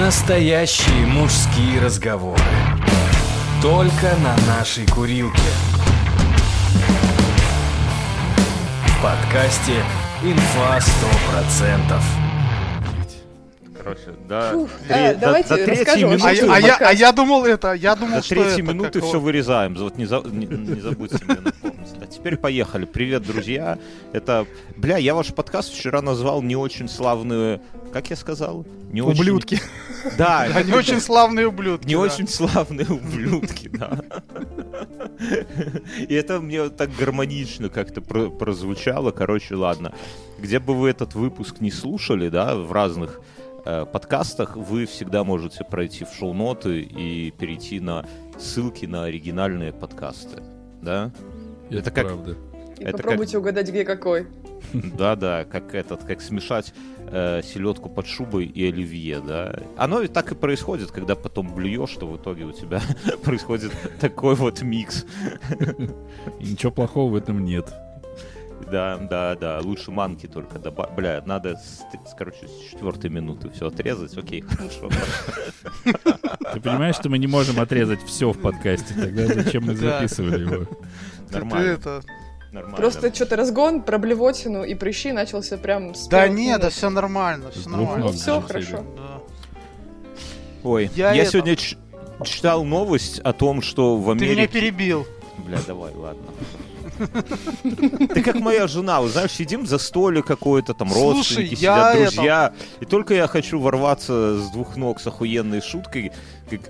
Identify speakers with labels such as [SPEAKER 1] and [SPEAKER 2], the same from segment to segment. [SPEAKER 1] Настоящие мужские разговоры. Только на нашей курилке. В подкасте «Инфа 100%».
[SPEAKER 2] Короче, да.
[SPEAKER 3] Э, давайте расскажу.
[SPEAKER 4] А, я- а я, а я думал это, я думал,
[SPEAKER 2] До
[SPEAKER 4] А что
[SPEAKER 2] третьей
[SPEAKER 4] это
[SPEAKER 2] минуты
[SPEAKER 4] как его-
[SPEAKER 2] все вырезаем. Вот не, за- не- не забудьте мне напомнить. А теперь поехали. Привет, друзья. Это, бля, я ваш подкаст вчера назвал не очень славные, как я сказал? Не очень-
[SPEAKER 5] Ублюдки.
[SPEAKER 2] Да,
[SPEAKER 4] Да, не очень славные ублюдки.
[SPEAKER 2] не
[SPEAKER 4] да.
[SPEAKER 2] очень славные ублюдки, да. И это мне вот так гармонично как-то про- прозвучало. Короче, ладно. Где бы вы этот выпуск не слушали, да, в разных э, подкастах, вы всегда можете пройти в шоу-ноты и перейти на ссылки на оригинальные подкасты. Да? Это как-
[SPEAKER 5] правда.
[SPEAKER 3] И
[SPEAKER 2] это
[SPEAKER 3] попробуйте угадать, где какой.
[SPEAKER 2] Да-да, как этот, как смешать э, селедку под шубой и оливье, да. Оно и так и происходит, когда потом блюешь, что в итоге у тебя происходит такой вот микс.
[SPEAKER 5] И ничего плохого в этом нет.
[SPEAKER 2] Да, да, да. Лучше манки только добавить. Бля, надо, с, с- короче, с четвертой минуты все отрезать. Окей, хорошо.
[SPEAKER 5] Ты понимаешь, что мы не можем отрезать все в подкасте, тогда зачем мы
[SPEAKER 4] Да.
[SPEAKER 5] записывали
[SPEAKER 3] Ну,
[SPEAKER 5] его?
[SPEAKER 4] Ты- ты
[SPEAKER 2] Нормально,
[SPEAKER 4] это-
[SPEAKER 2] нормально.
[SPEAKER 3] Просто что-то разгон про блевотину и прыщи начался прям с
[SPEAKER 4] Да
[SPEAKER 3] первых
[SPEAKER 4] не,
[SPEAKER 3] минут.
[SPEAKER 4] да все нормально, все
[SPEAKER 5] С двух
[SPEAKER 4] нормально.
[SPEAKER 3] Ну
[SPEAKER 5] ног.
[SPEAKER 3] все,
[SPEAKER 5] Да,
[SPEAKER 3] хорошо.
[SPEAKER 4] Да.
[SPEAKER 2] Ой, я,
[SPEAKER 4] Я это-
[SPEAKER 2] сегодня ч- читал новость о том, что в
[SPEAKER 4] Ты меня
[SPEAKER 2] Америке...
[SPEAKER 4] перебил.
[SPEAKER 2] Бля, давай, ладно. Ты как моя жена, вот знаешь, сидим за столе какой-то, там
[SPEAKER 4] Слушай,
[SPEAKER 2] родственники
[SPEAKER 4] я
[SPEAKER 2] сидят, друзья. И только я хочу ворваться с двух ног с охуенной шуткой, как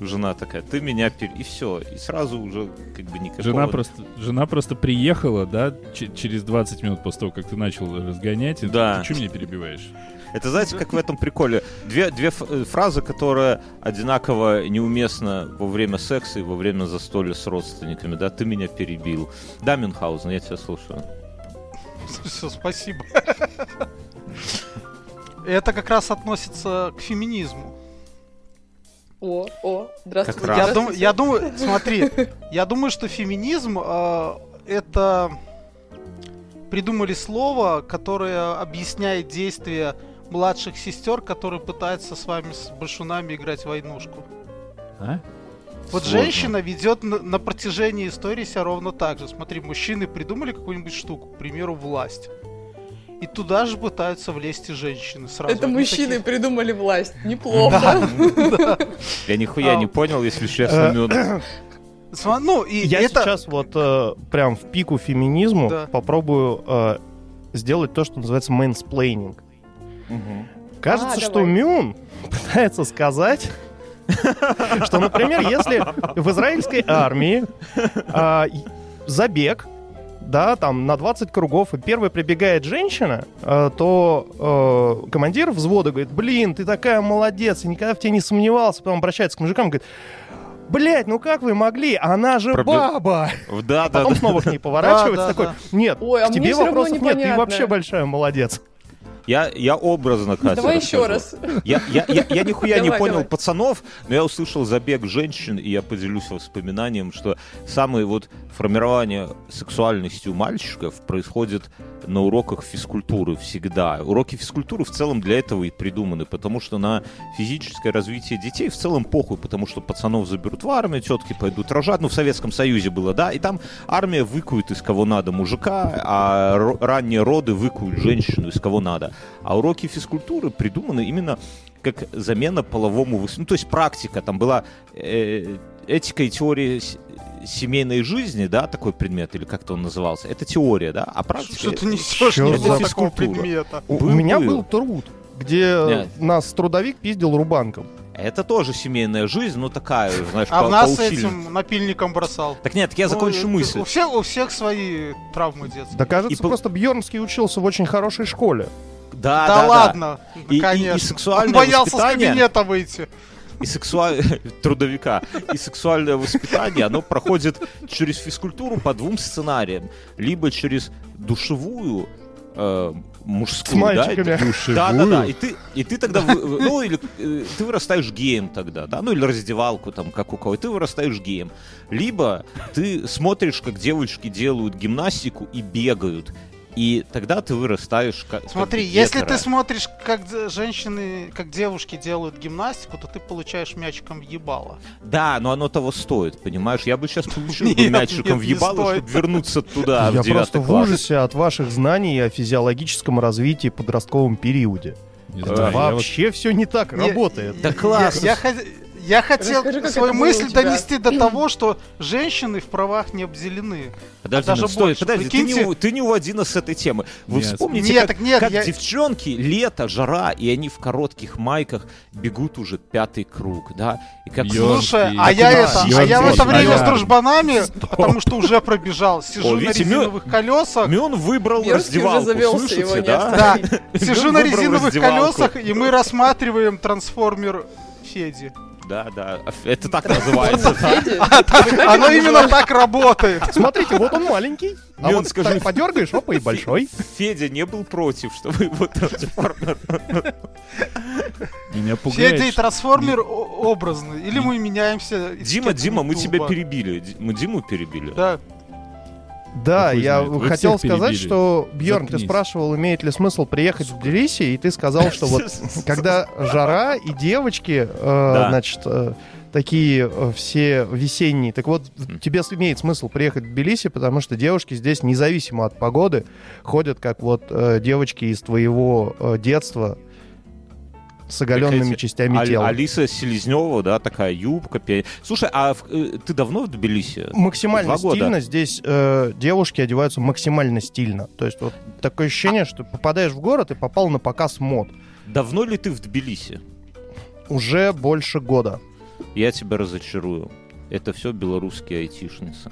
[SPEAKER 2] жена такая, ты меня пер... И все, и сразу уже как бы никакого...
[SPEAKER 5] Жена просто, жена просто приехала, да, ч- через 20 минут после того, как ты начал разгонять. и
[SPEAKER 2] Да.
[SPEAKER 5] Ты что меня перебиваешь?
[SPEAKER 2] Это знаете, как в этом приколе. Две, две ф- э, фразы, которые одинаково неуместно во время секса и во время застолья с родственниками. Да, ты меня перебил. Да, Мюнхгаузен, я тебя слушаю.
[SPEAKER 4] Все, спасибо. Это как раз относится к феминизму.
[SPEAKER 3] О, о, здравствуйте.
[SPEAKER 2] Как раз.
[SPEAKER 4] Я, дум-
[SPEAKER 3] здравствуйте.
[SPEAKER 4] я думаю, смотри, я думаю, что феминизм э, это придумали слово, которое объясняет действия младших сестер, которые пытаются с вами с большунами играть в войнушку.
[SPEAKER 5] А?
[SPEAKER 4] Вот
[SPEAKER 2] Сложно.
[SPEAKER 4] женщина ведет на, на протяжении истории себя ровно так же. Смотри, мужчины придумали какую-нибудь штуку, к примеру, власть. И туда же пытаются влезть и женщины сразу.
[SPEAKER 3] Это
[SPEAKER 4] Они
[SPEAKER 3] мужчины
[SPEAKER 4] такие,
[SPEAKER 3] придумали власть. Неплохо.
[SPEAKER 2] Я нихуя не
[SPEAKER 4] Ау.
[SPEAKER 2] понял, если честно,
[SPEAKER 6] Э,
[SPEAKER 2] Мюн.
[SPEAKER 4] «Сма- Ну, и
[SPEAKER 6] Я
[SPEAKER 4] это...
[SPEAKER 6] сейчас вот э, прям в пику феминизму
[SPEAKER 4] Да.
[SPEAKER 6] попробую э, сделать то, что называется мейнсплейнинг. Кажется,
[SPEAKER 3] А,
[SPEAKER 6] что
[SPEAKER 3] давай.
[SPEAKER 6] Мюн пытается сказать, что, например, если в израильской армии а, и- забег, да, там на 20 кругов, и первой прибегает женщина, а, то э, командир взвода говорит, блин, ты такая молодец, я никогда в тебе не сомневался, потом обращается к мужикам, говорит, блять, ну как вы могли, она же
[SPEAKER 2] Пробе-
[SPEAKER 6] баба.
[SPEAKER 2] В- Да, да,
[SPEAKER 6] Потом
[SPEAKER 2] да.
[SPEAKER 6] снова к ней поворачивается,
[SPEAKER 4] Да, да,
[SPEAKER 6] такой,
[SPEAKER 4] да.
[SPEAKER 6] нет,
[SPEAKER 3] Ой, а
[SPEAKER 6] к
[SPEAKER 3] мне
[SPEAKER 6] тебе
[SPEAKER 3] всё равно
[SPEAKER 6] вопросов нет, ты
[SPEAKER 3] непонятно.
[SPEAKER 6] вообще большая молодец.
[SPEAKER 2] Я, я образно, Катя.
[SPEAKER 3] Давай еще
[SPEAKER 2] расскажу.
[SPEAKER 3] раз.
[SPEAKER 2] Я, я, я, я нихуя не
[SPEAKER 3] Давай,
[SPEAKER 2] понял
[SPEAKER 3] давай.
[SPEAKER 2] пацанов, но я услышал забег женщин, и я поделюсь воспоминанием, что самое вот формирование сексуальности у мальчиков происходит на уроках физкультуры всегда. Уроки физкультуры в целом для этого и придуманы, потому что на физическое развитие детей в целом похуй, потому что пацанов заберут в армию, тетки пойдут рожать, ну в Советском Союзе было, да, и там армия выкует из кого надо мужика, а ро- ранние роды выкуют женщину из кого надо. А уроки физкультуры придуманы именно как замена половому выс- Ну, то есть практика. Там была э, этика и теория с- семейной жизни, да, такой предмет, или как-то он назывался. Это теория, да, а практика...
[SPEAKER 4] Что ты несешь?
[SPEAKER 6] Чёрт
[SPEAKER 4] Не
[SPEAKER 6] за
[SPEAKER 4] было такого
[SPEAKER 2] физкультура.
[SPEAKER 4] предмета.
[SPEAKER 6] У,
[SPEAKER 2] Был-
[SPEAKER 6] у меня
[SPEAKER 2] был.
[SPEAKER 6] был труд, где
[SPEAKER 2] Нет.
[SPEAKER 6] нас трудовик пиздил рубанком.
[SPEAKER 2] Это тоже семейная жизнь, но такая, знаешь,
[SPEAKER 4] А
[SPEAKER 2] по-
[SPEAKER 4] в нас с
[SPEAKER 2] поусиленная.
[SPEAKER 4] этим напильником бросал.
[SPEAKER 2] Так нет, так я
[SPEAKER 4] Ну,
[SPEAKER 2] закончу
[SPEAKER 4] это-
[SPEAKER 2] мысль.
[SPEAKER 4] У всех, у всех свои травмы детства.
[SPEAKER 6] Да кажется,
[SPEAKER 2] пол-
[SPEAKER 6] просто Бьернский учился в очень хорошей школе.
[SPEAKER 2] Да,
[SPEAKER 4] да,
[SPEAKER 2] да, да.
[SPEAKER 4] ладно,
[SPEAKER 2] И- и- и
[SPEAKER 4] конечно.
[SPEAKER 2] сексуальное
[SPEAKER 4] Он боялся с
[SPEAKER 2] воспитание.
[SPEAKER 4] кабинета выйти.
[SPEAKER 2] и сексуаль... трудовика, и сексуальное воспитание, оно проходит через физкультуру по двум сценариям. Либо через душевую э, мужскую,
[SPEAKER 6] С мальчиками.
[SPEAKER 2] да, и-
[SPEAKER 5] Душевую?
[SPEAKER 2] да, да, да. И ты, и ты тогда, вы- вы- ну, или э, ты вырастаешь геем тогда, да, ну, или раздевалку там, как у кого, и ты вырастаешь геем. Либо ты смотришь, как девочки делают гимнастику и бегают. И тогда ты вырастаешь как... как
[SPEAKER 4] Смотри,
[SPEAKER 2] бы
[SPEAKER 4] если
[SPEAKER 2] гетеро.
[SPEAKER 4] ты смотришь, как д- женщины, как девушки делают гимнастику, то ты получаешь мячиком в ебало.
[SPEAKER 2] Да, но оно того стоит, понимаешь? Я бы сейчас получил бы
[SPEAKER 4] Нет,
[SPEAKER 2] мячиком
[SPEAKER 4] нет,
[SPEAKER 2] в
[SPEAKER 4] не
[SPEAKER 2] ебало,
[SPEAKER 4] стоит.
[SPEAKER 2] чтобы вернуться туда,
[SPEAKER 6] Я
[SPEAKER 2] в
[SPEAKER 6] просто
[SPEAKER 2] девятый
[SPEAKER 6] в
[SPEAKER 2] класс.
[SPEAKER 6] ужасе от ваших знаний о физиологическом развитии в подростковом периоде.
[SPEAKER 5] Не
[SPEAKER 2] Да,
[SPEAKER 5] знаю, Э, я вот-
[SPEAKER 6] Вообще все не так
[SPEAKER 4] Не-
[SPEAKER 6] работает.
[SPEAKER 2] Да
[SPEAKER 4] Я-
[SPEAKER 2] классно.
[SPEAKER 4] Я, хо- я хотел
[SPEAKER 3] Расскажи, как
[SPEAKER 4] свою
[SPEAKER 3] это было у
[SPEAKER 4] мысль
[SPEAKER 3] тебя.
[SPEAKER 4] донести до того, что женщины в правах не обделены.
[SPEAKER 2] Подожди,
[SPEAKER 4] даже
[SPEAKER 2] ну, стой,
[SPEAKER 4] больше,
[SPEAKER 2] подожди, ты не,
[SPEAKER 4] А прикиньте.
[SPEAKER 2] у- ты не уводи нас с этой темы. Вы
[SPEAKER 5] Нет.
[SPEAKER 2] вспомните,
[SPEAKER 4] Нет,
[SPEAKER 2] как,
[SPEAKER 4] так нет,
[SPEAKER 2] как
[SPEAKER 4] я-
[SPEAKER 2] девчонки, лето, жара, и они в коротких майках бегут уже пятый круг, да? И как
[SPEAKER 5] Бьёт.
[SPEAKER 2] слушай,
[SPEAKER 4] Слушай,
[SPEAKER 5] Ёлки,
[SPEAKER 4] а я
[SPEAKER 5] да,
[SPEAKER 4] это, а я в
[SPEAKER 5] ёлки,
[SPEAKER 4] это время с
[SPEAKER 5] наверное.
[SPEAKER 4] дружбанами, потому что уже пробежал,
[SPEAKER 2] О,
[SPEAKER 4] сижу на
[SPEAKER 2] видите, мё-
[SPEAKER 4] резиновых колесах.
[SPEAKER 2] Мён выбрал
[SPEAKER 3] Бьерский уже
[SPEAKER 2] раздевалку,
[SPEAKER 3] завелся,
[SPEAKER 2] слышите,
[SPEAKER 3] его не
[SPEAKER 2] да?
[SPEAKER 4] Да,
[SPEAKER 3] остановить.
[SPEAKER 4] сижу
[SPEAKER 2] Выбрал
[SPEAKER 4] на резиновых
[SPEAKER 2] раздевалку.
[SPEAKER 4] колесах, и мы рассматриваем трансформер Феди.
[SPEAKER 2] Да, да, это так называется.
[SPEAKER 3] Федя,
[SPEAKER 4] А, Оно именно так работает.
[SPEAKER 6] Смотрите, вот он маленький, а
[SPEAKER 2] Лен,
[SPEAKER 6] вот
[SPEAKER 2] скажи,
[SPEAKER 6] так подергаешь, опа, и большой.
[SPEAKER 2] Федя не был против, чтобы его трансформер
[SPEAKER 5] Меня пугает.
[SPEAKER 4] Федя и
[SPEAKER 5] что-
[SPEAKER 4] трансформер о- образный. Или мы меняемся.
[SPEAKER 2] Дима,
[SPEAKER 4] этикетом
[SPEAKER 2] Дима, мы тебя
[SPEAKER 4] Ютуба.
[SPEAKER 2] перебили. Ди- Мы Диму перебили.
[SPEAKER 4] Да.
[SPEAKER 6] Да,
[SPEAKER 5] Какой
[SPEAKER 6] я
[SPEAKER 5] знает, вы
[SPEAKER 6] хотел
[SPEAKER 5] всех
[SPEAKER 6] сказать,
[SPEAKER 5] перебили.
[SPEAKER 6] что Бьорн, ты
[SPEAKER 5] Заткнись.
[SPEAKER 6] спрашивал, имеет ли смысл приехать в Тбилиси, и ты сказал, что вот когда жара и девочки, э, значит, э, такие э, все весенние, так вот
[SPEAKER 2] Мгм.
[SPEAKER 6] тебе с- имеет смысл приехать в Тбилиси, потому что девушки здесь независимо от погоды ходят как вот э, девочки из твоего э, детства с оголенными
[SPEAKER 2] эти
[SPEAKER 6] частями
[SPEAKER 2] Аль-
[SPEAKER 6] тела.
[SPEAKER 2] Алиса Селезнева, да, такая юбка. пе- Слушай, а в- э, ты давно в Тбилиси?
[SPEAKER 6] Максимально
[SPEAKER 2] Два года.
[SPEAKER 6] стильно здесь э, девушки одеваются максимально стильно. То есть вот такое ощущение, что попадаешь в город и попал на показ мод.
[SPEAKER 2] Давно ли ты в Тбилиси?
[SPEAKER 6] Уже больше года.
[SPEAKER 2] Я тебя разочарую. Это все белорусские айтишницы.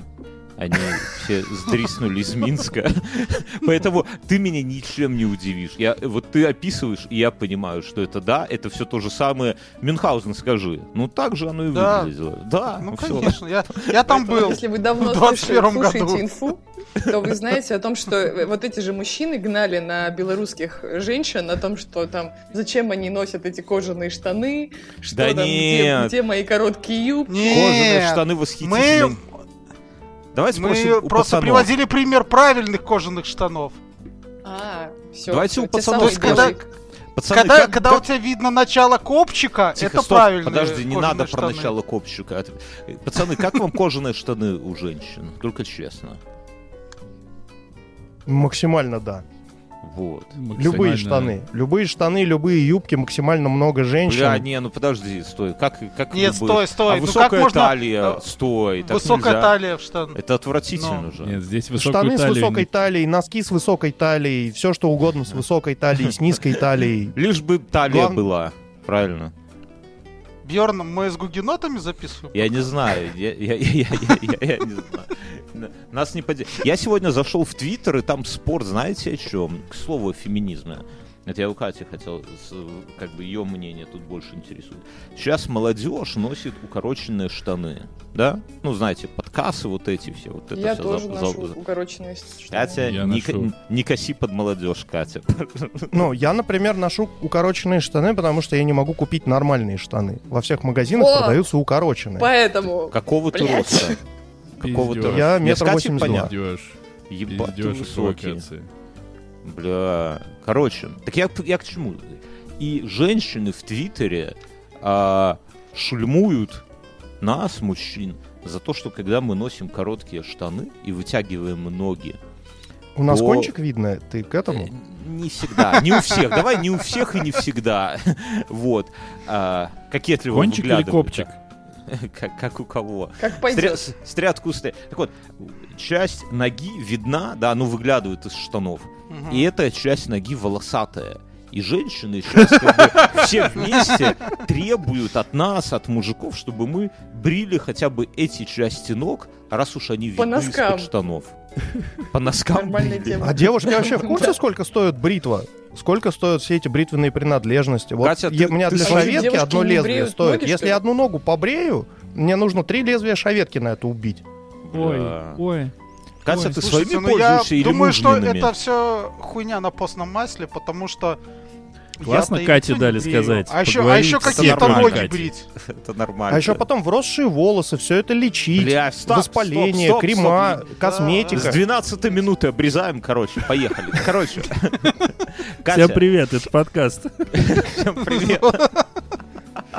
[SPEAKER 2] Они все сдриснули из Минска. Поэтому ты меня ничем не удивишь. Я, вот ты описываешь, и я понимаю, что это да, это все то же самое. Мюнхгаузен, скажи. Ну так же оно и
[SPEAKER 4] Да.
[SPEAKER 2] выглядело. Да,
[SPEAKER 4] Ну,
[SPEAKER 2] всё.
[SPEAKER 4] конечно. Я, я там был.
[SPEAKER 3] Если вы давно
[SPEAKER 4] В 21
[SPEAKER 3] слушали-
[SPEAKER 4] году.
[SPEAKER 3] слушаете инфу, то вы знаете о том, что вот эти же мужчины гнали на белорусских женщин, о том, что там зачем они носят эти кожаные штаны, что
[SPEAKER 2] Да
[SPEAKER 3] там, где,
[SPEAKER 2] нет.
[SPEAKER 3] где мои короткие юбки.
[SPEAKER 2] Кожаные
[SPEAKER 4] Нет,
[SPEAKER 2] штаны восхитительные.
[SPEAKER 4] мы,
[SPEAKER 2] Давай спросим
[SPEAKER 4] мы
[SPEAKER 2] у
[SPEAKER 4] просто
[SPEAKER 2] пацанов.
[SPEAKER 4] приводили пример правильных кожаных штанов.
[SPEAKER 3] А, все.
[SPEAKER 2] Давайте у пацанов
[SPEAKER 4] скажем.
[SPEAKER 2] Пацаны,
[SPEAKER 4] когда
[SPEAKER 2] как-
[SPEAKER 4] когда
[SPEAKER 2] как-
[SPEAKER 4] у тебя видно начало копчика,
[SPEAKER 2] Тихо,
[SPEAKER 4] это
[SPEAKER 2] стоп,
[SPEAKER 4] правильно.
[SPEAKER 2] Подожди, не надо про начало копчика. Э, Пацаны, как вам кожаные штаны у женщин? Только честно.
[SPEAKER 6] Максимально, да.
[SPEAKER 2] Вот.
[SPEAKER 6] Любые
[SPEAKER 5] Максимально-
[SPEAKER 6] штаны. Любые штаны, любые юбки, максимально много женщин.
[SPEAKER 2] Бля, не, ну подожди, стой. Как, как любые?
[SPEAKER 4] Нет, стой,
[SPEAKER 2] А
[SPEAKER 4] стой. ну
[SPEAKER 2] высокая
[SPEAKER 4] как можно
[SPEAKER 2] талия,
[SPEAKER 4] э,
[SPEAKER 2] стой. так
[SPEAKER 4] высокая
[SPEAKER 2] нельзя.
[SPEAKER 4] талия Ну, в штан?
[SPEAKER 2] Это отвратительно же.
[SPEAKER 5] Нет, здесь высокую
[SPEAKER 6] Штаны с
[SPEAKER 5] талию
[SPEAKER 6] высокой
[SPEAKER 5] не-
[SPEAKER 6] талией, носки с высокой талией, все что угодно с высокой талией, с низкой талией.
[SPEAKER 2] Лишь бы талия
[SPEAKER 6] Глав-
[SPEAKER 2] была. Правильно.
[SPEAKER 4] Бьорн, мы с гугенотами записываем?
[SPEAKER 2] Я не знаю. Я, я- я- я- я- я не знаю. Н- Нас не поди- Я сегодня зашел в Твиттер, и там спор, знаете о чем? К слову о феминизме. Это я у Кати хотел, с- как бы ее мнение тут больше интересует. Сейчас молодежь носит укороченные штаны, да? Ну, знаете, подкасы вот эти все, вот это
[SPEAKER 3] Я
[SPEAKER 2] вся
[SPEAKER 3] тоже
[SPEAKER 2] за-
[SPEAKER 3] ношу
[SPEAKER 2] за-
[SPEAKER 3] укороченные штаны.
[SPEAKER 2] Катя,
[SPEAKER 5] Я
[SPEAKER 2] не, ко-
[SPEAKER 5] ношу.
[SPEAKER 2] не коси под молодежь, Катя.
[SPEAKER 6] Ну, я, например, ношу укороченные штаны, потому что я не могу купить нормальные штаны. Во всех магазинах
[SPEAKER 3] О!
[SPEAKER 6] продаются укороченные.
[SPEAKER 3] Поэтому
[SPEAKER 2] Какого ты
[SPEAKER 3] Блядь.
[SPEAKER 2] роста? Какого ты
[SPEAKER 5] Пиздёж.
[SPEAKER 2] роста?
[SPEAKER 6] Я
[SPEAKER 2] Мне с
[SPEAKER 6] метр
[SPEAKER 2] Катей
[SPEAKER 6] восемьдесят два.
[SPEAKER 2] понятно.
[SPEAKER 5] Пиздёж.
[SPEAKER 2] Ебать, ты
[SPEAKER 5] Пиздёж и
[SPEAKER 2] высокий.
[SPEAKER 5] провокации.
[SPEAKER 2] Бля, короче, так я, я к чему? И женщины в Твиттере а, шульмуют нас, мужчин, за то, что когда мы носим короткие штаны и вытягиваем ноги,
[SPEAKER 6] У нас
[SPEAKER 2] О.
[SPEAKER 6] кончик видно, ты к
[SPEAKER 2] э,
[SPEAKER 6] этому?
[SPEAKER 2] не всегда, не у всех, давай не у всех и не всегда, вот, а, кокетливо
[SPEAKER 5] Кончик или
[SPEAKER 2] выглядывают,
[SPEAKER 5] копчик?
[SPEAKER 2] да. Как, как у кого.
[SPEAKER 3] как
[SPEAKER 2] Стря-
[SPEAKER 3] пойдет.
[SPEAKER 2] с- Стрятку стря- Так вот, часть ноги видна, да, ну выглядывает из штанов.
[SPEAKER 4] Мгм.
[SPEAKER 2] И эта часть ноги волосатая. И женщины сейчас как бы все вместе требуют от нас, от мужиков, чтобы мы брили хотя бы эти части ног, раз уж они
[SPEAKER 3] По
[SPEAKER 2] видны
[SPEAKER 3] носкам.
[SPEAKER 2] из-под штанов. По носкам
[SPEAKER 3] Нормальная
[SPEAKER 2] брили.
[SPEAKER 3] тема.
[SPEAKER 6] А девушки вообще в курсе, сколько стоит бритва? Сколько стоят все эти бритвенные принадлежности? Вот
[SPEAKER 2] Катя,
[SPEAKER 6] я-
[SPEAKER 2] ты-
[SPEAKER 6] у меня
[SPEAKER 2] ты
[SPEAKER 6] для
[SPEAKER 2] слышишь?
[SPEAKER 6] шаветки
[SPEAKER 3] Девушки
[SPEAKER 6] одно
[SPEAKER 3] не
[SPEAKER 6] лезвие
[SPEAKER 3] бреют
[SPEAKER 6] стоит.
[SPEAKER 3] ноги, что
[SPEAKER 6] Если
[SPEAKER 3] ли?
[SPEAKER 6] одну ногу побрею, мне нужно три лезвия шаветки на это убить.
[SPEAKER 2] Бля.
[SPEAKER 5] ой.
[SPEAKER 2] Катя,
[SPEAKER 5] Ой,
[SPEAKER 2] ты
[SPEAKER 4] Слушайте,
[SPEAKER 2] своими
[SPEAKER 4] ну я
[SPEAKER 2] пользуешься или
[SPEAKER 4] думаю, что
[SPEAKER 2] мужниными?
[SPEAKER 4] это все хуйня на постном масле, потому что
[SPEAKER 5] Классно
[SPEAKER 4] Я-то и
[SPEAKER 5] Кате
[SPEAKER 4] не
[SPEAKER 5] дали
[SPEAKER 4] брею.
[SPEAKER 5] сказать.
[SPEAKER 4] А еще, а
[SPEAKER 5] поговорить
[SPEAKER 4] еще
[SPEAKER 5] с
[SPEAKER 4] какие-то
[SPEAKER 5] нормальной
[SPEAKER 4] ноги
[SPEAKER 5] Катей.
[SPEAKER 4] брить.
[SPEAKER 2] Это нормально.
[SPEAKER 6] А еще потом вросшие волосы, все это лечить.
[SPEAKER 2] Бля, стоп,
[SPEAKER 6] воспаление,
[SPEAKER 2] стоп, стоп,
[SPEAKER 6] крема, типа.
[SPEAKER 2] стоп.
[SPEAKER 6] косметика.
[SPEAKER 2] С 12 минуты обрезаем, короче, поехали. Короче, Катя,
[SPEAKER 5] Всем привет, это подкаст.
[SPEAKER 2] всем привет.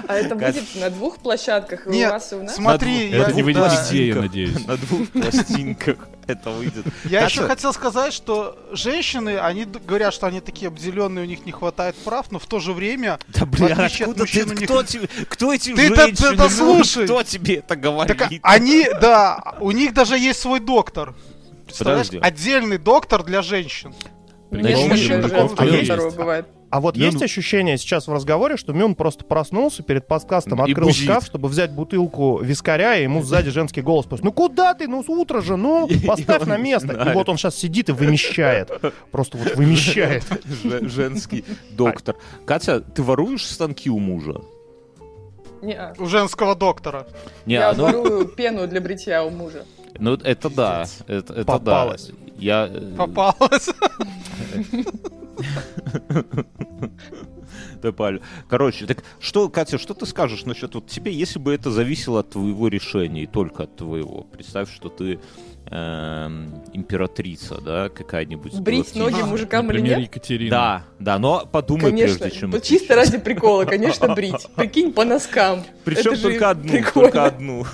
[SPEAKER 3] А это
[SPEAKER 2] Кать.
[SPEAKER 3] будет на двух площадках, и у
[SPEAKER 4] Нет,
[SPEAKER 3] вас, и у нас?
[SPEAKER 4] Смотри,
[SPEAKER 2] На
[SPEAKER 4] я-
[SPEAKER 5] Это не
[SPEAKER 2] двух
[SPEAKER 5] выйдет
[SPEAKER 4] да.
[SPEAKER 5] нигде, я
[SPEAKER 2] пластинках.
[SPEAKER 5] надеюсь.
[SPEAKER 2] На двух пластинках это выйдет.
[SPEAKER 4] Я
[SPEAKER 2] Катя,
[SPEAKER 4] еще хотел сказать, что женщины, они д- говорят, что они такие обделенные, у них не хватает прав, но в то же время...
[SPEAKER 2] Да бля,
[SPEAKER 4] в отличие от
[SPEAKER 2] откуда ты,
[SPEAKER 4] мужчин, у них-
[SPEAKER 2] кто, тебе, кто эти
[SPEAKER 4] Ты это-
[SPEAKER 2] женщины?
[SPEAKER 4] ты это
[SPEAKER 2] ну,
[SPEAKER 4] слушай.
[SPEAKER 2] Кто тебе это говорит?
[SPEAKER 4] Так а- они, да, у них даже есть свой доктор. Представляешь,
[SPEAKER 2] Подожди.
[SPEAKER 4] отдельный доктор для женщин.
[SPEAKER 3] Нет,
[SPEAKER 5] Прикол,
[SPEAKER 3] мужчин
[SPEAKER 5] мужчин
[SPEAKER 3] даже,
[SPEAKER 5] такого
[SPEAKER 3] у
[SPEAKER 5] тоже
[SPEAKER 6] тоже
[SPEAKER 3] меня
[SPEAKER 5] есть.
[SPEAKER 3] второго бывает.
[SPEAKER 6] А вот
[SPEAKER 5] Мюн-
[SPEAKER 6] есть ощущение сейчас в разговоре, что Мюн просто проснулся перед подкастом,
[SPEAKER 2] И
[SPEAKER 6] открыл
[SPEAKER 2] бузит.
[SPEAKER 6] шкаф, чтобы взять бутылку вискаря, и ему сзади женский голос просто «Ну куда ты? Ну утро же, ну поставь
[SPEAKER 2] он
[SPEAKER 6] на
[SPEAKER 2] не
[SPEAKER 6] место!» И
[SPEAKER 2] знает.
[SPEAKER 6] вот он сейчас сидит и вымещает. Просто вот вымещает.
[SPEAKER 2] Ж- Женский доктор. Катя, ты воруешь станки у мужа?
[SPEAKER 3] Не-а.
[SPEAKER 4] У женского доктора.
[SPEAKER 2] Не,
[SPEAKER 3] Я
[SPEAKER 2] ну-
[SPEAKER 3] ворую пену для бритья у мужа.
[SPEAKER 2] Ну, это да. Это, это
[SPEAKER 6] Попалась.
[SPEAKER 2] да. Я... э,
[SPEAKER 4] Попалось.
[SPEAKER 2] да, Паль. Короче, так что, Катя, что ты скажешь насчет вот тебе, если бы это зависело от твоего решения и только от твоего? Представь, что ты эм, императрица, да, какая-нибудь.
[SPEAKER 3] Брить
[SPEAKER 2] галактическая.
[SPEAKER 3] ноги мужикам или
[SPEAKER 5] Например,
[SPEAKER 3] нет?
[SPEAKER 5] Екатерина.
[SPEAKER 2] Да, да, но подумай
[SPEAKER 3] Конечно,
[SPEAKER 2] прежде, чем...
[SPEAKER 3] ну чисто
[SPEAKER 2] отвечать.
[SPEAKER 3] ради прикола, конечно, брить. Прикинь, по носкам.
[SPEAKER 2] Причем
[SPEAKER 3] Это же
[SPEAKER 2] только одну,
[SPEAKER 3] прикольно.
[SPEAKER 2] только одну.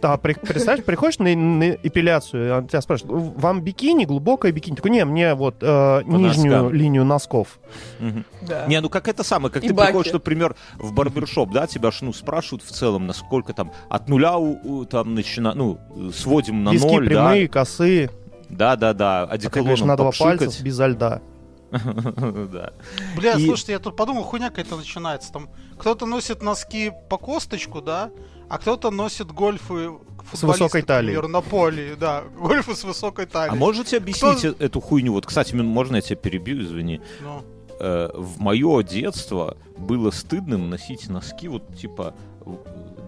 [SPEAKER 6] Да, при- представляешь, приходишь на, на эпиляцию, а тебя спрашивают, вам бикини, глубокое бикини? Такой, не, мне вот э, нижнюю
[SPEAKER 2] носкам.
[SPEAKER 6] линию носков.
[SPEAKER 2] Мгм.
[SPEAKER 3] Да.
[SPEAKER 2] Не, ну как это самое, как
[SPEAKER 3] И
[SPEAKER 2] ты
[SPEAKER 3] баки.
[SPEAKER 2] приходишь, например, в барбершоп, да, тебя ж, ну, спрашивают в целом, насколько там от нуля у- у, там начина, ну, э, сводим на
[SPEAKER 6] Виски
[SPEAKER 2] ноль, да,
[SPEAKER 6] прямые, косые,
[SPEAKER 2] да, да, да,
[SPEAKER 6] а ты говоришь,
[SPEAKER 2] одеколоном
[SPEAKER 6] на два пальца,
[SPEAKER 2] попшикать.
[SPEAKER 6] без льда.
[SPEAKER 2] Да.
[SPEAKER 4] Бля,
[SPEAKER 2] И-
[SPEAKER 4] слушайте, я тут подумал, хуйня какая-то начинается. Там кто-то носит носки по косточку, да, а кто-то носит гольфы
[SPEAKER 6] С высокой талией.
[SPEAKER 4] Например, на поле, да, гольфы с высокой
[SPEAKER 2] А
[SPEAKER 4] талией.
[SPEAKER 2] можете объяснить э- эту хуйню? Вот, кстати, Мин, можно я тебя перебью, извини.
[SPEAKER 4] Ну,
[SPEAKER 2] Э, В мое детство было стыдным носить носки вот типа в-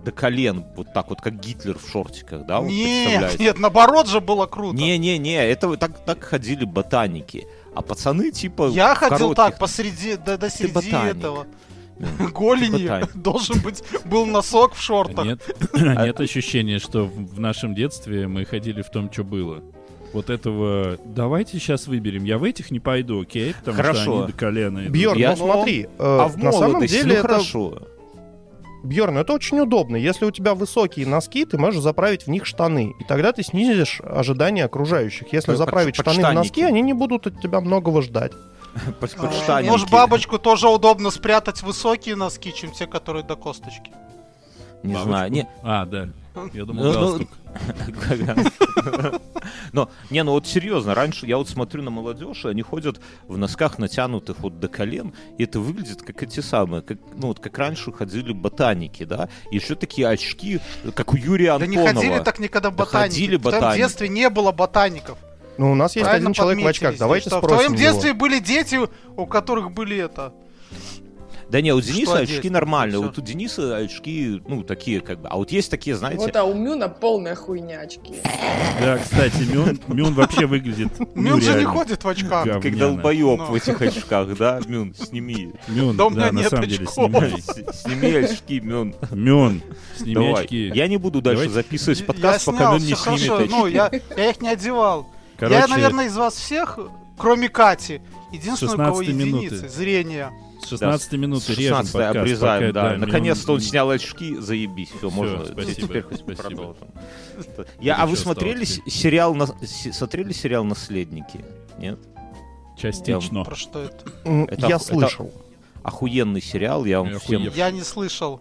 [SPEAKER 2] до колен, вот так вот, как Гитлер в шортиках, да? а вот
[SPEAKER 4] Нет,
[SPEAKER 2] представляете?
[SPEAKER 4] нет, наоборот же было круто.
[SPEAKER 2] Не-не-не, это вот так, так ходили ботаники. А пацаны типа...
[SPEAKER 4] Я
[SPEAKER 2] в
[SPEAKER 4] ходил
[SPEAKER 2] коротких-
[SPEAKER 4] так, посреди, до, до середины
[SPEAKER 2] ботаник.
[SPEAKER 4] этого.
[SPEAKER 2] Мин,
[SPEAKER 4] Голени
[SPEAKER 2] ботаник.
[SPEAKER 4] должен быть, был носок в шортах.
[SPEAKER 5] Нет,
[SPEAKER 2] А
[SPEAKER 5] нет ощущения, что в в нашем детстве мы ходили в том, что было. Вот этого давайте сейчас выберем. Я в этих не пойду, окей? Потому
[SPEAKER 2] Хорошо.
[SPEAKER 5] что они до колена идут.
[SPEAKER 6] Бьерн,
[SPEAKER 2] Я-
[SPEAKER 6] ну смотри, э,
[SPEAKER 2] А в
[SPEAKER 6] на самом
[SPEAKER 2] молодости,
[SPEAKER 6] деле
[SPEAKER 2] ну
[SPEAKER 6] это
[SPEAKER 2] хорошо.
[SPEAKER 6] Бьерн, ну это очень удобно. Если у тебя высокие носки, ты можешь заправить в них штаны. И тогда ты снизишь ожидания окружающих. Если
[SPEAKER 2] Под-
[SPEAKER 6] заправить
[SPEAKER 2] под-
[SPEAKER 6] штаны в
[SPEAKER 2] подштанники.
[SPEAKER 6] носки, они не будут от тебя многого ждать.
[SPEAKER 2] Под- под
[SPEAKER 4] А,
[SPEAKER 2] штанинки.
[SPEAKER 4] Может, бабочку тоже удобно спрятать высокие носки, чем те, которые до косточки.
[SPEAKER 2] Не
[SPEAKER 5] Бабочку?
[SPEAKER 2] знаю, не,
[SPEAKER 5] А, да. Я думал,
[SPEAKER 2] Ну, ну,
[SPEAKER 5] галстук.
[SPEAKER 2] Но, не, ну вот серьезно, раньше я вот смотрю на молодежь, и они ходят в носках, натянутых вот до колен, и это выглядит как эти самые, как, ну вот как раньше ходили ботаники, да, и еще такие очки, как у Юрия
[SPEAKER 4] Да не
[SPEAKER 2] Антонова.
[SPEAKER 4] ходили так никогда
[SPEAKER 2] Да
[SPEAKER 4] ботаники.
[SPEAKER 2] ходили
[SPEAKER 4] в твоем
[SPEAKER 2] ботаники.
[SPEAKER 4] детстве не было ботаников.
[SPEAKER 6] Ну, у нас есть
[SPEAKER 4] Правильно
[SPEAKER 6] один человек в
[SPEAKER 4] подметили
[SPEAKER 6] очках.
[SPEAKER 4] здесь,
[SPEAKER 6] Давайте
[SPEAKER 4] что В
[SPEAKER 6] спросим
[SPEAKER 4] твоем
[SPEAKER 6] его.
[SPEAKER 4] детстве были дети, у которых были это.
[SPEAKER 2] Да не, у Дениса
[SPEAKER 4] Что
[SPEAKER 2] очки
[SPEAKER 4] одеть?
[SPEAKER 2] нормальные,
[SPEAKER 4] Всё.
[SPEAKER 2] вот у Дениса очки, ну, такие как бы, а вот есть такие, знаете,
[SPEAKER 3] Вот, а у Мюна полная хуйня очки.
[SPEAKER 5] Да, кстати, Мюн, Мюн вообще выглядит...
[SPEAKER 4] Ну, он же не
[SPEAKER 5] реально
[SPEAKER 4] ходит в очках.
[SPEAKER 5] говняно.
[SPEAKER 2] а, как долбоеб
[SPEAKER 4] Но.
[SPEAKER 2] в этих очках, да, Мюн, сними.
[SPEAKER 5] Мюн,
[SPEAKER 4] Да у меня
[SPEAKER 5] да, на
[SPEAKER 4] нет
[SPEAKER 5] самом деле,
[SPEAKER 4] очков.
[SPEAKER 5] снимай.
[SPEAKER 2] С- Сними очки, Мюн.
[SPEAKER 5] Мюн, сними
[SPEAKER 2] Давай.
[SPEAKER 5] очки.
[SPEAKER 2] Я не буду дальше
[SPEAKER 5] Давайте.
[SPEAKER 2] записывать
[SPEAKER 4] Я
[SPEAKER 2] подкаст,
[SPEAKER 4] снял,
[SPEAKER 2] пока Мюн не
[SPEAKER 4] всё
[SPEAKER 2] снимет
[SPEAKER 4] хорошо.
[SPEAKER 2] очки.
[SPEAKER 4] Ну, я, я их не одевал.
[SPEAKER 5] Короче,
[SPEAKER 4] я, наверное, из вас всех, кроме Кати, единственный, у кого
[SPEAKER 5] 16 минуты.
[SPEAKER 4] единицы зрения.
[SPEAKER 5] с 16 минуты
[SPEAKER 2] С
[SPEAKER 5] режем
[SPEAKER 2] 16
[SPEAKER 5] подкаст.
[SPEAKER 2] обрезаем,
[SPEAKER 5] пока,
[SPEAKER 2] да.
[SPEAKER 5] Мюн-
[SPEAKER 2] Наконец-то он снял очки, заебись, все,
[SPEAKER 5] Всё,
[SPEAKER 2] можно.
[SPEAKER 5] спасибо,
[SPEAKER 2] Теперь хоть
[SPEAKER 5] спасибо.
[SPEAKER 2] продолжим. Я, а
[SPEAKER 5] Или
[SPEAKER 2] вы
[SPEAKER 5] чё
[SPEAKER 2] смотрели с-
[SPEAKER 5] осталось?
[SPEAKER 2] сериал, на- с- смотрели сериал «Наследники»? Нет?
[SPEAKER 5] Частично.
[SPEAKER 4] Про что это?
[SPEAKER 6] М,
[SPEAKER 2] Это-
[SPEAKER 6] Я
[SPEAKER 2] это-
[SPEAKER 6] слышал.
[SPEAKER 2] Охуенный сериал, я вам
[SPEAKER 5] Я
[SPEAKER 2] всем
[SPEAKER 5] охуев.
[SPEAKER 4] Я не слышал.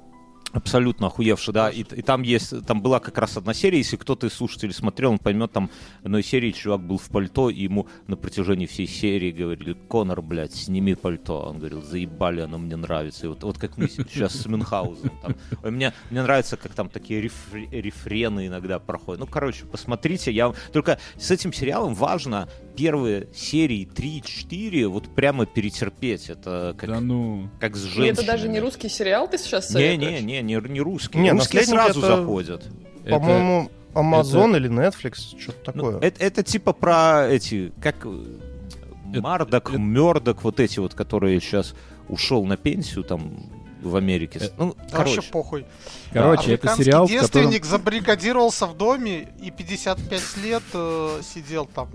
[SPEAKER 2] абсолютно охуевший, да. И, и там есть, там была как раз одна серия, если кто-то из слушателей смотрел, он поймет, там в одной серии чувак был в пальто, и ему на протяжении всей серии говорили, Конор, блядь, сними пальто. Он говорил, заебали, оно мне нравится. И вот, вот как мы сейчас с Мюнхгаузеном. там. Ой, Мне, мне нравится, как там такие рефре- рефрены иногда проходят. Ну, короче, посмотрите, я вам- Только с этим сериалом важно первые серии 3-4 вот прямо перетерпеть. Это как,
[SPEAKER 5] Да ну...
[SPEAKER 2] как с
[SPEAKER 3] И
[SPEAKER 2] женщинами.
[SPEAKER 3] это даже не русский сериал ты сейчас
[SPEAKER 2] Не,
[SPEAKER 3] советуешь?
[SPEAKER 2] не, не, не, не русские.
[SPEAKER 6] Не,
[SPEAKER 2] русские
[SPEAKER 6] «Наследники»
[SPEAKER 2] сразу
[SPEAKER 6] это-
[SPEAKER 2] заходят.
[SPEAKER 5] это-
[SPEAKER 6] По-моему, Amazon или Netflix, что-то
[SPEAKER 2] Ну,
[SPEAKER 6] такое.
[SPEAKER 2] это, это типа про эти, как э,
[SPEAKER 5] Это-
[SPEAKER 2] Мардок,
[SPEAKER 5] это-
[SPEAKER 2] Мёрдок, вот эти вот, которые сейчас ушел на пенсию там в Америке.
[SPEAKER 5] Э,
[SPEAKER 2] Ну,
[SPEAKER 4] Вообще
[SPEAKER 2] короче,
[SPEAKER 4] похуй.
[SPEAKER 5] Короче, это
[SPEAKER 4] Африканский
[SPEAKER 5] сериал, в котором...
[SPEAKER 4] девственник забригадировался в доме и 55 лет э, сидел там. В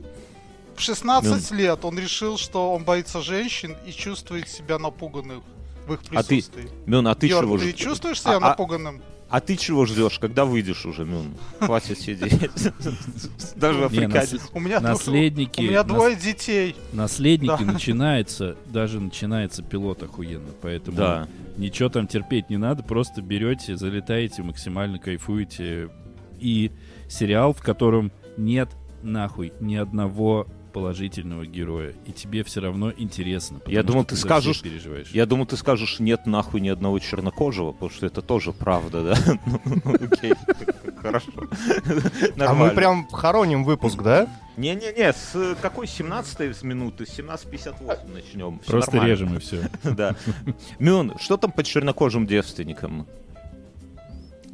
[SPEAKER 2] Ну.
[SPEAKER 4] 16 лет он решил, что он боится женщин и чувствует себя напуганным в их
[SPEAKER 2] А ты-
[SPEAKER 4] присутствии.
[SPEAKER 2] Мюн, а ты
[SPEAKER 4] Йорк,
[SPEAKER 2] чего ж-
[SPEAKER 4] чувствуешь себя
[SPEAKER 2] А- а-
[SPEAKER 4] напуганным?
[SPEAKER 2] А ты чего ждешь, когда выйдешь уже, Мюн? Хватит сидеть. Даже
[SPEAKER 5] Не, ну, нас-
[SPEAKER 2] африканец.
[SPEAKER 4] У меня двое-
[SPEAKER 5] Наследники,
[SPEAKER 4] У меня
[SPEAKER 5] нас-
[SPEAKER 4] двое детей.
[SPEAKER 5] наследники
[SPEAKER 4] Да.
[SPEAKER 5] начинается, даже начинается пилот охуенно, поэтому
[SPEAKER 2] Да.
[SPEAKER 5] ничего там терпеть не надо, просто берете, залетаете, максимально кайфуете. И сериал, в котором нет нахуй ни одного положительного героя, и тебе все равно интересно. потому
[SPEAKER 2] Я думал,
[SPEAKER 5] что
[SPEAKER 2] ты
[SPEAKER 5] за
[SPEAKER 2] скажешь-
[SPEAKER 5] всех переживаешь.
[SPEAKER 2] Я думал, ты скажешь, нет нахуй ни одного чернокожего, потому что это тоже правда, да? Ну, Окей, хорошо.
[SPEAKER 6] А мы
[SPEAKER 2] Нормально. Ну,
[SPEAKER 6] прям хороним выпуск, да?
[SPEAKER 2] Не-не-не, с э, какой 17 минуты? С 17.58 начнем. Всё
[SPEAKER 5] Просто
[SPEAKER 2] нормально.
[SPEAKER 5] режем и все.
[SPEAKER 2] Да. Мюн, что там по чернокожим девственникам?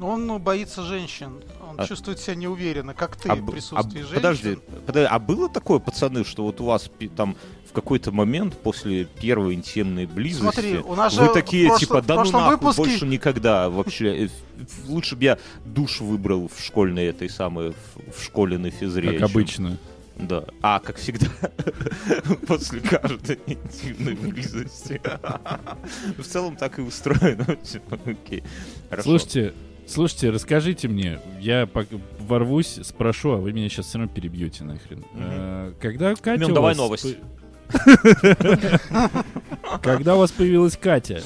[SPEAKER 4] Он ну, боится женщин. Он
[SPEAKER 2] А-
[SPEAKER 4] чувствует себя неуверенно, как ты
[SPEAKER 2] А
[SPEAKER 4] в
[SPEAKER 2] б-
[SPEAKER 4] присутствии
[SPEAKER 2] а б-
[SPEAKER 4] женщин.
[SPEAKER 2] подожди, подожди, а было такое, пацаны, что вот у вас пи- там в какой-то момент после первой интимной близости
[SPEAKER 4] Смотри, у нас
[SPEAKER 2] вы
[SPEAKER 4] же
[SPEAKER 2] такие
[SPEAKER 4] в прошло-
[SPEAKER 2] типа
[SPEAKER 4] в
[SPEAKER 2] да ну
[SPEAKER 4] прошлом
[SPEAKER 2] нахуй,
[SPEAKER 4] выпуске-
[SPEAKER 2] больше никогда вообще э, ф- лучше бы я душ выбрал в школьной этой самой в в школе на физре.
[SPEAKER 5] Как
[SPEAKER 2] чем-
[SPEAKER 5] обычно.
[SPEAKER 2] Да. А, как всегда, после каждой интимной близости. В целом так и устроено. всё, Окей. Хорошо.
[SPEAKER 5] Слушайте, слушайте, расскажите мне, я пок- ворвусь, спрошу, а вы меня сейчас все равно перебьете нахрен. Э, Когда Катя
[SPEAKER 2] Мем,
[SPEAKER 5] у
[SPEAKER 2] давай
[SPEAKER 5] вас
[SPEAKER 2] новость.
[SPEAKER 5] по- Когда у вас появилась Катя?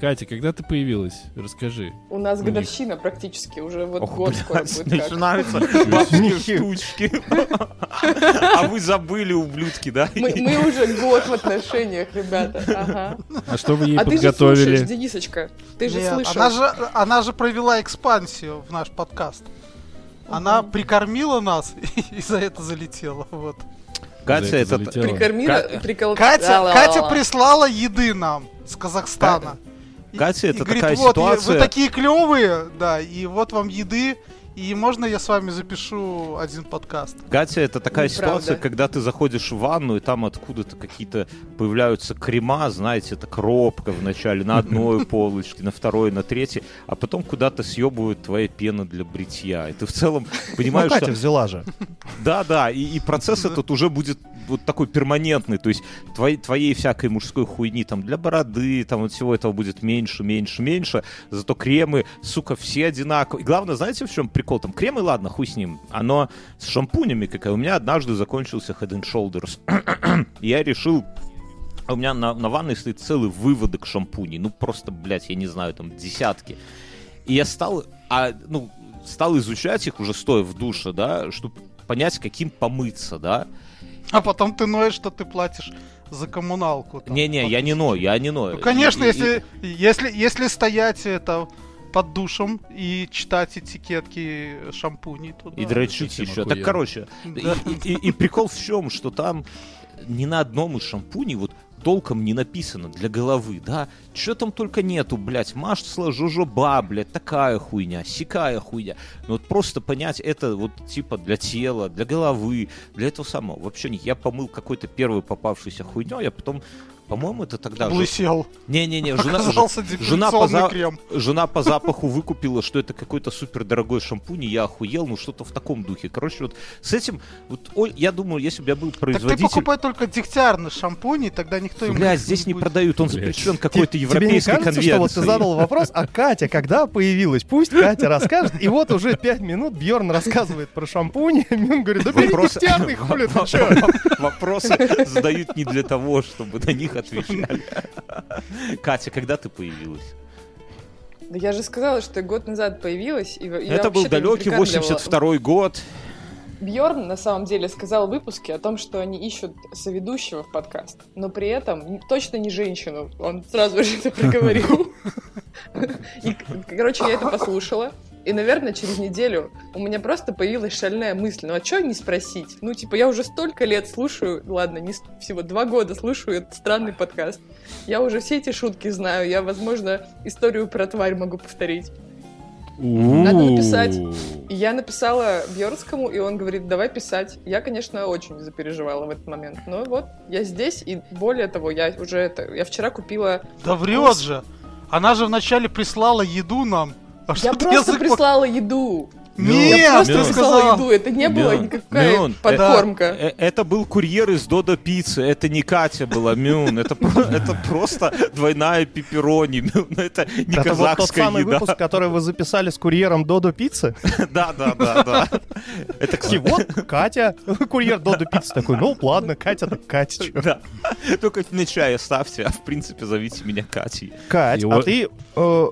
[SPEAKER 5] Катя, когда ты появилась? Расскажи.
[SPEAKER 3] У нас
[SPEAKER 5] У них.
[SPEAKER 3] годовщина практически уже вот
[SPEAKER 2] Ох,
[SPEAKER 3] год скоро
[SPEAKER 2] блядь,
[SPEAKER 3] будет как.
[SPEAKER 2] начинаются бабские штучки. А вы забыли, ублюдки, да?
[SPEAKER 3] Мы, мы уже год в отношениях, ребята. Ага.
[SPEAKER 5] А что вы ей
[SPEAKER 3] а ты же слушаешь,
[SPEAKER 5] подготовили?
[SPEAKER 3] Денисочка. Ты же
[SPEAKER 4] Нет,
[SPEAKER 3] слышал.
[SPEAKER 4] Она же, она же провела экспансию в наш подкаст. Она прикормила нас и за это залетела. Вот.
[SPEAKER 5] За
[SPEAKER 2] Катя, это...
[SPEAKER 5] залетела.
[SPEAKER 3] Прикормила,
[SPEAKER 2] Ка-
[SPEAKER 3] прикол-
[SPEAKER 4] Катя,
[SPEAKER 3] Да,
[SPEAKER 4] Катя
[SPEAKER 3] ла-ла-ла.
[SPEAKER 4] прислала еды нам с Казахстана. И-
[SPEAKER 2] Катя,
[SPEAKER 4] и
[SPEAKER 2] это
[SPEAKER 4] говорит,
[SPEAKER 2] такая
[SPEAKER 4] вот, я-
[SPEAKER 2] ситуация-
[SPEAKER 4] Вы такие клевые, да, и вот вам еды. И можно я с вами запишу один подкаст?
[SPEAKER 2] Катя, это такая
[SPEAKER 3] Неправда.
[SPEAKER 2] ситуация, когда ты заходишь в ванну, и там откуда-то какие-то появляются крема, знаете, это кропка вначале на одной полочке, на второй, на третьей, а потом куда-то съебывают твоя пена для бритья. И ты в целом
[SPEAKER 6] Ну,
[SPEAKER 2] понимаешь,
[SPEAKER 6] Катя
[SPEAKER 2] что...
[SPEAKER 6] взяла же.
[SPEAKER 2] Да, да, и, и процесс
[SPEAKER 4] Да.
[SPEAKER 2] этот уже будет вот такой перманентный, то есть твоей, твоей всякой мужской хуйни там для бороды, там вот всего этого будет меньше, меньше, меньше, зато кремы, сука, все одинаковые. И главное, знаете, в чем прикол? Там кремы, ладно, хуй с ним, оно с шампунями, как и у меня однажды закончился Head and Shoulders. И я решил а у меня на, на ванной стоит целый выводок шампуней. Ну просто, блядь, я не знаю, там десятки. И я стал, а, ну, стал изучать их уже стоя в душе, да, чтобы понять, каким помыться, да.
[SPEAKER 4] А потом ты ноешь, что ты платишь за коммуналку. там,
[SPEAKER 2] Не-не,
[SPEAKER 4] по
[SPEAKER 2] я не
[SPEAKER 4] тысяче.
[SPEAKER 2] ною, я не ною.
[SPEAKER 4] Ну, конечно,
[SPEAKER 2] Э, И- и-
[SPEAKER 4] если, если, если стоять это под душем и читать этикетки шампуней, то
[SPEAKER 2] И
[SPEAKER 4] да.
[SPEAKER 2] дрочить
[SPEAKER 5] совсем
[SPEAKER 2] еще. Так,
[SPEAKER 5] охуенно.
[SPEAKER 2] короче,
[SPEAKER 4] Да.
[SPEAKER 2] и, и- и- и прикол в чем, что там ни на одном из шампуней вот толком не написано для головы, да? Че там только нету, блядь, масло жожоба, блядь, такая хуйня, сякая хуйня. Но вот просто понять это вот типа для тела, для головы, для этого самого. Вообще не, я помыл какой-то первый попавшийся хуйней, а потом, по-моему, это тогда... же-
[SPEAKER 4] Блысел.
[SPEAKER 2] Не-не-не, Э, жена,
[SPEAKER 4] Оказался
[SPEAKER 2] ж- жена по
[SPEAKER 4] депиляционный
[SPEAKER 2] за-
[SPEAKER 4] крем.
[SPEAKER 2] Жена по запаху выкупила, что это какой-то супер дорогой шампунь, и я охуел, ну что-то в таком духе. Короче, вот с этим, вот, Оль, я думаю, если бы я был
[SPEAKER 4] Так ты
[SPEAKER 2] производитель...
[SPEAKER 4] покупай только дегтярный шампунь, и тогда никто ему...
[SPEAKER 2] Бля, здесь не продают, он
[SPEAKER 5] Блядь.
[SPEAKER 2] запрещен
[SPEAKER 6] Те-
[SPEAKER 2] какой-то
[SPEAKER 6] Тебе не
[SPEAKER 2] европейской
[SPEAKER 6] кажется, что вот ты
[SPEAKER 2] конвенцией.
[SPEAKER 6] задал вопрос, а Катя когда появилась? Пусть Катя расскажет. И вот уже пять минут Бьорн рассказывает про шампунь. и он говорит, да бери
[SPEAKER 2] Вопрос-
[SPEAKER 6] нефтяный, хули ты чё?»
[SPEAKER 2] Вопросы задают не для того, чтобы на них отвечали. Катя, когда ты появилась?
[SPEAKER 3] Да я же сказала, что я год назад появилась. И,
[SPEAKER 2] это был далекий 82-й год.
[SPEAKER 3] Бьорн на самом деле сказал в выпуске о том, что они ищут соведущего в подкаст, но при этом точно не женщину. Он сразу же это проговорил. И, короче, я это послушала. И, наверное, через неделю у меня просто появилась шальная мысль. Ну, а что не спросить? Ну, типа, я уже столько лет слушаю, ладно, не с- всего два года слушаю этот странный подкаст. Я уже все эти шутки знаю. Я, возможно, историю про тварь могу повторить. Надо написать. И я написала Бьернскому, и он говорит, давай писать. Я, конечно, очень запереживала в этот момент. Но вот, я здесь, и более того, я уже это... Я вчера купила...
[SPEAKER 4] Да врет же! Она же вначале прислала еду нам. А
[SPEAKER 3] Я
[SPEAKER 4] что ты
[SPEAKER 3] просто
[SPEAKER 4] язык пок-
[SPEAKER 3] прислала еду.
[SPEAKER 4] Нет,
[SPEAKER 3] Я просто
[SPEAKER 2] Милан.
[SPEAKER 4] ты
[SPEAKER 3] прислала
[SPEAKER 4] сказала.
[SPEAKER 3] еду. Это не было
[SPEAKER 2] Милан,
[SPEAKER 3] никакая
[SPEAKER 2] Милан,
[SPEAKER 3] подкормка.
[SPEAKER 2] Э, Это был курьер из Дода Пиццы. Это не Катя была, Мюн. Это, про- это просто двойная пепперони. Мюн. ну, Это не
[SPEAKER 6] Это вот тот
[SPEAKER 2] казахская
[SPEAKER 6] самый
[SPEAKER 2] еда.
[SPEAKER 6] выпуск, который вы записали с курьером Додо Пиццы.
[SPEAKER 2] Да, да, да, да. Это,
[SPEAKER 6] И
[SPEAKER 2] кстати,
[SPEAKER 6] вот Катя, курьер Додо Пиццы такой, ну ладно, Катя, так Катя, чё.
[SPEAKER 2] да. Только на чай оставьте, а в принципе зовите меня Катей.
[SPEAKER 6] Кать,
[SPEAKER 5] Его-
[SPEAKER 6] а ты э,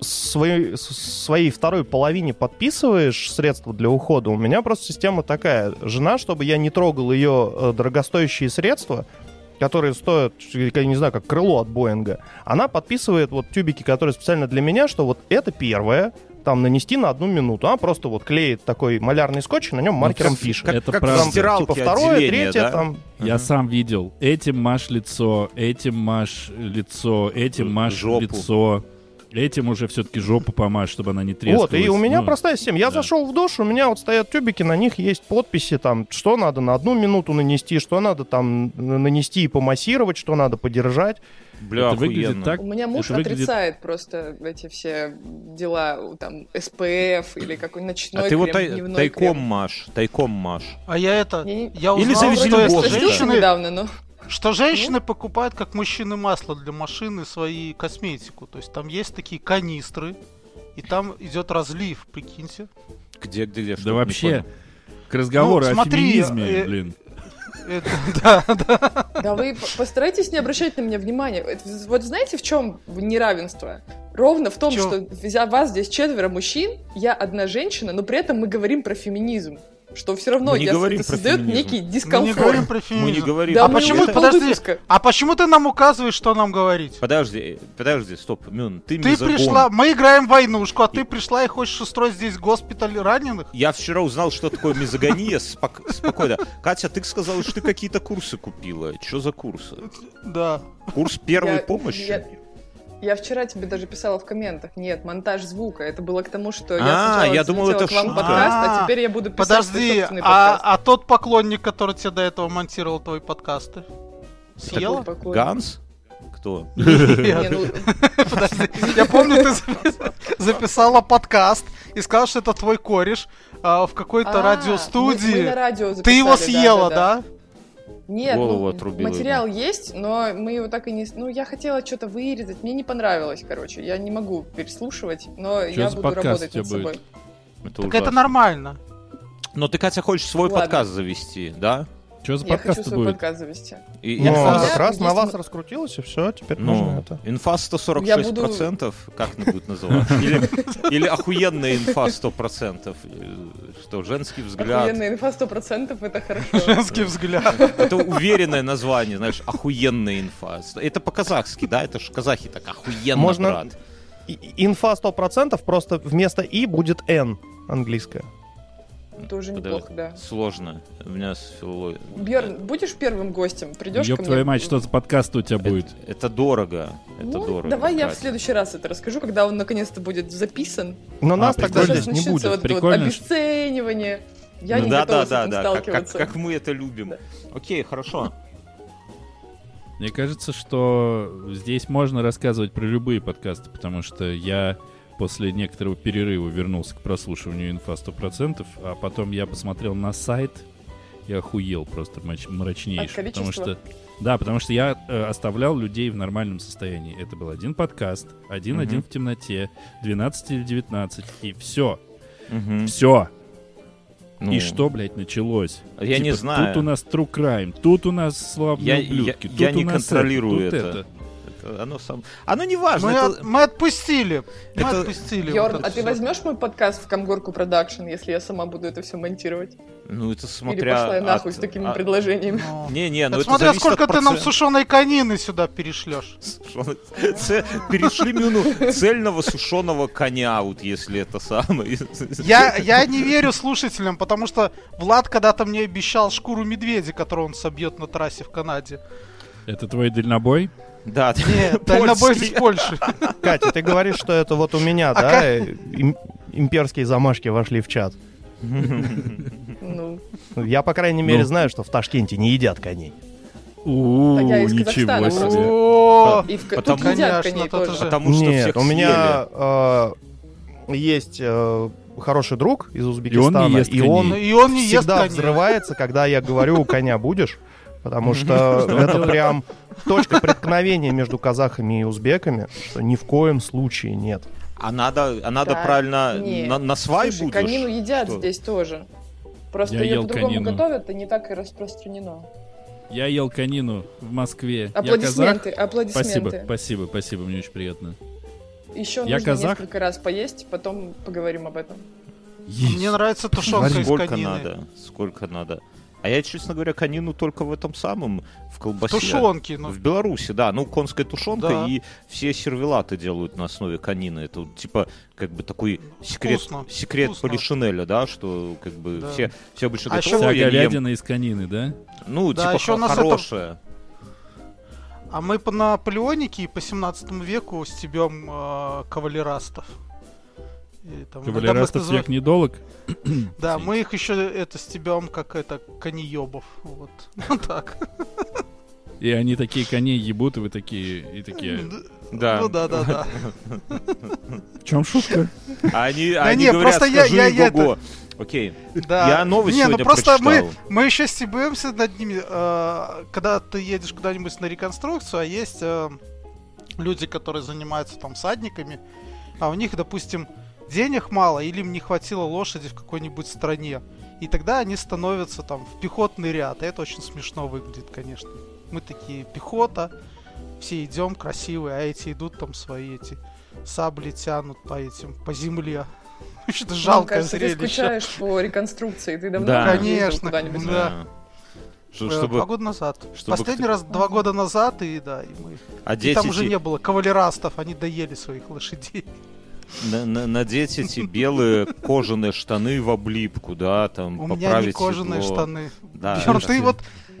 [SPEAKER 6] своей, с- своей второй половине подписываешь средства для ухода? У меня просто система такая. Жена, чтобы я не трогал ее э, дорогостоящие средства, которые стоят, я не знаю, как крыло от Боинга, она подписывает вот тюбики, которые специально для меня, что вот это первое, там нанести на одну минуту. Она просто вот клеит такой малярный скотч и на нем маркером
[SPEAKER 5] Ну, как-
[SPEAKER 6] пишет.
[SPEAKER 5] как- Это
[SPEAKER 2] как
[SPEAKER 5] правда.
[SPEAKER 2] в стиралке
[SPEAKER 6] типа второе,
[SPEAKER 2] отделение,
[SPEAKER 6] третье,
[SPEAKER 2] да?
[SPEAKER 6] там
[SPEAKER 5] Я сам видел. Этим маш лицо, этим маш лицо, этим
[SPEAKER 2] Ж-
[SPEAKER 5] маш
[SPEAKER 2] жопу.
[SPEAKER 5] лицо. Этим уже все-таки жопу помажь, чтобы она не трескалась.
[SPEAKER 6] Вот, и у меня
[SPEAKER 5] Ну,
[SPEAKER 6] простая система. Я
[SPEAKER 5] да.
[SPEAKER 6] зашел в душ, у меня вот стоят тюбики, на них есть подписи, там, что надо на одну минуту нанести, что надо там н- нанести и помассировать, что надо подержать.
[SPEAKER 2] Бля,
[SPEAKER 5] это выглядит
[SPEAKER 2] охуенно.
[SPEAKER 5] так.
[SPEAKER 3] У меня муж
[SPEAKER 5] это выглядит-
[SPEAKER 3] отрицает просто эти все дела, у, там, СПФ или какой-нибудь ночной
[SPEAKER 2] А ты его
[SPEAKER 3] крем,
[SPEAKER 2] тай-
[SPEAKER 3] дневной
[SPEAKER 2] тайком
[SPEAKER 3] крем.
[SPEAKER 2] маш, тайком маш.
[SPEAKER 4] А я это...
[SPEAKER 3] Я не-
[SPEAKER 4] Я
[SPEAKER 2] Или
[SPEAKER 4] узнал,
[SPEAKER 2] завезли
[SPEAKER 4] что,
[SPEAKER 3] Вроде
[SPEAKER 2] босса.
[SPEAKER 4] это
[SPEAKER 3] простился
[SPEAKER 4] женщины,
[SPEAKER 3] недавно, но...
[SPEAKER 4] что
[SPEAKER 3] Ну.
[SPEAKER 4] женщины покупают как мужчины масло для машины свои косметику. То есть там есть такие канистры, и там идет разлив, прикиньте.
[SPEAKER 2] Где, где, где?
[SPEAKER 5] Да
[SPEAKER 2] что-то не
[SPEAKER 5] вообще,
[SPEAKER 2] понял.
[SPEAKER 5] к разговору
[SPEAKER 4] Ну, смотри,
[SPEAKER 5] о феминизме,
[SPEAKER 4] э,
[SPEAKER 5] блин.
[SPEAKER 4] Это- да, да.
[SPEAKER 3] Да вы по- постарайтесь не обращать на меня внимания. Это- Вот знаете, в чем неравенство? Ровно в том,
[SPEAKER 4] В чём?
[SPEAKER 3] что взя- вас здесь четверо мужчин, я одна женщина, но при этом мы говорим про феминизм. Что все равно
[SPEAKER 2] Мы не
[SPEAKER 3] я-
[SPEAKER 2] говорим
[SPEAKER 3] это
[SPEAKER 2] про
[SPEAKER 3] создает
[SPEAKER 2] феминизм.
[SPEAKER 3] некий
[SPEAKER 4] Мы не
[SPEAKER 3] дискомфорт.
[SPEAKER 4] говорим про
[SPEAKER 2] Мы не
[SPEAKER 4] феминизм.
[SPEAKER 2] говорим.
[SPEAKER 3] Да
[SPEAKER 4] А
[SPEAKER 3] мы
[SPEAKER 4] почему,
[SPEAKER 3] уже
[SPEAKER 4] подожди,
[SPEAKER 3] полвыпуска.
[SPEAKER 4] а почему ты нам указываешь, что нам говорить?
[SPEAKER 2] Подожди, подожди, стоп, Мюн, ты,
[SPEAKER 4] Ты
[SPEAKER 2] мизогон.
[SPEAKER 4] пришла, мы играем в войнушку, а ты пришла и хочешь устроить здесь госпиталь раненых?
[SPEAKER 2] Я вчера узнал, что такое мизогония. Спок- Спокойно. Катя, ты сказала, что ты какие-то курсы купила. Что за курсы?
[SPEAKER 4] Да.
[SPEAKER 2] Курс первой
[SPEAKER 3] Я-
[SPEAKER 2] помощи?
[SPEAKER 3] я- Я вчера тебе даже писала в комментах. Нет, монтаж звука. Это было к тому, что я
[SPEAKER 2] А,
[SPEAKER 3] сначала
[SPEAKER 2] я думал,
[SPEAKER 3] залетела
[SPEAKER 2] это
[SPEAKER 3] к вам
[SPEAKER 2] шутка.
[SPEAKER 3] подкаст,
[SPEAKER 4] А,
[SPEAKER 3] а теперь я буду писать свой
[SPEAKER 4] Подожди,
[SPEAKER 3] собственный
[SPEAKER 4] а,
[SPEAKER 3] подкаст.
[SPEAKER 4] а тот поклонник, который тебе до этого монтировал твои подкасты? Съела?
[SPEAKER 3] Такой поклонник.
[SPEAKER 2] Ганс? Кто?
[SPEAKER 3] Не, ну,
[SPEAKER 4] Подожди, я помню, ты запис- записала подкаст и сказал, что это твой кореш а, в какой-то
[SPEAKER 3] а, мы- мы на
[SPEAKER 4] радиостудии.
[SPEAKER 3] радио
[SPEAKER 4] Ты его
[SPEAKER 3] записали, да,
[SPEAKER 4] съела,
[SPEAKER 3] да,
[SPEAKER 4] да?
[SPEAKER 3] Нет,
[SPEAKER 2] Голову
[SPEAKER 3] ну,
[SPEAKER 2] отрубила
[SPEAKER 3] материал есть, но мы его так и не... с- Ну, я хотела что-то вырезать, мне не понравилось, короче. Я не могу переслушивать, но я
[SPEAKER 5] за
[SPEAKER 3] буду
[SPEAKER 5] подкаст
[SPEAKER 3] работать
[SPEAKER 5] у тебя
[SPEAKER 3] над собой.
[SPEAKER 5] будет?
[SPEAKER 4] Так это нормально.
[SPEAKER 2] Но ты, Катя, хочешь свой
[SPEAKER 3] Ладно.
[SPEAKER 2] подкаст завести, да?
[SPEAKER 5] Что за
[SPEAKER 3] Я хочу
[SPEAKER 5] подкаст
[SPEAKER 3] свой
[SPEAKER 5] будет?
[SPEAKER 3] подкаст завести.
[SPEAKER 2] И
[SPEAKER 6] Ну,
[SPEAKER 2] инфа-
[SPEAKER 6] как раз
[SPEAKER 3] Есть
[SPEAKER 6] на вас
[SPEAKER 3] м-
[SPEAKER 6] раскрутилось, и все, теперь нужно
[SPEAKER 2] Ну,
[SPEAKER 6] это.
[SPEAKER 2] инфа 146%, как она будет называться? Или, или охуенная инфа 100%, э, что женский взгляд.
[SPEAKER 3] Охуенная инфа, 100% это хорошо.
[SPEAKER 4] Женский взгляд.
[SPEAKER 2] Это уверенное название, знаешь, охуенная инфа. Это по-казахски, да? Это же казахи так, охуенно,
[SPEAKER 6] Можно-
[SPEAKER 2] брат.
[SPEAKER 6] И- и- Инфа 100%, просто вместо «и» будет «н» английское.
[SPEAKER 3] Это уже
[SPEAKER 2] Это
[SPEAKER 3] неплохо, да.
[SPEAKER 2] Сложно. У меня с филологией.
[SPEAKER 3] Бьерн, будешь первым гостем? Придешь ко
[SPEAKER 5] Ёб
[SPEAKER 3] мне?
[SPEAKER 5] твою мать, что за подкаст у тебя будет?
[SPEAKER 2] Это, это дорого. Это
[SPEAKER 3] Ну,
[SPEAKER 2] дорого.
[SPEAKER 3] давай я в
[SPEAKER 2] Катя.
[SPEAKER 3] следующий раз это расскажу, когда он наконец-то будет записан.
[SPEAKER 6] Но нас
[SPEAKER 5] А, прикольно.
[SPEAKER 6] тогда
[SPEAKER 3] Сейчас
[SPEAKER 6] здесь не
[SPEAKER 3] начнется
[SPEAKER 6] будет.
[SPEAKER 3] вот это вот
[SPEAKER 5] Прикольно, что-
[SPEAKER 3] обесценивание. Я
[SPEAKER 2] Ну
[SPEAKER 3] не
[SPEAKER 2] да,
[SPEAKER 3] готова
[SPEAKER 2] да,
[SPEAKER 3] с
[SPEAKER 2] да,
[SPEAKER 3] этим
[SPEAKER 2] да. Как, как,
[SPEAKER 3] сталкиваться.
[SPEAKER 2] как мы это любим. Окей, хорошо.
[SPEAKER 5] Мне кажется, что здесь можно рассказывать про любые подкасты, потому что я после некоторого перерыва вернулся к прослушиванию инфа 100%, а потом я посмотрел на сайт и охуел просто мрач-
[SPEAKER 3] От
[SPEAKER 5] мрачнейший.
[SPEAKER 3] количества?
[SPEAKER 5] Потому что, да, потому что я э, оставлял людей в нормальном состоянии. Это был один подкаст, один-один в темноте, 12 или 19, и все,
[SPEAKER 2] Мгм.
[SPEAKER 5] все.
[SPEAKER 2] Ну,
[SPEAKER 5] И что, блядь, началось? Типа,
[SPEAKER 2] Я не знаю.
[SPEAKER 5] Тут у нас true crime, тут у нас
[SPEAKER 2] Я-
[SPEAKER 5] славные
[SPEAKER 2] я-
[SPEAKER 5] ублюдки,
[SPEAKER 2] я
[SPEAKER 5] тут
[SPEAKER 2] не
[SPEAKER 5] у нас
[SPEAKER 2] контролирую
[SPEAKER 5] тут
[SPEAKER 2] это. это оно сам. Оно не важно.
[SPEAKER 4] Мы
[SPEAKER 2] это-
[SPEAKER 4] от- мы отпустили. Мы
[SPEAKER 2] Это-
[SPEAKER 4] отпустили. вот
[SPEAKER 3] Бьорн,
[SPEAKER 4] это
[SPEAKER 3] а ты
[SPEAKER 4] всё.
[SPEAKER 3] возьмешь мой подкаст в Комгорку Продакшн, если я сама буду это все монтировать?
[SPEAKER 2] Ну, это смотря...
[SPEAKER 3] Или пошла я
[SPEAKER 2] от-
[SPEAKER 3] нахуй с такими
[SPEAKER 2] а-
[SPEAKER 3] предложениями?
[SPEAKER 4] Ну.
[SPEAKER 2] Не-не, ну
[SPEAKER 4] Это
[SPEAKER 2] это
[SPEAKER 4] смотря
[SPEAKER 2] зависит от
[SPEAKER 4] сколько ты нам
[SPEAKER 2] процента.
[SPEAKER 4] сушеной конины сюда перешлешь.
[SPEAKER 2] Сушёный- Це- Перешли мину цельного сушеного коня, вот если это самое.
[SPEAKER 4] Я, я не верю слушателям, потому что Влад когда-то мне обещал шкуру медведя, которую он собьет на трассе в Канаде.
[SPEAKER 5] Это твой дальнобой?
[SPEAKER 2] Да,
[SPEAKER 4] Нет, дальнобойцы из Польши.
[SPEAKER 6] Катя, ты говоришь, что это вот у меня,
[SPEAKER 4] А
[SPEAKER 6] да, э, им- имперские замашки вошли в чат.
[SPEAKER 3] Ну,
[SPEAKER 6] Я, по крайней мере,
[SPEAKER 5] Ну.
[SPEAKER 6] знаю, что в Ташкенте не едят коней.
[SPEAKER 5] У,
[SPEAKER 3] А я из
[SPEAKER 5] ничего
[SPEAKER 3] Казахстана просто.
[SPEAKER 5] себе.
[SPEAKER 4] О,
[SPEAKER 3] и в... ко-
[SPEAKER 2] Потому-
[SPEAKER 3] тут едят
[SPEAKER 4] Конечно,
[SPEAKER 3] коней
[SPEAKER 4] тут
[SPEAKER 3] тоже.
[SPEAKER 4] уже-
[SPEAKER 2] Потому что
[SPEAKER 6] Нет,
[SPEAKER 2] всех
[SPEAKER 6] у меня
[SPEAKER 2] съели.
[SPEAKER 6] э, есть э, хороший друг из
[SPEAKER 5] И
[SPEAKER 6] Узбекистана,
[SPEAKER 5] он не ест
[SPEAKER 6] и
[SPEAKER 2] А,
[SPEAKER 5] коней.
[SPEAKER 6] он,
[SPEAKER 4] Ну и он не ест
[SPEAKER 6] всегда
[SPEAKER 4] коней.
[SPEAKER 6] взрывается, когда я говорю, у коня будешь. Потому что это прям точка преткновения между казахами и узбеками, что ни в коем случае нет.
[SPEAKER 2] А надо, а надо
[SPEAKER 3] Да,
[SPEAKER 2] правильно
[SPEAKER 3] нет.
[SPEAKER 2] на, на свай
[SPEAKER 3] Слушай,
[SPEAKER 2] будешь?
[SPEAKER 3] конину едят
[SPEAKER 2] Что?
[SPEAKER 3] здесь тоже. Просто
[SPEAKER 5] Я
[SPEAKER 3] ее
[SPEAKER 5] ел
[SPEAKER 3] по-другому
[SPEAKER 5] конину.
[SPEAKER 3] готовят, и не так и распространено.
[SPEAKER 5] Я ел конину в Москве. Я казах.
[SPEAKER 3] Аплодисменты, аплодисменты.
[SPEAKER 5] Спасибо, спасибо, спасибо, мне очень приятно.
[SPEAKER 3] Еще
[SPEAKER 5] Я
[SPEAKER 3] нужно
[SPEAKER 5] казах.
[SPEAKER 3] несколько раз поесть, потом поговорим об этом.
[SPEAKER 4] Мне нравится тушенка из
[SPEAKER 2] Сколько
[SPEAKER 4] конины.
[SPEAKER 2] надо? Сколько надо? А я, честно говоря, конину только в этом самом, в колбасе.
[SPEAKER 4] Тушенки, ну.
[SPEAKER 2] В Беларуси, да, ну конская тушенка
[SPEAKER 4] Да.
[SPEAKER 2] и все сервелаты делают на основе конины. Это вот, типа как бы такой секрет,
[SPEAKER 4] Вкусно,
[SPEAKER 2] секрет
[SPEAKER 4] вкусно.
[SPEAKER 2] полишинеля, да, что как бы
[SPEAKER 4] Да.
[SPEAKER 2] все, все обычно
[SPEAKER 4] А
[SPEAKER 2] говорят,
[SPEAKER 4] ещё
[SPEAKER 2] «О,
[SPEAKER 5] Вся
[SPEAKER 2] я не ем».
[SPEAKER 5] говядина из конины, да?
[SPEAKER 2] Ну,
[SPEAKER 4] Да,
[SPEAKER 2] типа
[SPEAKER 4] ещё у нас это-
[SPEAKER 2] хорошая.
[SPEAKER 4] А мы по Наполеонике и по 17 веку стебем э, кавалерастов. И там-
[SPEAKER 5] Кавалерастов
[SPEAKER 4] там их назва-
[SPEAKER 5] всех недолог.
[SPEAKER 4] Да, мы их еще это стебем, как это, конеебов. Вот. Вот так.
[SPEAKER 5] И они такие коней ебут, и вы такие, и такие.
[SPEAKER 2] Да.
[SPEAKER 4] Ну да, да, да.
[SPEAKER 5] В чем шутка?
[SPEAKER 2] А Они,
[SPEAKER 4] Да
[SPEAKER 2] они
[SPEAKER 4] не,
[SPEAKER 2] говорят,
[SPEAKER 4] просто я-
[SPEAKER 2] скажи
[SPEAKER 4] я- я
[SPEAKER 2] «Ого-го». Окей.
[SPEAKER 4] Да.
[SPEAKER 2] Я новость
[SPEAKER 4] Не, ну
[SPEAKER 2] сегодня
[SPEAKER 4] просто мы,
[SPEAKER 2] прочитал.
[SPEAKER 4] мы еще стебемся над ними. э, Когда ты едешь куда-нибудь на реконструкцию, а есть э, люди, которые занимаются там садниками, а у них, допустим, денег мало или им не хватило лошади в какой-нибудь стране. И тогда они становятся там в пехотный ряд. И это очень смешно выглядит, конечно. Мы такие пехота, все идем красивые, а эти идут там свои эти сабли тянут по этим, по земле. Что-то
[SPEAKER 3] Жалко,
[SPEAKER 4] жалкое
[SPEAKER 3] кажется, ты
[SPEAKER 4] зрелище.
[SPEAKER 3] скучаешь по реконструкции, ты давно
[SPEAKER 2] Да.
[SPEAKER 3] не ездил
[SPEAKER 4] Конечно.
[SPEAKER 3] куда-нибудь.
[SPEAKER 4] Да.
[SPEAKER 2] Что-
[SPEAKER 4] Э,
[SPEAKER 2] чтобы...
[SPEAKER 4] Два года назад.
[SPEAKER 2] чтобы
[SPEAKER 4] Последний
[SPEAKER 2] кто-
[SPEAKER 4] раз два года назад, и да, и мы.
[SPEAKER 2] А
[SPEAKER 4] И
[SPEAKER 2] дети
[SPEAKER 4] там уже
[SPEAKER 2] те-
[SPEAKER 4] не было кавалерастов, они доели своих лошадей.
[SPEAKER 2] на- на- надеть эти белые кожаные штаны в облипку, да, там
[SPEAKER 4] У
[SPEAKER 2] поправить
[SPEAKER 4] меня не кожаные
[SPEAKER 2] седло.
[SPEAKER 4] штаны.
[SPEAKER 2] Да,
[SPEAKER 4] Бьёрн,
[SPEAKER 2] это
[SPEAKER 4] ты
[SPEAKER 2] всё
[SPEAKER 4] вот, Бьерн, ты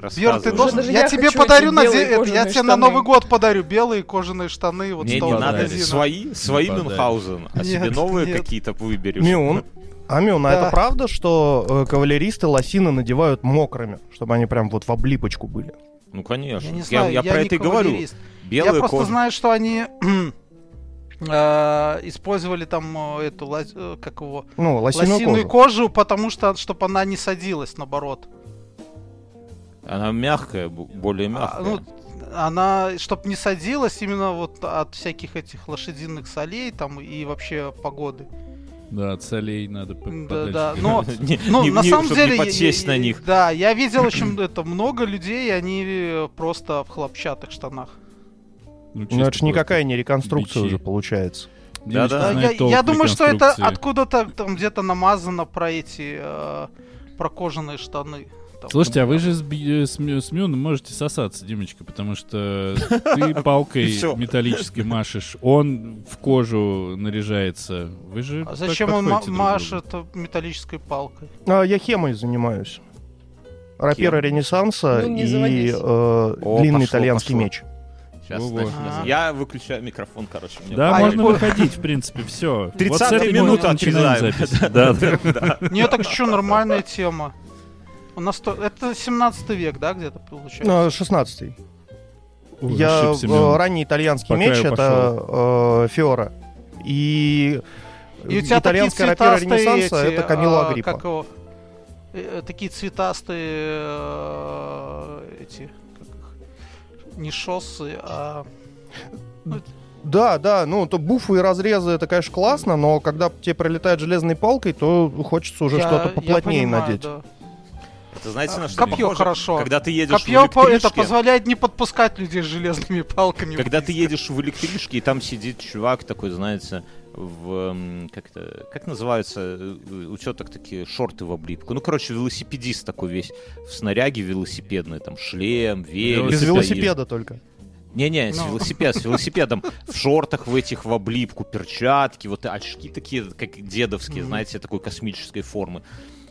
[SPEAKER 2] рассказывали.
[SPEAKER 4] должен...
[SPEAKER 3] Даже
[SPEAKER 4] Я,
[SPEAKER 3] я
[SPEAKER 4] тебе
[SPEAKER 3] хочу
[SPEAKER 4] подарю
[SPEAKER 3] эти
[SPEAKER 4] на
[SPEAKER 3] белые
[SPEAKER 4] де- это, я
[SPEAKER 3] кожаные
[SPEAKER 4] тебе на
[SPEAKER 3] штаны.
[SPEAKER 4] Новый год подарю белые кожаные штаны вот с
[SPEAKER 2] Не,
[SPEAKER 4] того
[SPEAKER 2] не надо.
[SPEAKER 5] подарили.
[SPEAKER 4] магазина.
[SPEAKER 2] Свои, свои
[SPEAKER 5] подарили.
[SPEAKER 2] Мюнхгаузен, а
[SPEAKER 4] Нет,
[SPEAKER 2] себе новые
[SPEAKER 4] нет.
[SPEAKER 2] какие-то выберешь.
[SPEAKER 6] Мюн. Амюн, а
[SPEAKER 4] Да.
[SPEAKER 6] это правда, что э, кавалеристы лосины надевают мокрыми, чтобы они прям вот в облипочку были?
[SPEAKER 2] Ну, конечно.
[SPEAKER 4] Я не знаю,
[SPEAKER 2] я, про
[SPEAKER 4] не
[SPEAKER 2] это и говорю.
[SPEAKER 4] кавалерист. Я
[SPEAKER 2] Белые
[SPEAKER 4] просто
[SPEAKER 2] кожаные-
[SPEAKER 4] знаю, что они э, использовали там э, эту, лось- э, как его,
[SPEAKER 6] Ну, лосиную,
[SPEAKER 4] лосиную
[SPEAKER 6] кожу.
[SPEAKER 4] кожу, потому что, чтобы она не садилась, наоборот.
[SPEAKER 2] Она мягкая, бу- более
[SPEAKER 4] А,
[SPEAKER 2] мягкая.
[SPEAKER 4] ну, она, чтоб не садилась именно вот от всяких этих лошадиных солей там и вообще погоды.
[SPEAKER 5] Да, от солей надо по-
[SPEAKER 4] Да,
[SPEAKER 5] подальше.
[SPEAKER 4] да. Но,
[SPEAKER 2] Не-
[SPEAKER 4] но
[SPEAKER 2] не-
[SPEAKER 4] на
[SPEAKER 2] не-
[SPEAKER 4] самом
[SPEAKER 2] чтобы
[SPEAKER 4] деле...
[SPEAKER 2] не
[SPEAKER 4] я-
[SPEAKER 2] подсесть
[SPEAKER 4] я-
[SPEAKER 2] на них.
[SPEAKER 4] Да, я видел очень это много людей, и они э, просто в хлопчатых штанах.
[SPEAKER 5] Ну,
[SPEAKER 6] Ну, это
[SPEAKER 5] чисто
[SPEAKER 6] же никакая
[SPEAKER 5] просто.
[SPEAKER 6] не реконструкция
[SPEAKER 5] бичи.
[SPEAKER 6] уже получается.
[SPEAKER 2] Да,
[SPEAKER 5] Девочка
[SPEAKER 4] Да,
[SPEAKER 5] знает
[SPEAKER 4] я,
[SPEAKER 5] толк
[SPEAKER 4] я
[SPEAKER 5] в
[SPEAKER 4] думаю, что это
[SPEAKER 5] реконструкции.
[SPEAKER 4] откуда-то там где-то намазано про эти... э, про кожаные штаны. Там.
[SPEAKER 5] Слушайте, а вы же с, Би- э, с Мю- с Мюном можете сосаться, Димочка, потому что ты палкой
[SPEAKER 2] Всё.
[SPEAKER 5] металлической машешь, он в кожу наряжается. Вы же
[SPEAKER 4] А
[SPEAKER 5] так
[SPEAKER 4] зачем он ма-
[SPEAKER 5] подходите друг к другу.
[SPEAKER 4] машет металлической палкой?
[SPEAKER 6] А, я хемой занимаюсь. Рапира
[SPEAKER 2] Хем.
[SPEAKER 6] Ренессанса
[SPEAKER 3] Ну, не
[SPEAKER 6] и
[SPEAKER 3] заводись.
[SPEAKER 6] э, длинный
[SPEAKER 2] пошло,
[SPEAKER 6] итальянский
[SPEAKER 2] пошло.
[SPEAKER 6] меч.
[SPEAKER 2] Сейчас
[SPEAKER 5] Во-во.
[SPEAKER 2] начнем.
[SPEAKER 4] А.
[SPEAKER 2] Я выключаю микрофон, короче. у меня
[SPEAKER 5] Да,
[SPEAKER 4] А,
[SPEAKER 2] проблемы.
[SPEAKER 5] можно
[SPEAKER 4] я понял.
[SPEAKER 5] выходить, в принципе, все.
[SPEAKER 2] 30-я минута отрезаем.
[SPEAKER 5] Да, да.
[SPEAKER 4] Не, так что, нормальная тема. У нас то... Это 17 век, да, где-то получается?
[SPEAKER 6] А, 16-й.
[SPEAKER 5] Ой,
[SPEAKER 6] я
[SPEAKER 5] ошиб, Семён.
[SPEAKER 6] э, ранний итальянский
[SPEAKER 5] Пока я
[SPEAKER 6] меч это э, Фиора. И,
[SPEAKER 4] И у тебя
[SPEAKER 6] Ну, итальянская
[SPEAKER 4] такие
[SPEAKER 6] рапира
[SPEAKER 4] цветастые
[SPEAKER 6] Ренессанса
[SPEAKER 4] эти,
[SPEAKER 6] это Камила
[SPEAKER 4] а,
[SPEAKER 6] Агриппа.
[SPEAKER 4] как его? Э, э, Такие цветастые э, эти... Как их? Не шоссы, а...
[SPEAKER 6] Да, да, ну то буфы и разрезы это, конечно, классно, но когда тебе пролетает железной палкой, то хочется уже
[SPEAKER 4] Я- я
[SPEAKER 6] что-то поплотнее
[SPEAKER 4] понимаю,
[SPEAKER 6] надеть.
[SPEAKER 4] да.
[SPEAKER 2] Это знаете, на что
[SPEAKER 4] Копье
[SPEAKER 2] похоже?
[SPEAKER 4] хорошо.
[SPEAKER 2] Когда ты едешь
[SPEAKER 4] Копье
[SPEAKER 2] в
[SPEAKER 4] по- это
[SPEAKER 2] электричке,
[SPEAKER 4] позволяет не подпускать людей с железными палками.
[SPEAKER 2] когда ты едешь в электричке, и там сидит чувак такой, знаете, в... эм, Как, это, как называются э, у теток такие шорты в облипку? Ну, короче, велосипедист такой весь в снаряге велосипедной, там шлем, велик.
[SPEAKER 6] Без
[SPEAKER 5] Велосипед
[SPEAKER 6] велосипеда только.
[SPEAKER 2] Не-не, с
[SPEAKER 4] Ну.
[SPEAKER 2] велосипед, с велосипедом. В шортах в этих, в облипку, перчатки, вот очки такие, как дедовские,
[SPEAKER 4] Мгм.
[SPEAKER 2] знаете, такой космической формы.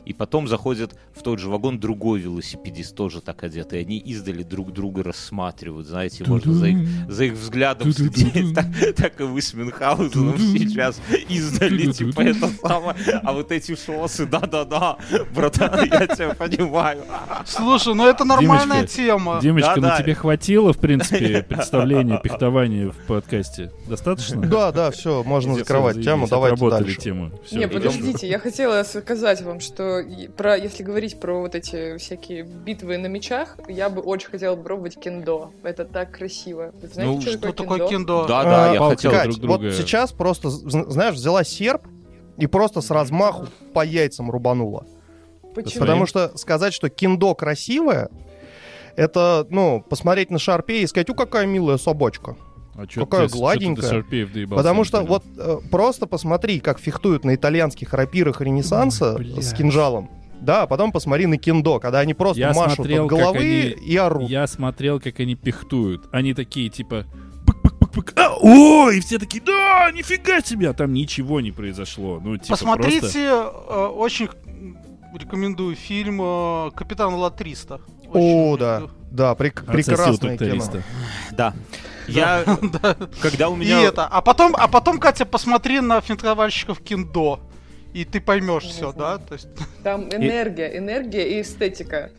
[SPEAKER 2] И потом заходит в тот же вагон другой велосипедист, тоже так одетый. Они издали друг друга рассматривают, знаете, можно за их, за их взглядом следить. Так, так и вы с Мюнхгаузеном сейчас издали, типа, это самое. А вот эти шоссы, да-да-да, братан, я тебя понимаю.
[SPEAKER 4] Слушай, ну это нормальная
[SPEAKER 5] Димочка,
[SPEAKER 4] тема.
[SPEAKER 5] Димочка, ну
[SPEAKER 2] Да-да.
[SPEAKER 5] тебе хватило, в принципе, представления, пихтования в подкасте? Достаточно?
[SPEAKER 6] Да, да, все, можно
[SPEAKER 5] Всё,
[SPEAKER 6] закрывать
[SPEAKER 5] заебись,
[SPEAKER 6] тему, давайте
[SPEAKER 5] отработали
[SPEAKER 6] дальше.
[SPEAKER 5] тему. Всё.
[SPEAKER 3] Не,
[SPEAKER 2] идём.
[SPEAKER 3] подождите, я хотела сказать вам, что и- про, если говорить про вот эти всякие битвы на мечах, я бы очень хотела пробовать кендо. Это так красиво. Вы знаете,
[SPEAKER 2] Ну,
[SPEAKER 3] что,
[SPEAKER 4] Что
[SPEAKER 3] такое
[SPEAKER 4] такое
[SPEAKER 3] кендо?
[SPEAKER 4] киндо?
[SPEAKER 2] Да-да,
[SPEAKER 6] А,
[SPEAKER 2] я
[SPEAKER 5] палка.
[SPEAKER 2] хотел...
[SPEAKER 5] друг
[SPEAKER 6] Кать,
[SPEAKER 5] друга.
[SPEAKER 6] вот сейчас просто, зн- знаешь, взяла серп и просто с размаху по яйцам рубанула.
[SPEAKER 3] Почему?
[SPEAKER 6] Потому что сказать, что киндо красивое, это, ну, посмотреть на шарпе и сказать, у, какая милая собачка.
[SPEAKER 5] А чё ты-
[SPEAKER 6] какая
[SPEAKER 5] чё ты до
[SPEAKER 6] гладенькая.
[SPEAKER 5] Сарпеев доебался,
[SPEAKER 6] Потому
[SPEAKER 5] не
[SPEAKER 6] что
[SPEAKER 5] понял?
[SPEAKER 6] вот э, просто посмотри, как фехтуют на итальянских рапирах Ренессанса
[SPEAKER 5] Ой, блядь.
[SPEAKER 6] с кинжалом. Да, а потом посмотри на киндо, когда они просто
[SPEAKER 5] Я
[SPEAKER 6] машут
[SPEAKER 5] смотрел,
[SPEAKER 6] от
[SPEAKER 5] как
[SPEAKER 6] головы
[SPEAKER 5] они-
[SPEAKER 6] и орут.
[SPEAKER 5] Я смотрел, как они пихтуют. Они такие, типа... пык-пык-пык-пык, а, О, и все такие, да, нифига себе, а там ничего не произошло. Ну, типа, просто...
[SPEAKER 4] Посмотрите, э, очень х- м, рекомендую фильм э, «Капитан Латриста».
[SPEAKER 6] О, да, да, прек-
[SPEAKER 5] отсоси у
[SPEAKER 6] прекрасное кино.
[SPEAKER 5] тракториста.
[SPEAKER 2] Да. Я,
[SPEAKER 4] да.
[SPEAKER 2] когда у
[SPEAKER 4] И
[SPEAKER 2] меня...
[SPEAKER 4] это. А потом, а потом, Катя, посмотри на финтовальщиков киндо. И ты поймешь
[SPEAKER 3] Не
[SPEAKER 4] все, да?
[SPEAKER 3] знаю.
[SPEAKER 4] То есть,
[SPEAKER 3] Там энергия, энергия и эстетика.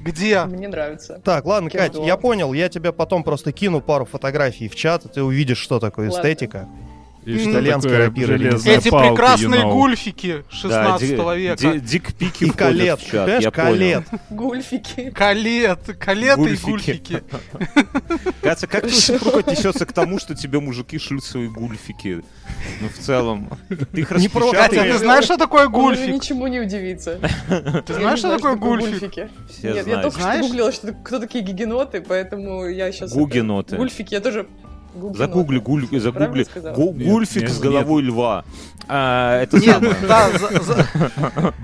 [SPEAKER 4] где?
[SPEAKER 3] Мне нравится.
[SPEAKER 6] Так, ладно,
[SPEAKER 3] Киндо.
[SPEAKER 6] Кать, я понял, я тебе потом просто кину пару фотографий в чат, и ты увидишь, что такое
[SPEAKER 3] Ладно.
[SPEAKER 6] эстетика.
[SPEAKER 5] И что
[SPEAKER 6] Итальянская
[SPEAKER 5] такое
[SPEAKER 6] рапира, или-
[SPEAKER 5] железная
[SPEAKER 4] Эти
[SPEAKER 5] палка,
[SPEAKER 4] прекрасные
[SPEAKER 5] you know?
[SPEAKER 4] гульфики 16
[SPEAKER 2] да, ди-
[SPEAKER 4] века.
[SPEAKER 2] ди- дикпики
[SPEAKER 6] И
[SPEAKER 2] входят
[SPEAKER 6] колет,
[SPEAKER 2] в чат,
[SPEAKER 6] понимаешь,
[SPEAKER 2] я понял.
[SPEAKER 6] колет.
[SPEAKER 3] Гульфики.
[SPEAKER 4] Калет, калеты и
[SPEAKER 2] Гульфики.
[SPEAKER 4] гульфики.
[SPEAKER 2] Кажется, как твой супруг отнесется к тому, что тебе мужики шлют свои гульфики? Ну, в целом. Ты их
[SPEAKER 6] Не про-
[SPEAKER 4] Катя, ты
[SPEAKER 2] распечатаешь,
[SPEAKER 4] знаешь, что такое
[SPEAKER 3] Уже
[SPEAKER 4] гульфик?
[SPEAKER 3] ничему не удивиться.
[SPEAKER 4] Ты знаешь, что такое гульфик?
[SPEAKER 3] гульфики?
[SPEAKER 2] все
[SPEAKER 3] Нет, я
[SPEAKER 2] знают.
[SPEAKER 3] только что
[SPEAKER 4] Знаешь?
[SPEAKER 3] гуглила, что, кто такие гигеноты, поэтому я сейчас...
[SPEAKER 2] Гугеноты.
[SPEAKER 3] Гульфики, я тоже... гугеноты.
[SPEAKER 2] Загугли, гуль, загугли.
[SPEAKER 3] сказала?
[SPEAKER 2] Гу-
[SPEAKER 5] Нет,
[SPEAKER 2] гульфик
[SPEAKER 5] нет,
[SPEAKER 2] с головой льва. А, это
[SPEAKER 4] Нет,
[SPEAKER 2] самое.
[SPEAKER 4] да, за- за-